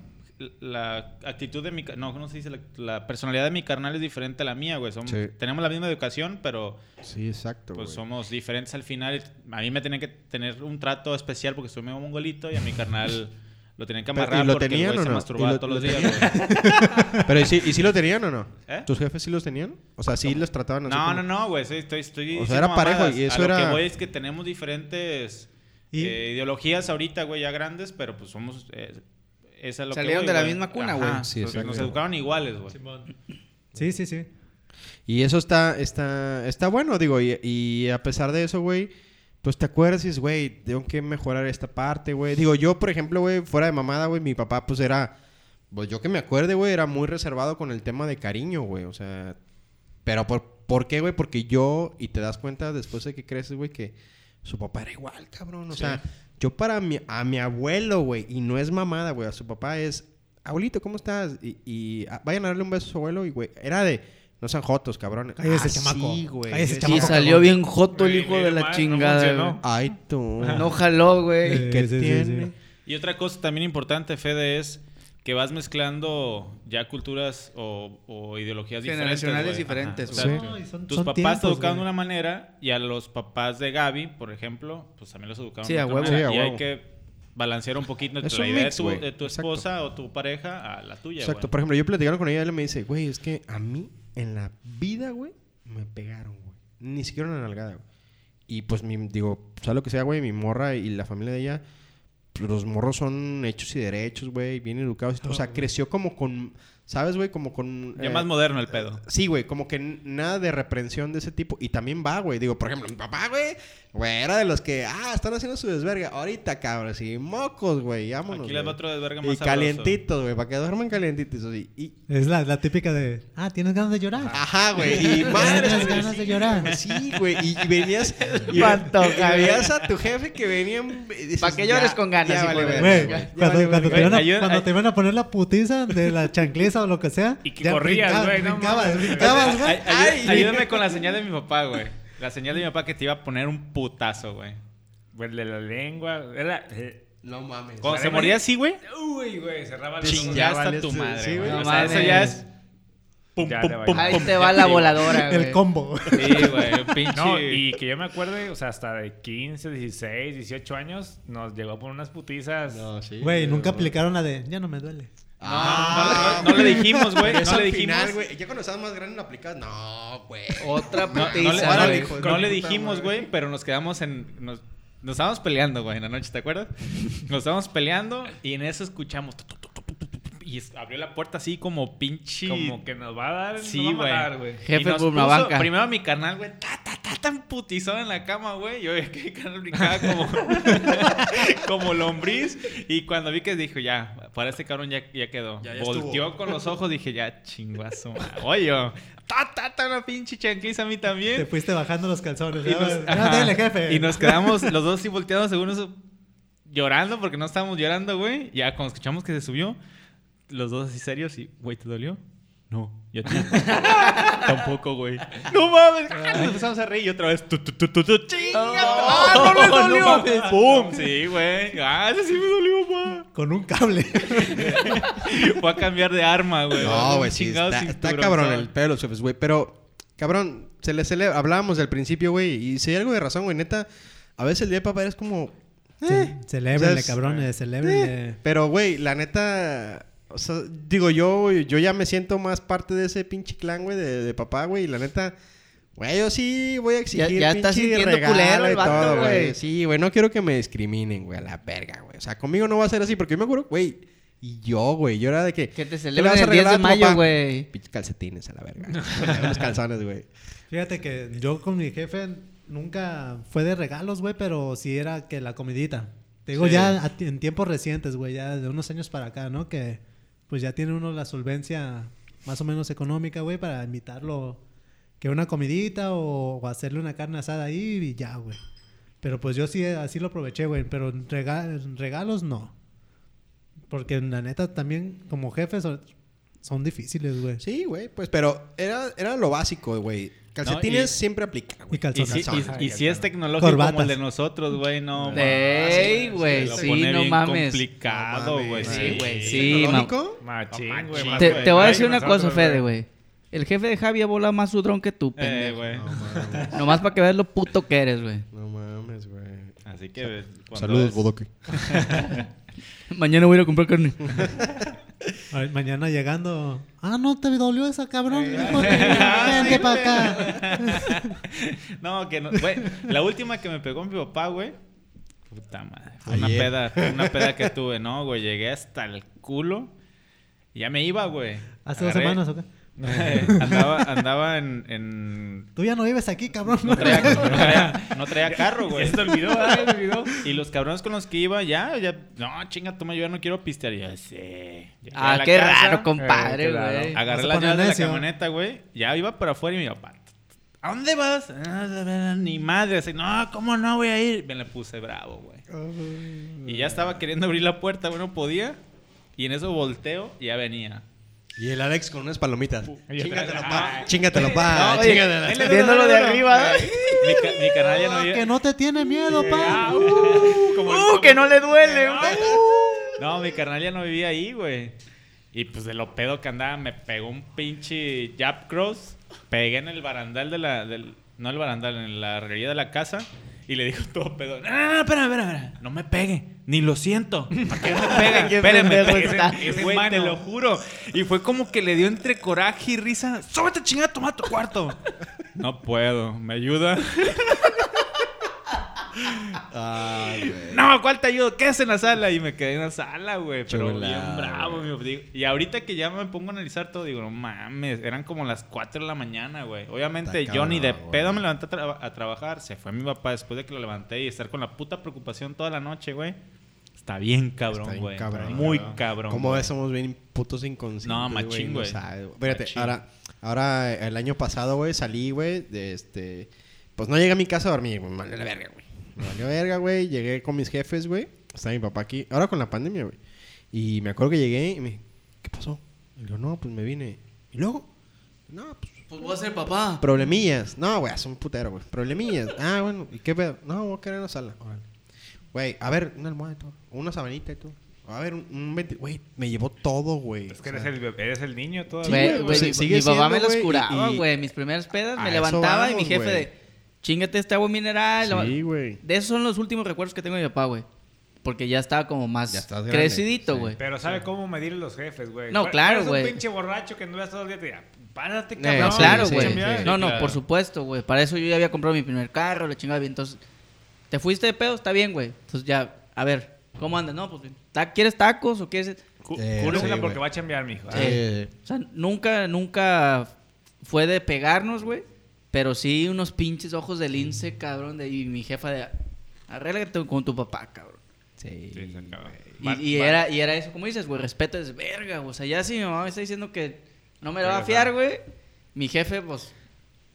S1: la actitud de mi... ca- No, ¿cómo se dice? La, la personalidad de mi carnal es diferente a la mía, güey. Somos-
S2: Sí.
S1: Tenemos la misma educación, pero
S2: Sí, exacto,
S1: pues
S2: güey.
S1: somos diferentes al final. A mí me tenían que tener un trato especial porque soy medio mongolito y a mi carnal lo tenían que
S2: Pero, ¿y
S1: amarrar
S2: lo
S1: porque el
S2: tenían
S1: güey
S2: o
S1: se
S2: no? ¿Y
S1: masturbaba
S2: lo-
S1: todos los
S2: lo
S1: días,
S2: tenían?
S1: güey.
S2: Pero ¿y sí, ¿y sí lo tenían o no?
S1: ¿Eh?
S2: ¿Tus jefes sí los tenían? O sea, sí los trataban así.
S1: No,
S2: como-
S1: no, no, güey. Estoy, estoy, estoy
S2: O sea, era
S1: diciendo
S2: parejo
S1: mamadas.
S2: y eso
S1: a lo
S2: era-
S1: que voy es que tenemos diferentes
S4: Y-
S1: eh, ideologías ahorita, güey, ya grandes, pero pues somos... eh, esa es lo que
S3: Salieron
S1: voy,
S3: de la
S1: güey.
S3: misma cuna,
S1: Ajá,
S3: güey.
S2: Sí,
S1: nos- Nos
S2: exacto.
S1: educaron iguales, güey.
S4: Sí, sí, sí.
S2: Y eso está, está, está bueno, digo, y, y a pesar de eso, güey, pues te acuerdas y dices, güey, tengo que mejorar esta parte, güey. Digo, yo, por ejemplo, güey, fuera de mamada, güey, mi papá, pues era, pues yo que me acuerde, güey, era muy reservado con el tema de cariño, güey, o sea, pero por, ¿por qué, güey? Porque yo, y te das cuenta después de que creces, güey, que su papá era igual, cabrón, o sea, yo para mi, a mi abuelo, güey, y no es mamada, güey, a su papá es, abuelito, ¿cómo estás? Y, y, ah, vayan a darle un beso a su abuelo, y, güey, era de... No sean jotos, cabrón.
S4: Cállese,
S2: Ah,
S4: chamaco.
S2: Sí, güey.
S4: Cállese,
S2: Yo
S3: Sí,
S4: chamaco.
S2: decía,
S4: sal-
S3: salió bien joto el
S5: Y-
S3: hijo
S5: y
S3: de la
S5: nomás no
S3: chingada.
S5: funcionó.
S3: güey.
S2: Ay, tú.
S3: No jaló, güey.
S4: Eh,
S2: ¿Qué
S4: sí, sí,
S2: tiene?
S4: sí.
S1: Y otra cosa también importante, Fede, es que vas mezclando ya culturas o, o ideologías diferentes.
S3: Generacionales
S1: güey.
S3: diferentes,
S1: Ajá. O
S2: güey.
S1: sea,
S4: No, y son-
S1: Tus
S4: son
S1: papás
S4: tiempos,
S1: te educaron de una
S4: güey.
S1: manera y a los papás de Gaby, por ejemplo, pues también los educaron
S3: Sí,
S1: de
S3: a
S1: otra
S3: huevo.
S1: manera.
S2: Sí, a
S1: y hay
S2: huevo.
S1: que balancear un poquito
S2: Es
S1: entre la
S2: un
S1: idea
S2: mix,
S1: de
S2: güey.
S1: tu, de tu
S2: Exacto.
S1: esposa o tu pareja a la tuya,
S2: Exacto.
S1: güey.
S2: Por ejemplo, yo platicando con ella, ella me dice, güey, es que a mí en la vida, güey, me pegaron, güey. Ni siquiera una nalgada, güey. Y pues, mi, digo, sea lo que sea, güey, mi morra y la familia de ella, pues, los morros son hechos y derechos, güey, bien educados. y todo. O sea, creció como con, ¿sabes, güey? Como con...
S1: Ya
S2: eh,
S1: más moderno el pedo.
S2: Sí, güey, como que n- nada de reprensión de ese tipo. Y también va, güey. Digo, por ejemplo, mi papá, güey, güey, era de los que, ah, están haciendo su desverga. Ahorita, cabros, y mocos, güey, vámonos.
S1: Aquí les va
S2: güey.
S1: otro desverga más
S2: Y
S1: sabroso.
S2: calientitos, güey, para que duerman calientitos. Y, y-
S4: Es la, la típica de, ah, ¿tienes ganas de llorar?
S2: ajá, güey, y madre.
S4: ¿Tienes ganas de llorar?
S2: Sí, güey, y, y venías. Y,
S3: Espanto,
S2: y veías a tu jefe que venían.
S3: Pa' que llores con ganas,
S2: Ya
S3: hijo
S2: vale, verga,
S3: de-
S4: Güey,
S2: güey, ya
S4: cuando,
S2: vale verga.
S4: cuando te, iban a,
S1: Güey, hay un-
S4: cuando
S1: hay-
S4: te iban a poner la putiza de la chancliza o lo que sea.
S5: Y que
S4: ya
S5: corrías,
S4: brincabas,
S5: güey, no
S4: Brincabas,
S5: mames.
S4: brincabas, güey.
S1: Ay, ayú-
S2: Ay.
S1: ayúdame con la señal de mi papá, güey. La señal de mi papá que te iba a poner un putazo, güey.
S5: Güey, de la lengua. Era...
S2: No mames.
S1: Cuando se
S5: Además-
S1: moría así, güey,
S5: Uy, güey, cerraba el
S1: chingaste a tu
S2: sí,
S1: madre,
S2: sí,
S1: güey.
S2: güey.
S1: O
S3: No
S1: sea, eso ya
S3: mames.
S1: es... Pum,
S5: Ya
S1: pum,
S5: le
S1: pum,
S5: bailé.
S3: Ahí
S1: pum.
S3: te va la voladora, güey.
S4: El combo.
S1: Sí, güey, pinche...
S5: No, y que yo me acuerde, o sea, hasta de 15, 16, 18 años, nos llegó a poner unas putizas.
S4: Güey, nunca aplicaron la de, ya no me duele.
S1: Ah, no, no, no le dijimos, güey.
S2: Pero eso
S1: No le
S2: al
S1: dijimos.
S2: final, güey. Ya cuando estabas más grande lo aplicabas. No, güey.
S3: Otra
S1: No, no le,
S3: putiza,
S1: no
S3: güey.
S1: le- no le dijimos, güey, pero nos quedamos en. Nos, nos estábamos peleando, güey, en la noche, ¿te acuerdas? Nos estábamos peleando y en eso escuchamos. tu, tu, tu, tu, tu, tu, tu, y es- abrió la puerta así como pinche.
S5: Como que nos va a dar,
S1: Sí,
S5: nos va a
S1: güey.
S5: matar, güey.
S1: Y
S3: Jefe
S1: nos
S3: Burmabanca.
S1: puso Primero a mi canal, güey, ta, ta, ta, tan putizado en la cama, güey. Yo vi que mi canal brincaba como, como lombriz. Y cuando vi que dijo, ya, para este cabrón ya, ya quedó.
S2: Ya, ya
S1: Volteó con los ojos, dije, ya, chinguazo, madre. Oye, ta, ta, ta, una pinche chanquiza a mí
S4: Te
S1: también.
S4: fuiste bajando los calzones.
S1: Y
S4: ya,
S1: nos,
S4: güey.
S1: ajá.
S4: Ya, dale, jefe.
S1: Y nos quedamos los dos así volteados, según eso, llorando, porque no estábamos llorando, güey. Ya cuando escuchamos que se subió, los dos así serios y, güey, ¿te dolió? No, ya Tampoco, güey. No mames. ah, Nos empezamos a reír y otra vez. Tu, tu, tu, tu, tu, chinga. ¡Ah, no le dolió! ¡Pum! Sí, güey. ¡Ah, ese sí me dolió, pa!
S4: Con un cable.
S1: Voy a cambiar de arma, güey.
S2: No,
S1: Un
S2: güey, sí.
S1: chingado
S2: Está, está
S1: cinturón,
S2: cabrón
S1: ¿sabes?
S2: el pedo de los jefes, güey. Pero, cabrón, se le, se le- hablábamos del principio, güey. Y si hay algo de razón, güey, neta. A veces el día de papá es como. eh,
S4: Celebrenle,
S2: ¿sabes?
S4: cabrones, celebrenle.
S2: Pero, güey, la neta. O sea, digo, yo, yo ya me siento más parte de ese pinche clan, güey, de, de papá, güey. Y la neta, güey, yo sí voy a exigir.
S3: ya está
S2: pinche
S3: sintiendo
S2: regalo
S3: culero el
S2: y
S3: vato,
S2: todo,
S3: güey.
S2: Sí, güey, no quiero que me discriminen, güey, a la verga, güey. O sea, conmigo no va a ser así, porque yo me acuerdo, güey. Y yo, güey, yo era de que.
S3: Que te
S2: ¿qué le vas
S3: celebren
S2: a
S3: el 10
S2: regalar
S3: de
S2: a tu papá?
S3: mayo, güey.
S2: Pinche calcetines a la verga. Unos calzones, güey.
S4: Fíjate que yo con mi jefe nunca fue de regalos, güey, pero sí era que la comidita. Te digo,
S1: Sí.
S4: ya a ti- en tiempos recientes, güey, ya de unos años para acá, ¿no? Que pues ya tiene uno la solvencia más o menos económica, güey, para invitarlo. que una comidita o, o hacerle una carne asada ahí y ya, güey. Pero pues yo sí, así lo aproveché, güey. Pero rega- regalos no. Porque la neta también, como jefes, son, son difíciles, güey.
S2: Sí, güey, pues, pero era, era lo básico, güey. Calcetines
S1: No, y-
S2: siempre aplica,
S4: Y
S2: güey.
S1: Y
S4: calzones.
S1: si,
S2: calzones.
S1: y- y si es tecnológico
S4: Corbatas.
S1: como el de nosotros, güey, no.
S3: Ey,
S1: mames,
S3: güey,
S1: se lo
S3: sí,
S1: pone
S3: no
S1: bien
S3: mames.
S2: No
S1: complicado,
S2: mames.
S1: güey. eh,
S3: Sí, güey, sí.
S2: ¿Tecnológico?
S5: Machín, güey.
S1: Te-
S5: más,
S3: Te,
S5: güey.
S3: te voy a
S5: Ay,
S3: decir una
S5: nosotros,
S3: cosa, Fede, güey. El jefe de Javi bola más sudrón que tú,
S1: Eh,
S3: pendejo.
S1: güey.
S3: Nomás para que veas lo puto que eres, güey.
S2: No mames, güey.
S1: Así que. cuando ves-
S2: Bodoque.
S3: Mañana voy a ir a comprar carne.
S4: A ver, mañana llegando. Ah, no, te dolió esa, cabrón. Hijo de-
S1: Ah, sí,
S4: Vente para
S1: güey.
S4: acá.
S1: No, que no. Güey, la última que me pegó mi papá, güey. Puta madre. Fue una
S2: Ayer.
S1: peda, fue una peda que tuve, ¿no, güey? Llegué hasta el culo. y Ya me iba, güey.
S4: Hace dos
S1: Agarré-
S4: semanas, ¿ok?
S1: andaba andaba en, en-
S4: Tú ya no vives aquí, cabrón.
S1: No traía, no traía- no traía carro, güey.
S5: Ya se te olvidó, ¿verdad? Ya se te olvidó.
S1: Y los cabrones con los que iba, ya, ya. No, chinga, toma, yo ya no quiero pistear. Ya sé. Llegué a
S3: Ah,
S1: la
S3: qué
S1: casa,
S3: raro, compadre,
S5: Eh, qué raro.
S3: güey.
S1: Agarré
S4: Vas a
S1: las
S4: poner
S1: llaves de la
S4: necio.
S1: camioneta, güey. Ya iba para afuera y mi papá. ¿A dónde vas? "Ah, de veras, Ni madre. Así, no, ¿cómo no voy a ir? Me le puse bravo, güey. Y ya estaba queriendo abrir la puerta, güey, no podía. Y en eso volteo y ya venía.
S2: Y el Alex con unas palomitas.
S5: Y yo-
S2: Chingatelo,
S5: Ay.
S1: ah,
S2: pa. Chingatelo, pa.
S3: No, oye,
S2: Chingatelo.
S3: Viéndolo de arriba.
S1: Mi, ca- mi canal ya no
S4: Ah, que
S1: llega.
S4: no te tiene miedo, pa.
S2: Ah.
S5: Como el-
S3: ¡Uh, que no le duele! güey.
S1: No, mi carnal ya no vivía ahí, güey. Y pues de lo pedo que andaba, me pegó un pinche jab cross. Pegué en el barandal de la. del- no el barandal, en la realidad de la casa. Y le dijo todo pedo. No, no, no, espérame, espérame, espérame, No me pegue. Ni lo siento. ¿Para qué me pega?
S3: ¿Qué
S1: Espérame,
S3: pendejo
S1: espérame,
S3: está?
S1: es- es- Güey, te lo juro. Y fue como que le dio entre coraje y risa. Súbete chingada, toma a tu cuarto. No puedo. ¿Me ayuda? ah,
S2: Ay, güey.
S1: No, ¿cuál te ayudo? ¿Qué es en la sala? Y me quedé en la sala, güey. Pero
S2: Chulada,
S1: bien bravo, mi papá. Digo, Y ahorita que ya me pongo a analizar todo, digo, no mames, eran como las 4 de la mañana, güey. Obviamente,
S2: Está
S1: yo ni de
S2: cabrón,
S1: pedo
S2: güey.
S1: me levanté a, tra- a trabajar. Se fue mi papá después de que lo levanté y estar con la puta preocupación toda la noche, güey. Está bien
S2: Está
S1: cabrón,
S2: bien
S1: güey.
S2: cabrón.
S1: Muy cabrón.
S2: Como
S1: güey.
S2: ves, somos bien putos inconscientes.
S1: No, machín, güey.
S2: No sabes, güey. Espérate,
S1: Machín.
S2: ahora, ahora eh, el año pasado, güey, salí, güey, de este. Pues no llegué a mi casa a dormir, güey. Me valió la verga, güey. Me valió verga, güey. Llegué con mis jefes, güey. Está mi papá aquí. Ahora con la pandemia, güey. Y me acuerdo que llegué y me. ¿Qué pasó? Y yo, no, pues me vine. ¿Y luego? No, pues
S3: Pues voy a ser papá.
S2: Problemillas. No, güey, es un putero, güey. Problemillas. Ah, bueno, ¿y qué pedo? No, voy a querer una sala. Órale. Güey, a ver, una almohada y todo. Una sabanita y todo. A ver, un, un venti- Güey, me llevó todo, güey.
S5: Es que
S2: O sea,
S5: eres el, bebé, eres el niño todavía.
S2: güey,
S3: Güey,
S2: pues
S3: güey,
S2: sí,
S3: mi,
S2: sigue
S3: mi
S2: siendo,
S3: papá me los
S2: güey, y-
S3: curaba,
S2: y-
S3: güey. Mis primeras pedas
S2: a
S3: me
S2: eso
S3: levantaba y mi
S2: vamos,
S3: jefe
S2: güey.
S3: de... Chingate este agua mineral. la-
S2: Sí, güey.
S3: De esos son los últimos recuerdos que tengo de mi papá, güey. Porque ya estaba como
S2: Ya
S3: más
S2: estás grande,
S3: crecidito,
S2: sí.
S3: güey.
S5: Pero sabe cómo medir los jefes, güey.
S3: No,
S5: Fue-
S3: claro,
S5: eres
S3: güey.
S5: un pinche borracho que no veas todo el día. Te diga, párate,
S2: No,
S5: cabrón.
S3: No,
S2: sí,
S3: Eh, claro,
S2: sí,
S3: güey.
S2: sí, sí,
S3: no, no,
S1: claro.
S3: por supuesto, güey. Para eso yo ya había comprado mi primer carro, la chingada, bien. Entonces, ¿te fuiste de pedo? Está bien, güey. Entonces ya, a ver, ¿cómo andas? No, pues, bien. Ta- ¿quieres tacos o quieres...?
S5: Cu-
S2: Eh,
S5: cúresela
S2: sí, Eh,
S5: porque
S2: güey.
S5: va a chambear, mijo. ¿eh?
S3: Sí. O sea, nunca, nunca fue de pegarnos, güey. Pero sí unos pinches ojos de lince, cabrón. De, y mi jefa de... Arréglate con tu papá, cabrón.
S2: Sí.
S5: Sí, se acaba.
S3: Y,
S5: Va-
S3: y
S5: va-
S3: era, y era eso, como dices, güey, respeto es verga, güey. O sea, ya si mi mamá me está diciendo que no me la va a
S5: Regresa.
S3: fiar, güey, mi jefe, pues,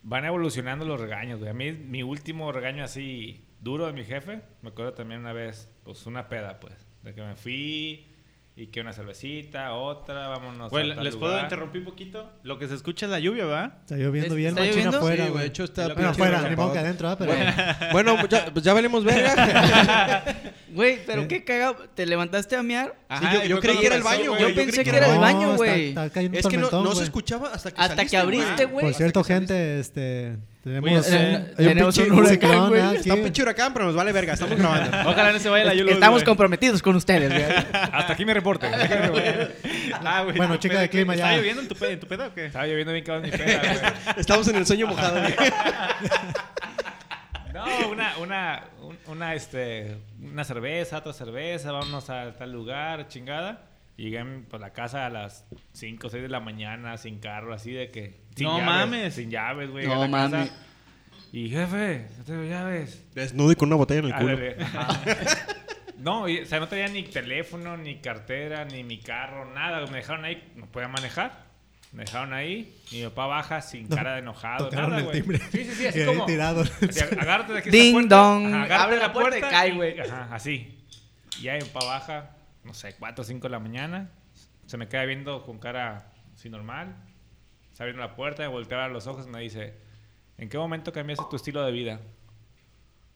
S5: Van evolucionando los regaños, güey. A mí, mi último regaño así duro de mi jefe, me acuerdo también una vez, pues una peda, pues. De que me fui y que una cervecita, otra, vámonos.
S1: Güey,
S5: a tal
S1: ¿les puedo
S5: lugar.
S1: interrumpir un poquito? Lo que se escucha es la lluvia, ¿va?
S4: Está lloviendo bien,
S3: ¿Está
S4: machín
S3: lloviendo?
S4: afuera,
S2: Sí, güey,
S4: güey.
S2: de hecho está.
S4: Bueno,
S2: pinche
S4: afuera,
S2: verga
S4: ni modo que adentro, ¿ah? pero.
S2: Bueno, pues ya, pues ya valemos verga.
S3: güey, pero qué cagado, te levantaste a mear.
S2: Sí, yo-
S1: y
S2: yo
S1: fue
S2: creí
S1: cuando
S2: que era el
S1: empezó,
S2: baño,
S1: güey.
S3: Yo
S1: Yo
S3: pensé
S1: creí
S3: que
S1: que
S3: era el
S4: No,
S3: baño,
S4: está-
S3: güey.
S4: está cayendo
S2: Es que no,
S4: tormentón,
S2: no se
S4: güey.
S2: escuchaba hasta que
S3: Hasta
S2: saliste,
S3: que abriste, güey.
S4: Por
S3: hasta
S4: cierto,
S2: que saliste.
S4: gente, este. Tenemos.
S1: Oye,
S4: hay
S1: eh,
S4: un
S3: tenemos
S4: pinche
S3: un huracán,
S4: ciclón,
S3: güey.
S4: ¿ah?
S2: Está un pinche huracán, pero nos vale verga. Estamos grabando.
S1: Ojalá no se vaya la lluvia.
S3: Estamos
S1: güey.
S3: comprometidos con ustedes, güey.
S5: Hasta aquí mi reporte.
S1: Ah, güey,
S4: Bueno,
S1: tu
S4: chica
S1: peda,
S4: de clima
S1: ¿qué?
S4: ya.
S1: ¿Está lloviendo en tu peda, en tu peda o qué?
S5: Estaba lloviendo bien cabrón mi peda, güey.
S2: Estamos en el sueño mojado, güey.
S5: No, una, una, un- una, este, una cerveza, otra cerveza, vámonos a tal lugar, chingada. Llegué a mi- por la casa a las 5 o 6 de la mañana, sin carro, así de que... sin
S1: No
S5: llaves,
S1: mames.
S5: Sin llaves, güey.
S3: No
S5: llegué a la casa.
S3: mames.
S5: Y jefe, no tengo llaves.
S2: Desnudo y con una botella en el culo.
S5: Ándale, ajá. No, y- o sea, no tenía ni teléfono, ni cartera, ni mi carro, nada. Me dejaron ahí, no podía manejar. Me dejaron ahí, mi papá baja sin cara de enojado.
S4: Tocaron
S5: nada,
S4: el
S5: güey.
S4: timbre.
S5: Sí, sí, sí,
S4: Y
S5: así
S4: ahí
S5: como.
S4: tirado.
S5: así, agárrate de aquí
S3: Ding
S5: esta puerta,
S3: dong.
S5: ajá, agárrate
S3: Abre la puerta y cae, güey.
S5: Ajá, así. Y ya mi papá baja, no sé, 4 o 5 de la mañana. Se me queda viendo con cara así normal. Se abriendo la puerta, me voltea a los ojos y me dice: ¿En qué momento cambiaste tu estilo de vida?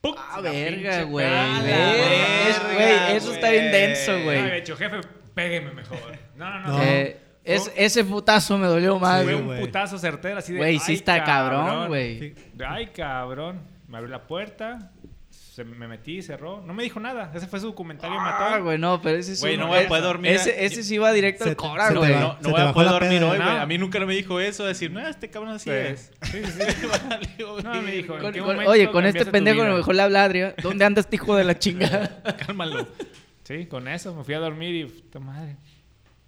S5: ¡Puc!
S3: Ah,
S5: La
S3: verga,
S5: pinche
S3: güey.
S5: cara,
S3: Ve, es-
S1: verga,
S3: Güey, eso está bien denso,
S5: No,
S3: güey.
S5: había dicho, jefe, pégueme mejor. No, no, no.
S4: No.
S3: Eh, es- ese putazo me dolió más,
S5: Fue
S4: Sí,
S5: un
S4: güey.
S5: putazo certero así de.
S3: Ah, Güey, sí
S5: "Ay,
S3: está cabrón, güey.
S4: Sí.
S5: Ay, cabrón. Me abrió la puerta. se- me metí, cerró. No me dijo nada. Ese fue su comentario
S3: Ah,
S5: matón.
S3: güey, no, pero ese es
S1: Güey,
S3: un-
S1: no voy a
S3: es-
S1: poder dormir.
S3: Ese, ese sí va directo al
S4: ah, Se te-
S3: cora,
S4: se te
S3: güey.
S4: va.
S1: No, no
S4: Se
S1: voy
S4: te
S1: a
S4: bajó
S1: poder
S4: la
S1: dormir
S4: peda,
S1: hoy,
S5: ¿no?
S1: güey. A mí nunca me dijo eso, decir, no, este cabrón así es.
S5: Pues, sí, sí, sí.
S1: Vale, güey.
S5: No, me dijo. ¿en
S3: Con-
S5: qué
S3: con-
S5: momento
S3: oye, con este
S5: cambiaste tu
S3: pendejo a
S5: vida?
S3: lo mejor le habla a Adria. ¿Dónde andas, este hijo de la chinga?
S1: Cálmalo.
S5: Sí, con eso me fui a dormir y. Puta madre.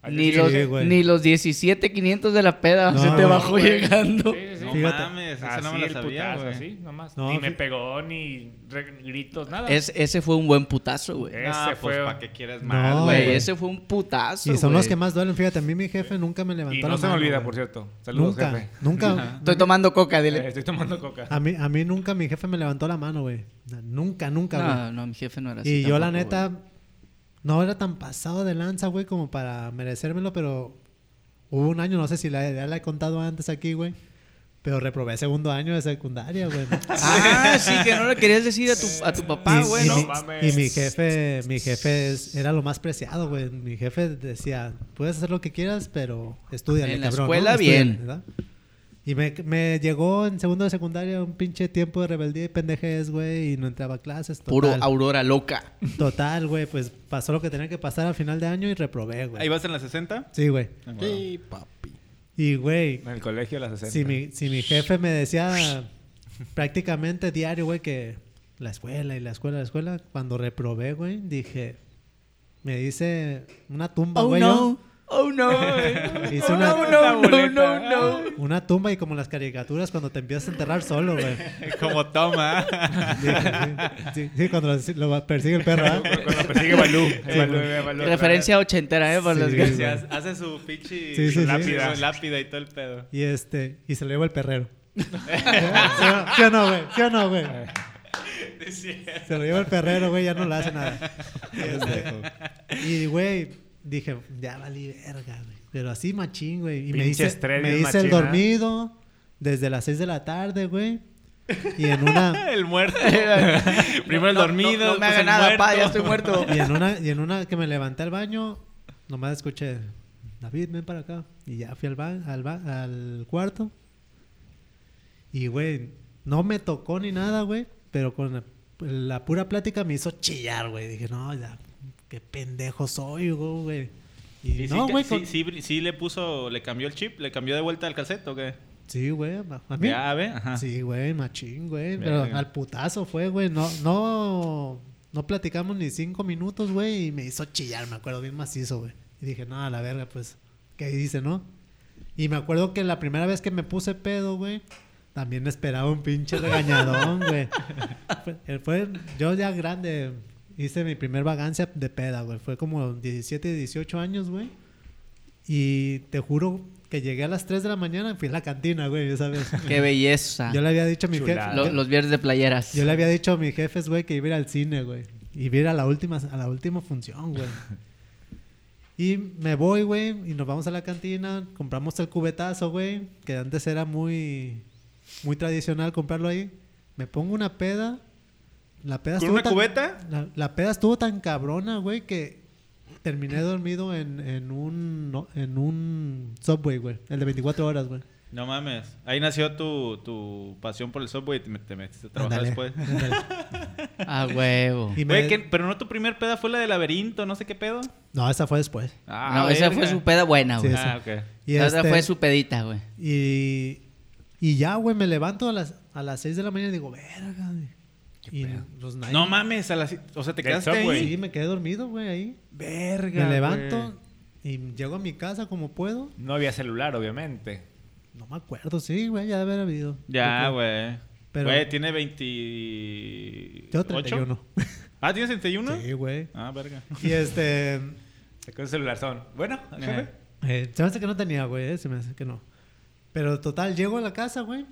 S5: Al
S3: ni,
S5: día
S3: los,
S5: siguiente-
S4: güey.
S3: ni los 17,500 de la peda
S4: No,
S3: se te
S4: güey.
S3: bajó
S5: Güey.
S3: llegando.
S5: Sí, sí,
S1: No
S5: sí.
S4: Fíjate.
S1: mames, esa
S5: Así
S1: no me la
S5: el
S1: sabía,
S5: putazo,
S1: güey.
S5: así, nomás.
S4: No,
S5: ni me
S4: fí-
S5: pegó, ni re- gritos, nada.
S3: Es- ese fue un buen putazo, güey.
S5: Eh,
S1: Ah,
S5: Ese
S1: pues,
S5: fue-
S1: ¿para qué quieres
S4: No,
S1: más,
S4: güey.
S3: Güey,
S1: güey?
S3: ese fue un putazo.
S4: Y son los
S3: güey.
S4: que más duelen. Fíjate, a mí mi jefe nunca me levantó
S5: Y
S4: la
S5: no se me
S4: mano,
S5: olvida,
S4: güey.
S5: por cierto. Saludos,
S4: Nunca,
S5: jefe.
S4: nunca.
S3: Estoy tomando coca,
S5: Eh,
S3: dile.
S5: Estoy tomando coca.
S4: A mí, a mí nunca mi jefe me levantó la mano, güey. Nunca, nunca, güey.
S3: No, no, mi jefe no era así.
S4: Y yo, la
S3: tampoco,
S4: neta, no era tan pasado de lanza, güey, como para merecérmelo, pero hubo un año, no sé si la, ya la he contado antes aquí, güey, pero reprobé segundo año de secundaria, güey.
S3: güey. Ah, sí, que no le querías decir a tu, a tu papá,
S4: Y-
S3: güey.
S4: y,
S5: Ah, no
S4: mi,
S5: mames.
S4: y mi jefe, mi jefe es- era lo más preciado, güey. Mi jefe decía, puedes hacer lo que quieras, pero estudia,
S3: En la
S4: cabrón.
S3: escuela,
S4: Estúdiale,
S3: bien.
S4: ¿verdad? Y me, me llegó en segundo de secundaria un pinche tiempo de rebeldía y pendejez, güey, y no entraba a clases.
S3: Puro
S4: total.
S3: Aurora loca.
S4: Total, güey, pues pasó lo que tenía que pasar al final de año y reprobé, güey.
S1: Ahí vas en la 60.
S4: Sí, güey.
S2: Sí, papi.
S4: Y, güey,
S5: En el colegio a las 60.
S4: si mi, si mi jefe me decía prácticamente diario, güey, que la escuela y la escuela, la escuela, cuando reprobé, güey, dije, me dice una tumba,
S3: Oh
S4: güey.
S3: no.
S4: yo.
S3: Oh no.
S4: Hice
S3: Oh,
S4: una-
S3: no, no, no, no, no.
S4: Una tumba y como las caricaturas cuando te empiezas a enterrar solo, güey.
S1: Como ¿ah? toma.
S4: Dije, Sí, sí, sí, cuando lo, lo persigue el perro. ¿ah?
S5: Cuando persigue Balú. Balú, Balú.
S3: Referencia ochentera, ¿eh? Por
S4: Sí,
S3: los
S4: güey.
S1: Sí, hace- hace su pinche
S4: Sí, sí, sí.
S1: lápida. su lápida y todo el pedo.
S4: Y este, y se lo lleva el perrero. ¿Sí o no- sí o no, güey? ¿Sí o no, güey? Se lo lleva el perrero, güey, ya no le hace nada. Y, güey, dije, ya valí verga, güey. Pero así machín, güey. Y me
S5: Pinche
S4: hice,
S5: estrés
S4: me
S5: bien
S4: hice el
S5: machín, ¿ah?
S4: dormido desde las 6 de la tarde, güey. Y en una,
S1: El muerto. Primero el
S3: No, no,
S1: dormido.
S3: No, me
S1: después
S3: haga
S1: el
S3: nada, pa,
S1: muerto.
S3: ya estoy muerto.
S4: y en una, y en una que me levanté al baño, nomás escuché, David, ven para acá. Y ya fui al, ba- al, ba- al cuarto. Y, güey, no me tocó ni nada, güey. Pero con la, la pura plática me hizo chillar, güey. Dije, no, ya, qué pendejo soy, güey. Y,
S1: Y sí
S4: no,
S1: que-
S4: güey,
S1: sí,
S4: con-
S1: sí, sí le puso, le cambió el chip, le cambió de vuelta el calceto, ¿o qué?
S4: Sí, güey, a a mí.
S1: Ya, ah, ve, ajá.
S4: Sí, güey, machín, güey. Pero
S1: Verga.
S4: al putazo fue, güey. No, no, no platicamos ni cinco minutos, güey. Y me hizo chillar, me acuerdo, bien macizo, güey. Y dije, no, a la verga, pues, ¿qué dice, no? Y me acuerdo que la primera vez que me puse pedo, güey, también esperaba un pinche regañadón, güey. Fue- eh, fue- yo ya grande hice mi primer vagancia de peda, güey. Fue como 17, 18 años, güey. Y te juro que llegué a las 3 de la mañana y fui a la cantina, güey, esa vez.
S3: Qué belleza.
S4: Yo le había dicho a mi jefe.
S5: Chulada.
S3: Lo- los viernes de playeras.
S4: Yo le había dicho a mis jefes, güey, que iba a ir al cine, güey. Y iba a ir a la última, a la última función, güey. Y me voy, güey, y nos vamos a la cantina, compramos el cubetazo, güey, que antes era muy, muy tradicional comprarlo ahí. Me pongo una peda. La peda
S1: ¿Con
S4: estuvo
S1: una
S4: tan-
S1: cubeta?
S4: La, la peda estuvo tan cabrona, güey, que terminé dormido en, en un, no- en un subway, güey. El de 24 horas, güey.
S1: No mames. Ahí nació tu, tu pasión por el software y te, met- te metiste a trabajar
S4: Ándale,
S1: después.
S4: ándale.
S3: A Ah, huevo.
S4: Y me-
S1: Güey, ¿qué- pero no tu primer peda fue la del laberinto, no sé qué pedo.
S4: No, esa fue después.
S1: Ah,
S3: no, esa
S1: verga.
S3: fue su peda buena,
S4: Sí,
S3: güey.
S1: Ah, ok.
S4: Y
S3: esa
S4: este-
S3: fue su pedita, güey.
S4: Y, y ya, güey, me levanto a las, a las 6 de la mañana y digo, verga, güey". Y los nadie-
S1: No mames, a las- o sea, te
S5: Del
S1: quedaste
S5: Subway.
S1: ahí.
S4: Sí, me quedé dormido, güey, ahí.
S1: Verga.
S4: me levanto y llego a mi casa como puedo.
S5: No había celular, obviamente.
S4: No me acuerdo, sí, güey, ya debe haber habido.
S1: Ya,
S4: Yo creo-
S1: güey.
S4: Pero-
S1: Güey, tiene 28.
S4: Yo 31.
S1: Ah, ¿tienes 31?
S4: Sí, güey.
S1: Ah, verga.
S4: Y este...
S5: Sacó el celular son. Bueno, jefe.
S4: Eh, se me hace que no tenía, güey, eh, se me hace que no. Pero total, llego a la casa, güey,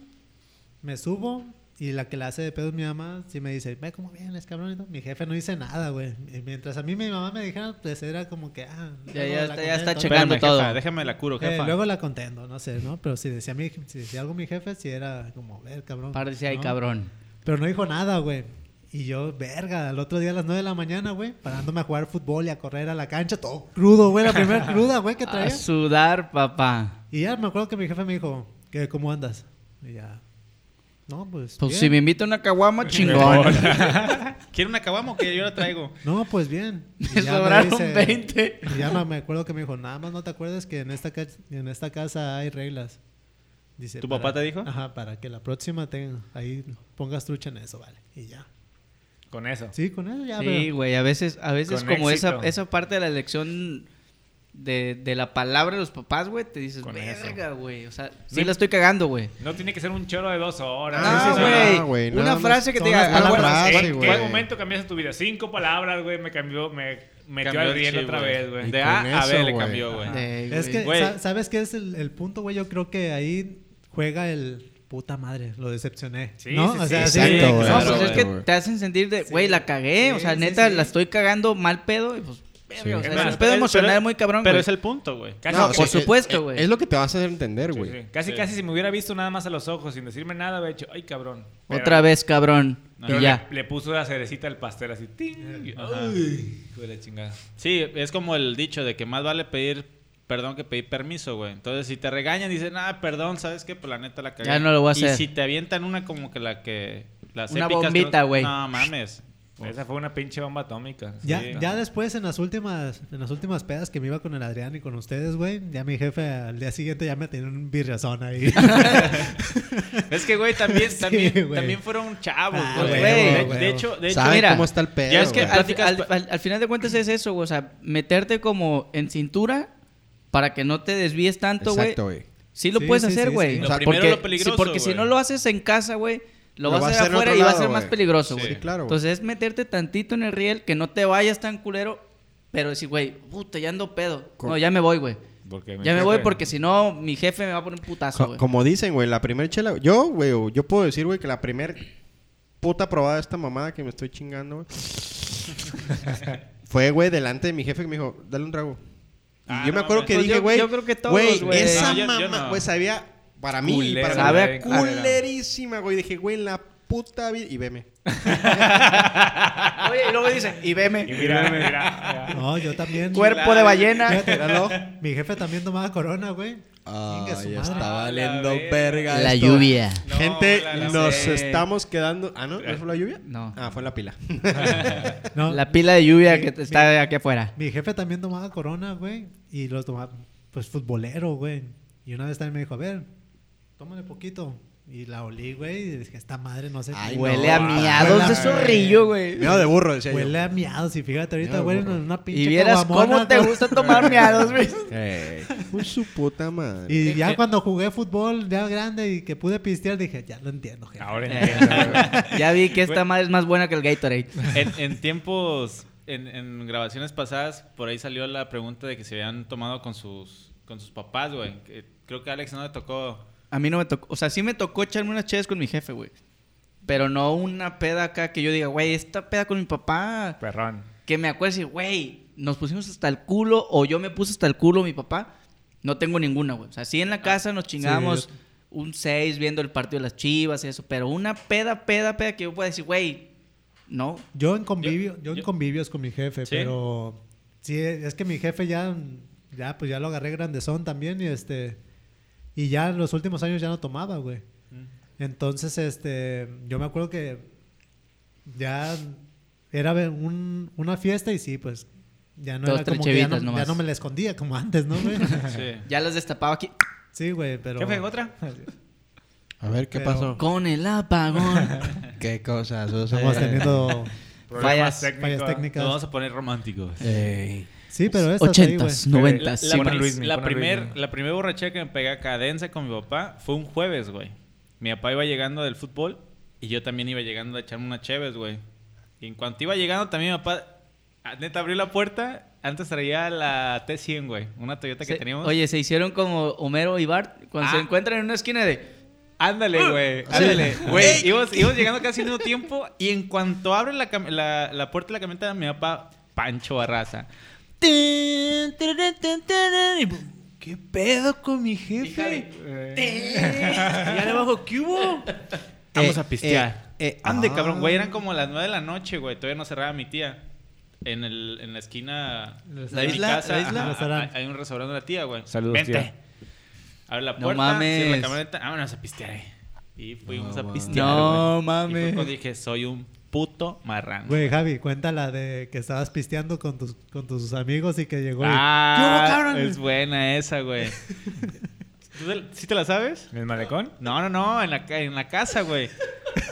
S4: me subo y la que la hace de pedo es mi mamá. Sí me dice, ve cómo vienes, cabrón. y todo. Mi jefe no dice nada, güey. Y mientras a mí mi mamá me dijera, pues era como que, ah,
S3: Ya-
S4: luego
S3: ya
S4: la
S3: está- ya está
S4: contento.
S3: Checando
S1: Espérame,
S3: todo.
S1: jefa, déjame la curo,
S4: Eh,
S1: jefa.
S4: luego la contento, no sé, ¿no? Pero si decía, mi, si decía algo mi jefe, si era como, ver, cabrón.
S3: Par decía, ay,
S4: ¿no?
S3: cabrón.
S4: Pero no dijo nada, güey. Y yo, verga, al otro día a las 9 de la mañana, güey, parándome a jugar fútbol y a correr a la cancha, todo crudo, güey, la primera cruda, güey, que
S3: A
S4: traía.
S3: sudar, papá.
S4: Y ya me acuerdo que mi jefe me dijo, que ¿cómo andas? Y ya, no, pues,
S3: Pues si
S4: bien.
S3: me invita una caguama, chingón.
S1: ¿Quiere una caguamo que yo la traigo?
S4: No, pues bien. Y
S3: Me
S4: ya me
S3: sobraron
S4: dice-
S3: 20.
S4: Y ya me- me acuerdo que me dijo, nada más no te acuerdes que en esta, ca- en esta casa hay reglas. Dice,
S1: ¿Tu papá te dijo?
S4: Ajá, para que la próxima tenga, ahí pongas trucha en eso, vale. Y ya.
S5: Con eso.
S4: Sí, con eso ya,
S3: Sí,
S4: pero-
S3: güey, a veces, a veces
S5: Con
S3: como esa,
S5: éxito.
S3: esa parte de la elección de, de la palabra de los papás, güey, te dices,
S5: Con eso.
S3: verga, güey. O sea, sí
S5: Sí.
S3: la estoy cagando, güey.
S5: No tiene que ser un choro de dos horas.
S2: Ah,
S5: Sí,
S3: No,
S5: sí,
S2: güey.
S5: sí.
S2: no, güey,
S3: güey. Una
S2: nada más
S3: frase que
S4: son
S3: te
S4: las
S3: diga, "Ah,
S2: palabras,
S3: bueno,
S5: ¿En
S2: Sí,
S5: qué
S2: güey.
S5: momento cambiaste tu vida? Cinco palabras, güey, me cambió, me metió
S1: Cambió
S5: al
S1: el
S5: riel
S1: chip,
S5: otra
S1: güey.
S5: vez, güey.
S2: Y
S1: De A
S2: con
S1: a B
S2: eso,
S1: le
S2: güey.
S1: cambió, güey.
S3: de,
S4: Es que,
S3: güey".
S1: Güey.
S4: sa- ¿sabes qué es el, el punto, güey? Yo creo que ahí juega el puta madre, lo decepcioné.
S5: Sí,
S4: ¿no?
S5: sí,
S4: o
S5: sí,
S4: sea,
S5: sí,
S4: sí,
S2: exacto, güey.
S3: No,
S1: Claro,
S3: pues es que
S2: güey.
S3: te hacen sentir de, güey, la cagué, o
S4: Sí,
S3: sea,
S4: sí,
S3: neta,
S4: sí.
S3: la estoy cagando mal pedo y pues, verga,
S2: Sí.
S3: o sea,
S5: Es
S3: es
S5: más,
S3: un pedo
S1: pero-
S3: emocional
S1: pero-
S3: muy cabrón,
S1: Pero
S3: güey.
S1: es el punto, güey.
S5: Casi,
S2: No,
S5: que-
S3: por
S2: o sea,
S3: supuesto,
S2: eh,
S3: güey.
S2: Es lo que te vas a hacer entender,
S5: sí,
S2: güey.
S5: sí. Casi, casi si me hubiera visto nada más a los ojos sin decirme nada, hubiera dicho, ay, cabrón. Pero-
S3: Otra vez, cabrón,
S5: Pero
S3: y
S5: le-
S3: ya.
S5: Le, puso la cerecita al pastel así. ting, y-
S1: Ajá.
S5: Uy, hijo de la chingada.
S1: Sí, es como el dicho de que más vale pedir perdón que pedir permiso, güey. Entonces, si te regañan, dicen, ah, perdón, ¿sabes qué? Pues la neta la cagué.
S3: Ya no lo voy a hacer.
S1: Y si te avientan una como que la que... Las
S3: Una
S1: épicas,
S3: bombita,
S1: ¿no?
S3: güey.
S1: No, mames.
S5: Esa fue una pinche bomba atómica.
S4: Ya,
S5: Sí.
S4: ya después en las últimas en las últimas pedas que me iba con el Adrián y con ustedes, güey, ya mi jefe al día siguiente ya me tenía un birriazón ahí.
S1: Es que, güey, también, también,
S4: güey.
S1: también fueron chavos,
S4: Ah,
S1: güey.
S3: güey,
S1: De-
S4: güey.
S1: De hecho, de hecho...
S2: ¿Saben
S3: mira,
S2: cómo está el pedo?
S1: ya es que-
S2: güey?
S3: Al,
S1: Pláticas
S3: al-
S1: pa-
S3: al- al final de cuentas es eso, güey, o sea, meterte como en cintura para que no te desvíes tanto, güey.
S2: Exacto, güey.
S3: Sí lo
S4: Sí,
S3: puedes
S4: sí,
S3: hacer,
S4: sí,
S3: güey.
S4: sí.
S2: Lo
S3: O sea,
S1: primero
S3: porque,
S1: lo peligroso,
S3: sí, porque si
S1: güey.
S3: no lo haces en casa, güey, lo,
S2: Lo
S3: vas a hacer
S2: en otro
S3: afuera y va a
S2: lado,
S3: ser más
S2: güey.
S3: peligroso,
S1: Sí.
S3: güey.
S2: Sí, claro, güey.
S3: Entonces es meterte tantito en el riel, que no te vayas tan culero, pero decir, güey, puta, ya ando pedo.
S2: Co-
S3: No, ya me voy, güey.
S5: Porque mi
S3: Ya me voy
S5: jefe-
S3: porque si no, mi jefe me va a poner un putazo,
S2: Co-
S3: güey.
S2: como dicen, güey, la primer chela. Yo, güey, yo puedo decir, güey, que la primer puta probada de esta mamada que me estoy chingando, güey. fue, güey, delante de mi jefe que me dijo, dale un trago. Y
S1: Ah,
S2: yo me
S1: no
S2: acuerdo
S1: mames.
S2: que
S3: Pues
S2: dije,
S3: yo-
S2: güey.
S3: yo creo que todos, güey.
S2: Esa
S1: No, yo- yo
S2: mamá,
S1: no.
S2: güey, sabía para mí. y
S5: Culera,
S2: para
S3: sabe
S5: güey,
S3: a
S5: culera.
S2: culerísima, güey. Dije, güey, la puta vida. Y veme.
S3: Ah, Oye, y luego dice, y veme,
S5: Y mira, mira, mira.
S4: no, yo también.
S3: cuerpo de ballena.
S4: Fíjate, mi jefe también tomaba corona, güey.
S3: Ah,
S4: Chinga su madre.
S1: valiendo verga
S3: La lluvia.
S1: No,
S2: Gente,
S1: la- la-
S2: nos
S1: sí.
S2: estamos quedando. Ah, no, ¿no fue la lluvia?
S3: No.
S2: Ah, fue la pila.
S4: No,
S3: La pila de lluvia
S4: Mi-
S3: que te- está aquí afuera.
S4: Mi jefe también tomaba corona, güey. Y lo tomaba, pues, futbolero, güey. Y una vez también me dijo, a ver, tómale poquito. Y la olí, güey. Y dije, esta madre no sé.
S2: Ay,
S3: Huele
S2: no,
S3: a
S2: güey.
S3: miados de
S4: Huele a-
S3: zorrillo, güey.
S2: Miedo de burro, decía yo. Ah,
S4: Huele a miados. Y fíjate, ahorita
S2: Miedo,
S4: huelen
S2: burro.
S4: en una pinche
S3: Y vieras
S4: caguamona,
S3: cómo te
S4: güey.
S3: gusta tomar miados, güey.
S2: Ey, con Pues su puta madre.
S4: Y ya cuando jugué fútbol ya grande y que pude pistear, dije, ya lo entiendo, jefe.
S5: Ahora entiendo.
S3: Eh, ya vi que esta madre es más buena que el Gatorade.
S1: En, en tiempos, en, en grabaciones pasadas, por ahí salió la pregunta de que se habían tomado con sus, con sus papás, güey. Que- Creo que a Alex no le tocó.
S3: A mí no me tocó, o sea, sí me tocó echarme unas cheves con mi jefe, güey. Pero no una peda acá que yo diga, güey, esta peda con mi papá,
S5: Perrón.
S3: que me acuerdo y, güey, nos pusimos hasta el culo o yo me puse hasta el culo mi papá. No tengo ninguna, güey. O sea, sí en la casa nos chingamos un 6 viendo el partido de las Chivas y eso, pero una peda, peda, peda que yo pueda decir, güey, no.
S4: Yo en convivio, yo, en
S1: yo-
S4: convivios con mi jefe,
S1: ¿Sí?
S4: pero sí, es que mi jefe ya, ya, pues ya lo agarré grandezón también y este, y ya en los últimos años ya no tomaba, güey. Entonces, este, yo me acuerdo que ya era ve- un- una fiesta y sí, pues ya no
S3: Dos,
S4: era
S3: tres
S4: como que ya no,
S3: chevitas nomás.
S4: ya no me la escondía como antes, ¿no, güey?
S1: Sí.
S3: Ya las destapaba aquí
S4: sí, güey, pero...
S5: Jefe, ¿otra?
S2: A ver, ¿qué
S4: Pero-
S2: pasó?
S3: con el apagón.
S2: ¿Qué cosas?
S4: pues, Estamos teniendo
S3: Fallas-
S4: fallas técnicas.
S1: Nos vamos a poner románticos.
S2: Ey.
S4: Sí, pero estas ahí, güey.
S3: 80s, 90s,
S1: La,
S5: sí,
S1: la,
S5: pon a
S1: pri-
S5: Luismi,
S1: la
S5: pon a
S1: primer,
S5: Luismi.
S1: la primer borrachera que me pegué acá densa con mi papá fue un jueves, güey. Mi papá iba llegando del fútbol y yo también iba llegando a echarme una cheves, güey. Y en cuanto iba llegando también mi papá Ah, Neta, abrió la puerta. Antes traía la T100, güey. Una Toyota que
S3: Se-
S1: teníamos.
S3: Oye, se hicieron como Homero y Bart cuando
S1: Ah.
S3: se encuentran en una esquina de.
S1: Ándale, güey. Ándale. Güey, íbamos, íbamos llegando casi al mismo tiempo. Y en cuanto abre la, cam- la, la puerta de la camioneta, mi papá, Pancho Barraza. Tin, tararán, tin, tararán, y pum, ¿Qué pedo con mi jefe? Eh, Y le bajo, ¿qué hubo? Vamos a pistear.
S2: eh, eh,
S1: Ande,
S2: ah.
S1: cabrón, güey. Eran como las 9 de la noche, güey. Todavía no cerraba mi tía. En, el, en la esquina
S4: ¿La
S1: de mi
S2: isla?
S1: casa.
S2: ¿La isla?
S1: ajá,
S4: Restaurante.
S1: hay, hay un restaurante de la tía, güey.
S5: Saludos,
S1: Vente.
S5: tía.
S1: Abre la
S3: No
S1: puerta,
S3: mames.
S1: cierra la camioneta. Vámonos a pistear. eh. Y fuimos
S2: No,
S1: a
S2: mames.
S1: pistear,
S3: No
S1: güey. Y fue
S3: mames.
S1: cuando dije, soy un puto marrano.
S4: Güey, Javi, cuéntala de que estabas pisteando con tus, con tus amigos y que llegó. y-
S1: Ah,
S4: ¿Qué hubo, cabrón?
S1: es buena esa, güey. ¿Tú te- ¿Sí te la sabes?
S5: ¿En el malecón?
S1: No, no, no, en la, ca- en la casa, güey.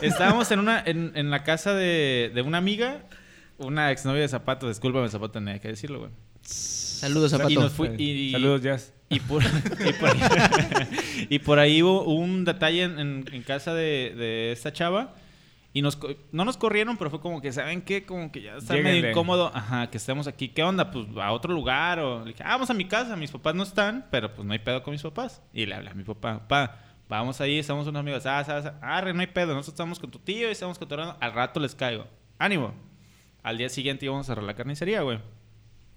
S1: Estábamos en una en, en la casa de, de una amiga, una exnovia de Zapato, discúlpame Zapato, tenía que decirlo, güey.
S3: Saludos,
S1: Y
S3: zapato.
S1: nos fui y,
S5: Saludos, Jazz.
S1: y por, y por, y por ahí hubo un detalle en, en- en casa de, de esta chava. Y nos, co- no nos corrieron, pero fue como que, ¿saben qué? Como que ya está medio
S5: Lléguenle.
S1: incómodo. Ajá, que estemos aquí. ¿Qué onda? Pues a otro lugar. O le dije, ah, vamos a mi casa. Mis papás no están, pero pues no hay pedo con mis papás. Y le hablé a mi papá, papá, vamos ahí, estamos unos amigos. Ah, ah, ah, arre, no hay pedo. Nosotros estamos con tu tío y estamos cotorreando. Al rato les caigo. Ánimo. Al día siguiente íbamos a cerrar la carnicería, güey.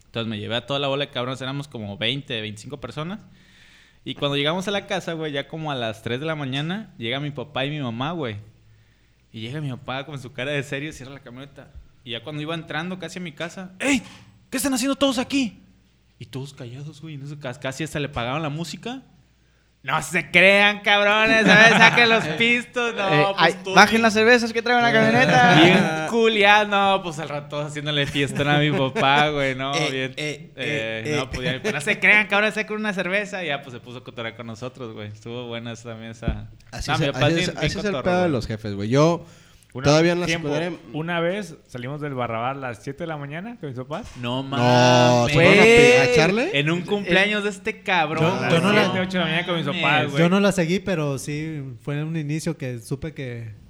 S1: Entonces me llevé a toda la bola de cabrones, éramos como 20, 25 personas. Y cuando llegamos a la casa, güey, ya como a las 3 de la mañana, llega mi papá y mi mamá, güey. Y llega mi papá con su cara de serio, cierra la camioneta. Y ya cuando iba entrando casi a mi casa, ¡Ey! ¿Qué están haciendo todos aquí? Y todos callados, güey. En eso cas- casi hasta le pagaban la música. No se crean, cabrones, ¿sabes? Saquen los pistos, no.
S3: Eh, ay,
S1: pues tú
S3: bajen
S1: ni-
S3: las cervezas que traen la camioneta.
S1: Bien culiado, no, pues al rato haciéndole fiestón a mi papá, güey, no,
S2: Eh,
S1: bien.
S2: eh,
S1: eh,
S2: eh, eh.
S1: no, pues ya, pues, no se crean que ahora sacan una cerveza y ya pues se puso a cotorrear con nosotros, güey. Estuvo buena esa también esa.
S2: Así,
S1: No,
S2: es,
S1: mi
S2: el-
S1: papá
S2: así
S1: es
S2: es-
S1: bien- bien
S2: así es el
S1: cotorro,
S2: pedo de
S1: güey.
S2: los jefes, güey. Yo
S5: Una-
S2: todavía en la
S5: tiempo.
S2: secundaria...
S5: Una vez salimos del barrabar a las 7 de la mañana con mis papás.
S1: No
S2: No,
S1: mames.
S2: ¿se fueron a
S3: güey.
S2: pi- a echarle?
S1: En un cumpleaños de este cabrón.
S4: Yo-
S5: A
S4: yo
S5: las
S4: no la-
S5: 7, 8 de la mañana con mis
S1: Mames.
S5: papás, güey.
S4: Pues Yo no la seguí, pero sí fue en un inicio que supe que.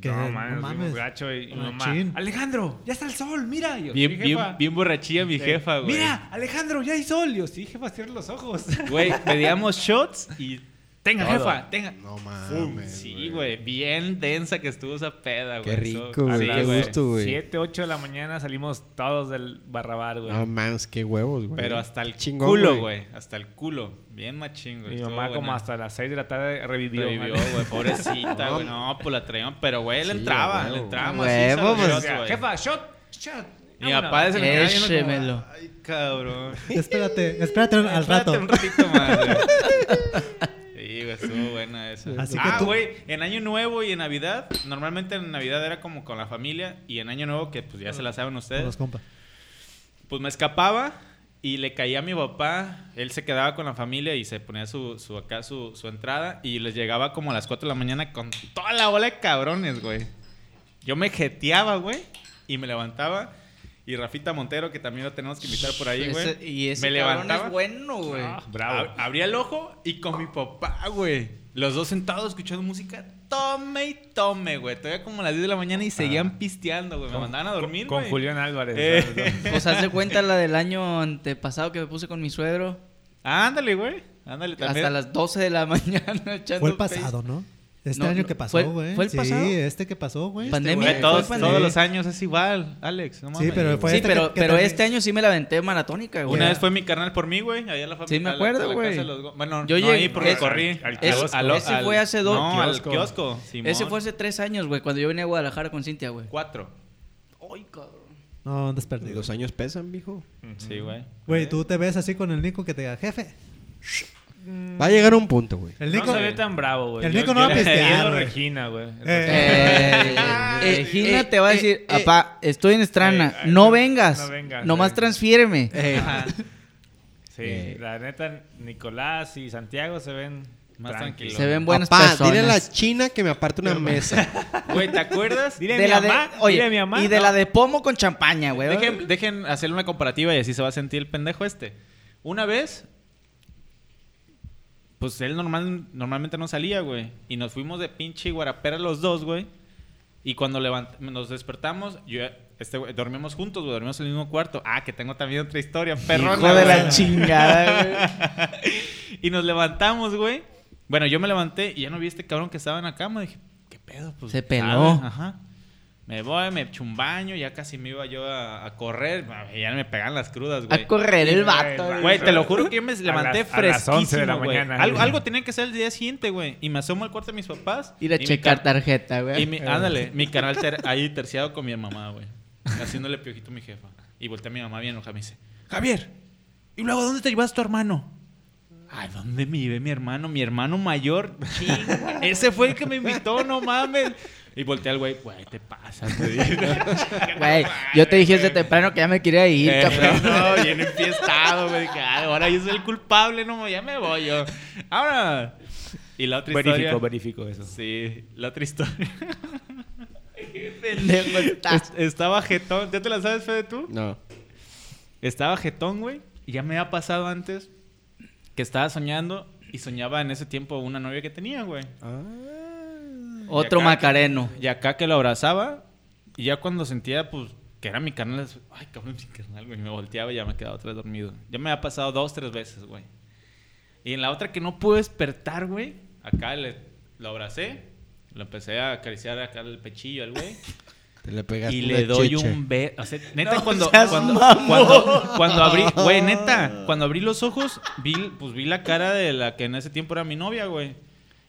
S4: que
S5: no, mames, nos fuimos gacho y, y mi mamá.
S4: Machín.
S5: Alejandro, ya está el sol, mira. Y Yo,
S1: Bien,
S5: "Sí,
S1: bien,
S5: jefa".
S1: bien borrachilla mi
S5: Sí.
S1: jefa, güey.
S5: Mira, Alejandro, ya hay sol. Y Yo, sí, jefa, cierra los ojos.
S1: Güey, pedíamos shots y. Tenga,
S5: Todo.
S1: jefa, tenga.
S2: No
S1: Fum,
S2: mames,
S1: sí, güey. Bien densa que estuvo esa peda, güey.
S2: Qué
S1: Eso-
S2: rico,
S1: Sí,
S2: güey. Qué
S1: güey.
S2: gusto, güey.
S5: 7, 8 de la mañana salimos todos del barrabar, güey.
S2: No mames, qué huevos, güey.
S1: Pero hasta el
S2: Chingón,
S1: culo, güey. Hasta el culo. Bien machín, güey.
S5: Mi
S1: Estuvo
S5: mamá como
S1: buena.
S5: hasta las 6 de la tarde revivió.
S1: Revivió,
S5: man.
S1: güey. Pobrecita, güey. No, pues la traían. Pero, güey, le
S2: Sí,
S1: entraba.
S2: güey.
S1: Le entraba
S3: Huevo,
S1: macizo a los
S3: pues.
S5: O
S1: shots,
S5: sea,
S1: güey.
S5: jefa, shot, shot.
S1: Mi
S5: vámonos.
S1: papá se me quedaba viendo como,
S3: Échemelo.
S1: Ay, cabrón.
S4: Espérate, espérate un- al
S1: Espérate
S4: rato.
S1: un ratito más, güey. Sí, güey, estuvo buena esa.
S4: Así que
S1: ah,
S4: tú-
S1: güey, en Año Nuevo y en Navidad, normalmente en Navidad era como con la familia y en Año Nuevo, que pues ya se la saben
S5: ¿eh?
S4: Con los
S1: ustedes,
S4: compas.
S1: pues me escapaba y le caía a mi papá. Él se quedaba con la familia y se ponía su, su acá su, su entrada y les llegaba como a las 4 de la mañana con toda la bola de cabrones, güey. Yo me jeteaba, güey, y me levantaba. Y Rafita Montero, que también lo tenemos que invitar por ahí, güey.
S3: Ese- y ese
S1: me
S3: cabrón
S1: levantaba.
S3: es bueno, güey.
S5: Ah, bravo.
S1: Ab- abría el ojo y con mi papá, güey. Los dos sentados escuchando música, tome y tome, güey. Todavía como a las 10 de la mañana y seguían pisteando, güey. Me mandaban a dormir,
S5: Ah. Con
S1: güey.
S5: Julián Álvarez.
S1: Eh.
S5: ¿sabes?
S3: Pues haz de cuenta la del año antepasado que me puse con mi suegro.
S1: Ándale, güey. Ándale, también.
S3: Hasta las 12 de la mañana echando
S4: Fue el
S3: face.
S4: pasado, ¿no? Este
S3: No,
S4: año
S3: no,
S4: que pasó,
S3: fue-
S4: güey.
S3: ¿fue el
S4: sí,
S3: pasado?
S4: este que pasó, güey.
S3: Pan-
S1: Güey,
S3: pandemia, fue
S1: todos,
S3: pandemia.
S1: todos los años es igual, Alex. No mames.
S4: Sí, pero fue
S3: Sí,
S4: este
S3: pero,
S4: que- que
S3: pero
S4: también-
S3: este año sí me la aventé maratónica, güey.
S1: Una vez fue mi carnal por mí, güey. Allá en la familia.
S3: Sí, me acuerdo, güey.
S1: Bueno,
S3: Yo
S1: yo no
S3: llegué-
S1: ahí porque
S3: es-
S1: corrí.
S5: al
S1: Es-
S5: kiosco.
S1: al-
S3: Ese
S1: al-
S3: fue hace dos-
S1: No, al
S5: kiosco.
S1: kiosco. Simón.
S3: Ese fue hace tres años, güey, cuando yo venía a Guadalajara con Cintia, güey.
S1: Cuatro.
S3: Ay, cabrón.
S4: No, andas perdido.
S2: Los años pesan, mijo.
S1: Sí, güey.
S3: eh.
S4: Güey, tú te ves así con el Nico que te diga, jefe.
S3: Mm.
S2: Va a llegar un punto, güey.
S4: El Nico.
S5: No se ve tan bravo, güey.
S4: El
S5: Yo-
S4: Nico no
S5: yo
S4: va a
S5: le tenía
S4: pistear,
S5: miedo
S4: güey.
S5: Regina, güey.
S3: Eh, eh, Gina te va a decir, apá, estoy en Estrana,
S5: eh, eh,
S3: no vengas,
S5: no vengas,
S3: nomás
S5: eh.
S3: transfiéreme.
S1: Ajá.
S5: Sí,
S2: Eh.
S5: la neta, Nicolás y Santiago se ven
S1: Más tranquilos.
S3: Se ven buenas
S2: Papá,
S3: personas.
S2: dile a la china que me aparte una mesa.
S1: Güey, ¿te acuerdas?
S5: Dile a
S3: De
S5: mi
S3: la de-
S5: mamá,
S3: oye,
S5: dile a mi mamá.
S3: y de
S5: No.
S3: la de pomo con champaña, güey.
S1: Dejen, dejen hacerle una comparativa y así se va a sentir el pendejo este. Una vez, pues él normal, normalmente no salía, güey. Y nos fuimos de pinche guarapera los dos, güey. Y cuando levant- nos despertamos, yo ya- Este, güey, dormimos juntos, güey, dormimos en el mismo cuarto. Ah, que tengo también otra historia, perrona.
S3: Hijo de la
S1: güey.
S3: chingada, güey.
S1: y nos levantamos, güey. Bueno, yo me levanté y ya no vi a este cabrón que estaba en la cama. Dije, ¿qué pedo? Pues,
S3: Se peló.
S1: ¿sabe? Ajá. Me voy, me echo un baño, ya casi me iba yo a, a correr. Ya me pegan las crudas, güey.
S3: A correr el vato,
S5: Güey,
S1: Güey,
S3: güey.
S1: te lo juro que yo me levanté
S5: las- a las
S1: fresquísimo,
S5: 11 de la
S1: güey.
S5: mañana.
S1: Algo, algo tenía que ser el día siguiente, güey. Y me asomo al cuarto de mis papás.
S3: Ir a
S1: y mi car-
S3: checar tarjeta,
S1: Y
S3: güey.
S1: mi,
S5: Eh.
S1: ándale, mi canal ter- ahí terciado con mi mamá, güey. Haciéndole piojito a mi jefa. Y volteé a mi mamá bien enojada y me dice, Javier, ¿y luego dónde te llevas tu hermano? Ay, ¿dónde me llevé mi hermano? Mi hermano mayor. Chinga, Ese fue el que me invitó, no mames. Y volteé al güey, güey, te pasas, güey.
S3: Güey, yo te dije desde temprano que ya me quería ir,
S1: Eh,
S3: cabrón.
S1: No, bien enfiestado, güey. Dije, "Ay, ahora yo soy el culpable, no, ya me voy yo. Ahora. Y la otra historia.
S5: Verifico, verifico eso.
S1: Sí, la otra historia.
S3: Pendejo
S1: Es-
S3: estás.
S1: Estaba jetón. ¿Ya te la sabes, Fede, tú?
S2: No.
S1: Estaba jetón, güey. Y ya me había pasado antes que estaba soñando y soñaba en ese tiempo una novia que tenía, güey.
S3: Otro
S1: Y acá-
S3: macareno.
S1: Y acá que lo abrazaba, y ya cuando sentía, pues, que era mi carnal, es- ay, cabrón, mi carnal, güey, me volteaba y ya me quedaba otra vez dormido. Ya me había pasado dos, tres veces, güey. Y en la otra que no pude despertar, güey, acá le, lo abracé, lo empecé a acariciar acá el pechillo al güey.
S2: Te le pegaste
S1: Y
S2: una
S1: le doy
S2: chiche.
S1: un beso. O sea, neta,
S3: No
S1: cuando,
S3: seas
S1: cuando,
S3: mamón.
S1: cuando, cuando abrí, güey, neta, cuando abrí los ojos, vi, pues vi la cara de la que en ese tiempo era mi novia, güey.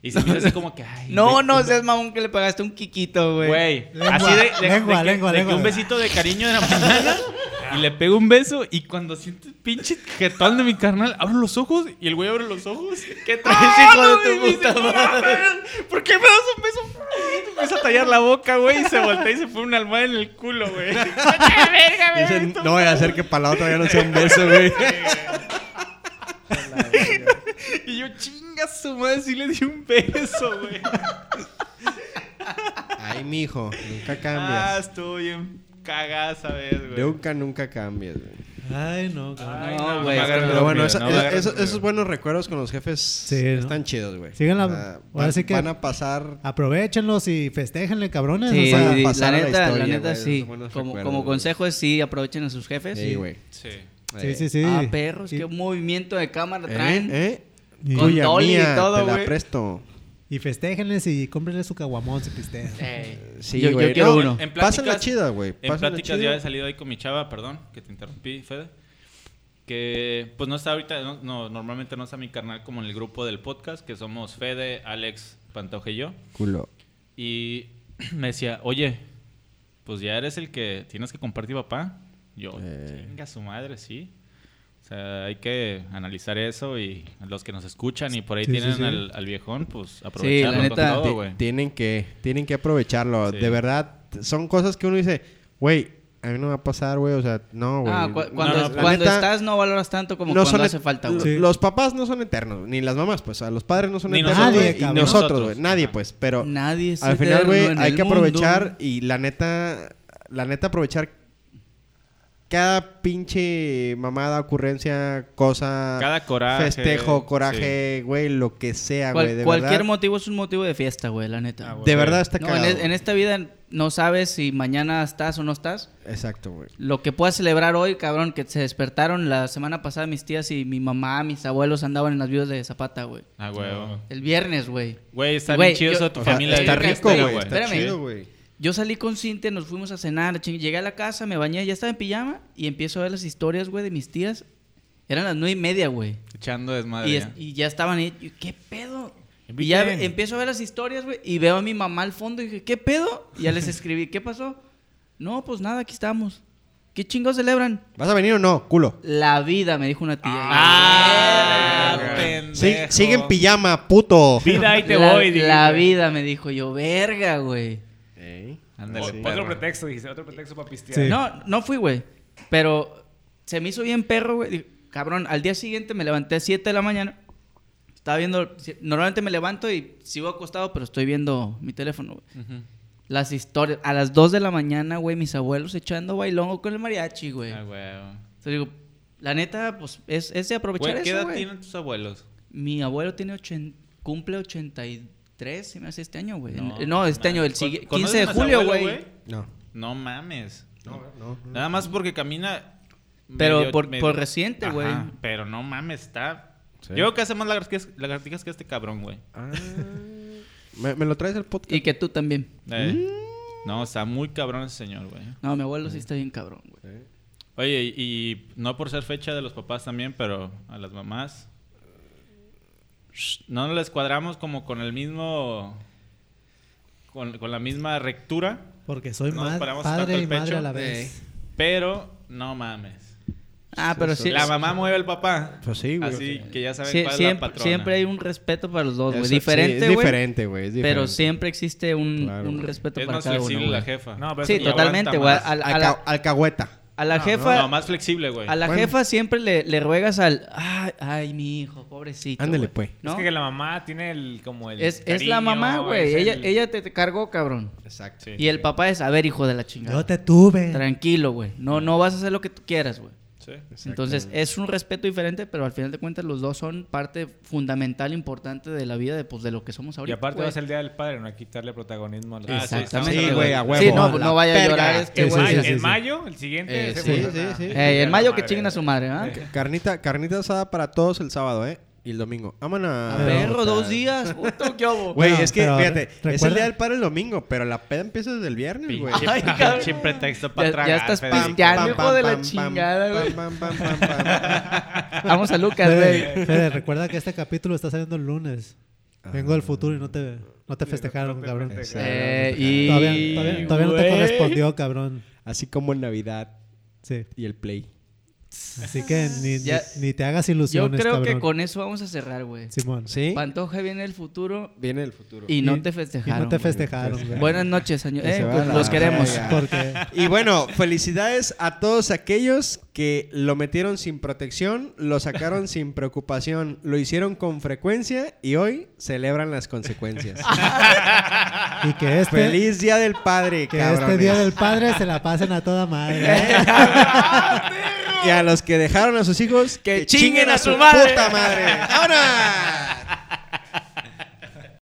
S1: Y se me hizo así como que, ay.
S3: No,
S1: güey,
S3: no
S1: un be-
S3: seas mamón que le pagaste un quiquito, güey.
S1: Güey,
S4: Lengua,
S1: así de, de- de
S4: lengua,
S1: que,
S4: lengua,
S1: de que
S4: lengua.
S1: un besito de cariño de la mañana y le pego un beso y cuando siento el pinche jetón de mi carnal, abro los ojos y el güey abre los ojos. ¡Ah, ¿Qué
S3: traes, hijo de tu puta madre?
S1: ¿Por qué me das un beso? Y Empieza a tallar la boca, güey, y se voltea y se pone una almohada en el culo, güey.
S2: Dice, no voy a hacer que para la otra ya no sea un beso, güey.
S1: Y yo, chinga su madre, sí le di un beso, güey.
S2: Ay, mijo, nunca
S1: Ah,
S2: cambias.
S1: estuvo bien cagaza, ¿ves, güey?
S2: Nunca, nunca cambias, güey.
S4: Ay, no,
S5: Ah.
S4: cabrón.
S3: no, güey.
S1: me agarres
S2: Pero
S1: dormido,
S2: bueno, esa-
S1: no me
S2: esa-
S1: agarres
S2: esos-
S1: dormido.
S2: esos buenos recuerdos con los jefes
S4: ¿no?
S2: están chidos, güey.
S4: Síganla.
S2: O sea,
S4: Ahora
S2: van,
S4: sí que- Ah,
S2: van a pasar.
S4: Aprovechenlos y festéjenle, cabrones.
S3: Sí,
S4: o sea,
S2: sí,
S3: la,
S2: pasar a la
S3: neta, la
S2: historia,
S3: neta
S2: güey,
S3: sí.
S2: esos buenos
S3: Como,
S2: recuerdos,
S3: como
S2: güey.
S3: consejo es sí, aprovechen a sus jefes.
S2: Sí, güey.
S1: Eh,
S2: Eh,
S1: Sí.
S4: sí, sí, sí.
S3: Ah, perros, qué movimiento de cámara traen.
S2: ¿Eh?
S4: Y-
S2: ¿Eh?
S3: Con
S2: Tuya,
S3: dolly y
S2: mía,
S3: todo,
S2: te la
S3: güey.
S2: presto.
S4: Y festéjenles y cómprenle su caguamón si pistean.
S3: Ey,
S2: Sí,
S3: yo, yo
S2: güey.
S3: quiero
S2: No,
S3: uno.
S1: en pláticas-
S2: Pásenla chida, güey.
S1: En
S2: Pásenla
S1: pláticas
S2: chida.
S1: ya he salido ahí con mi chava, perdón, que te interrumpí, Fede. Que pues no está ahorita, no, no, normalmente no está mi carnal como en el grupo del podcast, que somos Fede, Alex, Pantoja y yo.
S2: Culo.
S1: Y me decía, oye, pues ya eres el que tienes que compartir papá. Yo,
S2: Eh.
S1: venga su madre, sí. O sea, hay que analizar eso y los que nos escuchan y por ahí
S4: Sí, sí,
S1: tienen
S4: sí.
S1: Al, al viejón, pues aprovecharlo con
S3: neta.
S1: todo,
S2: Ti-
S1: güey.
S2: tienen que, tienen que aprovecharlo.
S1: Sí.
S2: De verdad, son cosas que uno dice, güey, a mí no me va a pasar, güey. O sea, no, güey.
S3: Ah, cu-
S2: No,
S3: cuando,
S1: no,
S2: la
S3: cuando
S2: neta,
S3: estás no valoras tanto como
S2: no son
S3: cuando
S2: et-
S3: hace falta, güey.
S2: lo-
S4: Sí.
S2: Los papás no son eternos, ni las mamás, pues. A los padres no son
S1: Ni
S2: eternos.
S4: nosotros,
S2: güey,
S4: cabrón.
S2: y
S4: Ni
S2: nosotros,
S1: nosotros,
S2: güey. Nadie,
S1: ajá.
S2: pues. Pero
S3: Nadie es
S2: al final,
S3: eterno
S2: güey,
S3: en
S2: hay
S3: el
S2: que
S3: mundo.
S2: aprovechar y la neta, la neta, aprovechar cada pinche mamada, ocurrencia, cosa,
S1: Cada coraje.
S2: festejo,
S1: sí.
S2: coraje, güey, lo que sea,
S3: Cual-
S2: güey. de
S3: cualquier
S2: verdad,
S3: motivo es un motivo de fiesta, güey, la neta.
S1: Ah, güey.
S2: De verdad está
S3: No, en,
S2: cagado.
S3: es- en esta vida no sabes si mañana estás o no estás.
S2: Exacto, güey.
S3: Lo que puedas celebrar hoy, cabrón, que se despertaron la semana pasada mis tías y mi mamá, mis abuelos andaban en las viudas de Zapata, güey.
S1: Ah, güey.
S3: El viernes, güey.
S1: Güey, está
S3: Güey,
S1: bien chido
S3: yo-
S1: eso de tu
S2: O sea,
S1: familia.
S2: está
S1: bien
S2: rico,
S1: fiestera,
S2: güey. Está
S3: Espérame.
S2: chido, güey.
S3: Yo salí con Cintia, nos fuimos a cenar, ching, llegué a la casa, me bañé, ya estaba en pijama y empiezo a ver las historias, güey, de mis tías. Eran las nueve y media, güey.
S1: Echando desmadre.
S3: Y,
S1: ya.
S3: es- y ya estaban ahí. yo, ¿Qué pedo? Y ya
S1: Inviten.
S3: empiezo a ver las historias, güey. Y veo a mi mamá al fondo y dije, ¿qué pedo? Y ya les escribí, ¿qué pasó? No, pues nada, aquí estamos. ¿Qué chingados celebran?
S2: ¿Vas a venir o no? Culo.
S3: La vida, me dijo una tía.
S1: Ah,
S5: Ah,
S1: pendejo.
S2: Sí, sigue en pijama, puto.
S1: Vida, ahí te
S3: la,
S1: voy. dije.
S3: la vida, me dijo yo, verga, güey.
S2: Ey.
S1: Ándale,
S5: Otro
S1: perro.
S5: pretexto, dijiste, otro pretexto para pistear.
S4: Sí.
S3: No, no fui, güey. Pero se me hizo bien perro, güey. Dije, Cabrón, al día siguiente me levanté a 7 de la mañana. Estaba viendo. Normalmente me levanto y sigo acostado, pero estoy viendo mi teléfono, güey.
S1: Ujú.
S3: Las historias. A las 2 de la mañana, güey, mis abuelos echando bailongo con el mariachi, güey.
S1: Ah, güey.
S3: Entonces digo, la neta, pues es, es de aprovechar
S1: Güey, ¿Qué
S3: eso,
S1: edad
S3: güey.
S1: tienen tus abuelos?
S3: Mi abuelo tiene ochen- cumple 83, se me hace este año, güey. En- No,
S1: No,
S3: este
S1: man.
S3: año, el
S1: ¿Con-
S3: sigue-
S1: conoces
S3: 15 de
S1: a mis
S3: julio,
S1: abuelos,
S3: güey.
S2: No.
S1: No mames.
S2: No, no, no.
S1: Nada más porque camina.
S3: Pero
S1: medio-
S3: por,
S1: medio-
S3: por reciente,
S1: Ajá,
S3: güey.
S1: Pero no mames, está.
S2: Sí.
S1: Yo creo que hace más lagartijas, lagartijas que este cabrón, güey.
S2: Ah. ¿Me, me lo traes el podcast?
S3: Y que tú también.
S1: Eh,
S3: Mm.
S1: No, está muy cabrón ese señor, güey.
S3: No, mi abuelo sí está bien cabrón, güey.
S2: Sí.
S1: Oye, y, y no por ser fecha de los papás también, pero a las mamás. Shh, No les cuadramos como con el mismo. Con, con la misma rectura,
S4: Porque soy
S1: Nos
S4: ma-
S1: paramos tanto
S4: padre
S1: el
S4: y madre
S1: pecho.
S4: a la vez.
S1: pero no mames.
S3: Ah, pero
S2: sí,
S3: sí.
S1: La mamá mueve al papá.
S2: Pues sí, güey.
S1: Así que ya saben
S3: sí,
S1: cuál es la
S3: siempre,
S1: patrona.
S3: siempre hay un respeto para los dos,
S2: Eso-
S3: güey.
S2: sí,
S3: Diferente,
S2: es
S3: güey.
S2: diferente, güey. es
S3: Pero
S2: diferente.
S3: siempre existe un,
S2: Claro,
S3: un
S2: güey.
S3: respeto
S1: Es
S3: para
S1: más
S3: cada uno.
S1: flexible la
S3: güey.
S1: jefa.
S5: No, pero
S3: Sí,
S5: eso-
S3: totalmente, güey. A,
S1: aguanta
S3: la- a
S2: Alca-
S3: la,
S2: Alcahueta.
S3: a la
S5: No,
S3: jefa,
S1: No, más flexible, güey.
S3: a la
S2: Bueno.
S3: jefa siempre le, le ruegas al. Ay, ay, mi hijo, pobrecito.
S2: Ándele,
S3: güey".
S2: pues.
S3: ¿No?
S5: Es que la mamá tiene el como el
S3: Es, es la
S5: cariño,
S3: mamá, güey.
S5: es
S3: Ella,
S5: el-
S3: ella te, te cargó, cabrón.
S2: Exacto.
S1: Sí,
S3: Y el
S1: sí.
S3: papá es, a ver, hijo de la chingada.
S4: Yo te tuve.
S3: Tranquilo, güey. No, no vas a hacer lo que tú quieras, güey.
S1: Sí.
S3: Entonces, es un respeto diferente, pero al final de cuentas los dos son parte fundamental, importante de la vida de, pues, de lo que somos
S5: Y
S3: ahorita.
S5: aparte
S3: güey.
S5: va a ser el día del padre, no hay que quitarle protagonismo a los
S1: Ah, sí,
S3: Exactamente.
S1: estamos-
S2: Sí, güey, a huevo.
S3: Sí, no,
S2: La
S3: no vaya a
S2: perga.
S3: llorar este
S4: Sí, sí,
S3: güey.
S5: Mayo-
S4: sí, sí,
S5: en
S4: sí.
S5: mayo, el siguiente.
S2: Eh,
S5: se
S2: sí,
S5: puso
S2: sí,
S5: una-
S2: sí.
S3: Ey, en Eh, mayo que
S5: Madre.
S3: chinguen a su madre, ¿ah?
S2: Carnita, carnita asada para todos el sábado, ¿eh? Y el domingo. Vámonos.
S4: A
S3: Perro, dos días. Puto, ¿qué hubo?
S2: Güey,
S4: Bueno,
S2: es que,
S4: pero
S2: fíjate, es el
S4: recuerda-
S2: día del padre el domingo, pero la peda empieza desde el viernes, güey.
S3: Ay, cabrón.
S1: Pinche pretexto para
S3: Ya,
S1: tragar.
S3: ya estás
S1: Federico.
S2: Pam,
S3: pisteando,
S2: pam,
S3: hijo
S2: pam,
S3: de la
S2: pam,
S3: chingada,
S2: pam,
S3: güey.
S2: pam, pam, pam, pam.
S3: Vamos a Lucas, güey.
S4: Fede, Fede, recuerda que este capítulo está saliendo el lunes.
S2: Ah.
S4: Vengo del futuro y no te, no te festejaron, cabrón.
S5: festejaron.
S3: Eh, y...
S4: Todavía, todavía- todavía no te
S3: güey.
S4: correspondió, cabrón.
S2: Así como en Navidad
S4: Sí.
S2: y el play.
S4: Así que ni, ni-
S3: Ya-
S4: ni te hagas
S3: Yo
S4: ilusiones,
S3: creo que
S4: cabrón.
S3: con eso vamos a cerrar, güey.
S4: Simón.
S2: ¿Sí?
S3: Pantoja viene el futuro
S2: Viene el futuro.
S3: y no
S4: Y-
S3: te
S4: Y
S3: festejaron.
S4: no te
S3: güey.
S4: festejaron, güey.
S3: Buenas noches, señor.
S2: Que se
S3: Eh,
S2: va
S3: pues,
S2: la
S3: los queremos.
S2: verga.
S4: Porque
S2: Y bueno, felicidades a todos aquellos que lo metieron sin protección, lo sacaron sin preocupación, lo hicieron con frecuencia y hoy celebran las consecuencias.
S4: y que este,
S2: Feliz Día del Padre,
S4: que
S2: cabrones.
S4: este Día del Padre se la pasen a toda madre. ¿eh?
S2: Y a los que dejaron a sus hijos, que,
S3: chinguen a su madre.
S2: puta madre. ¡Ahora!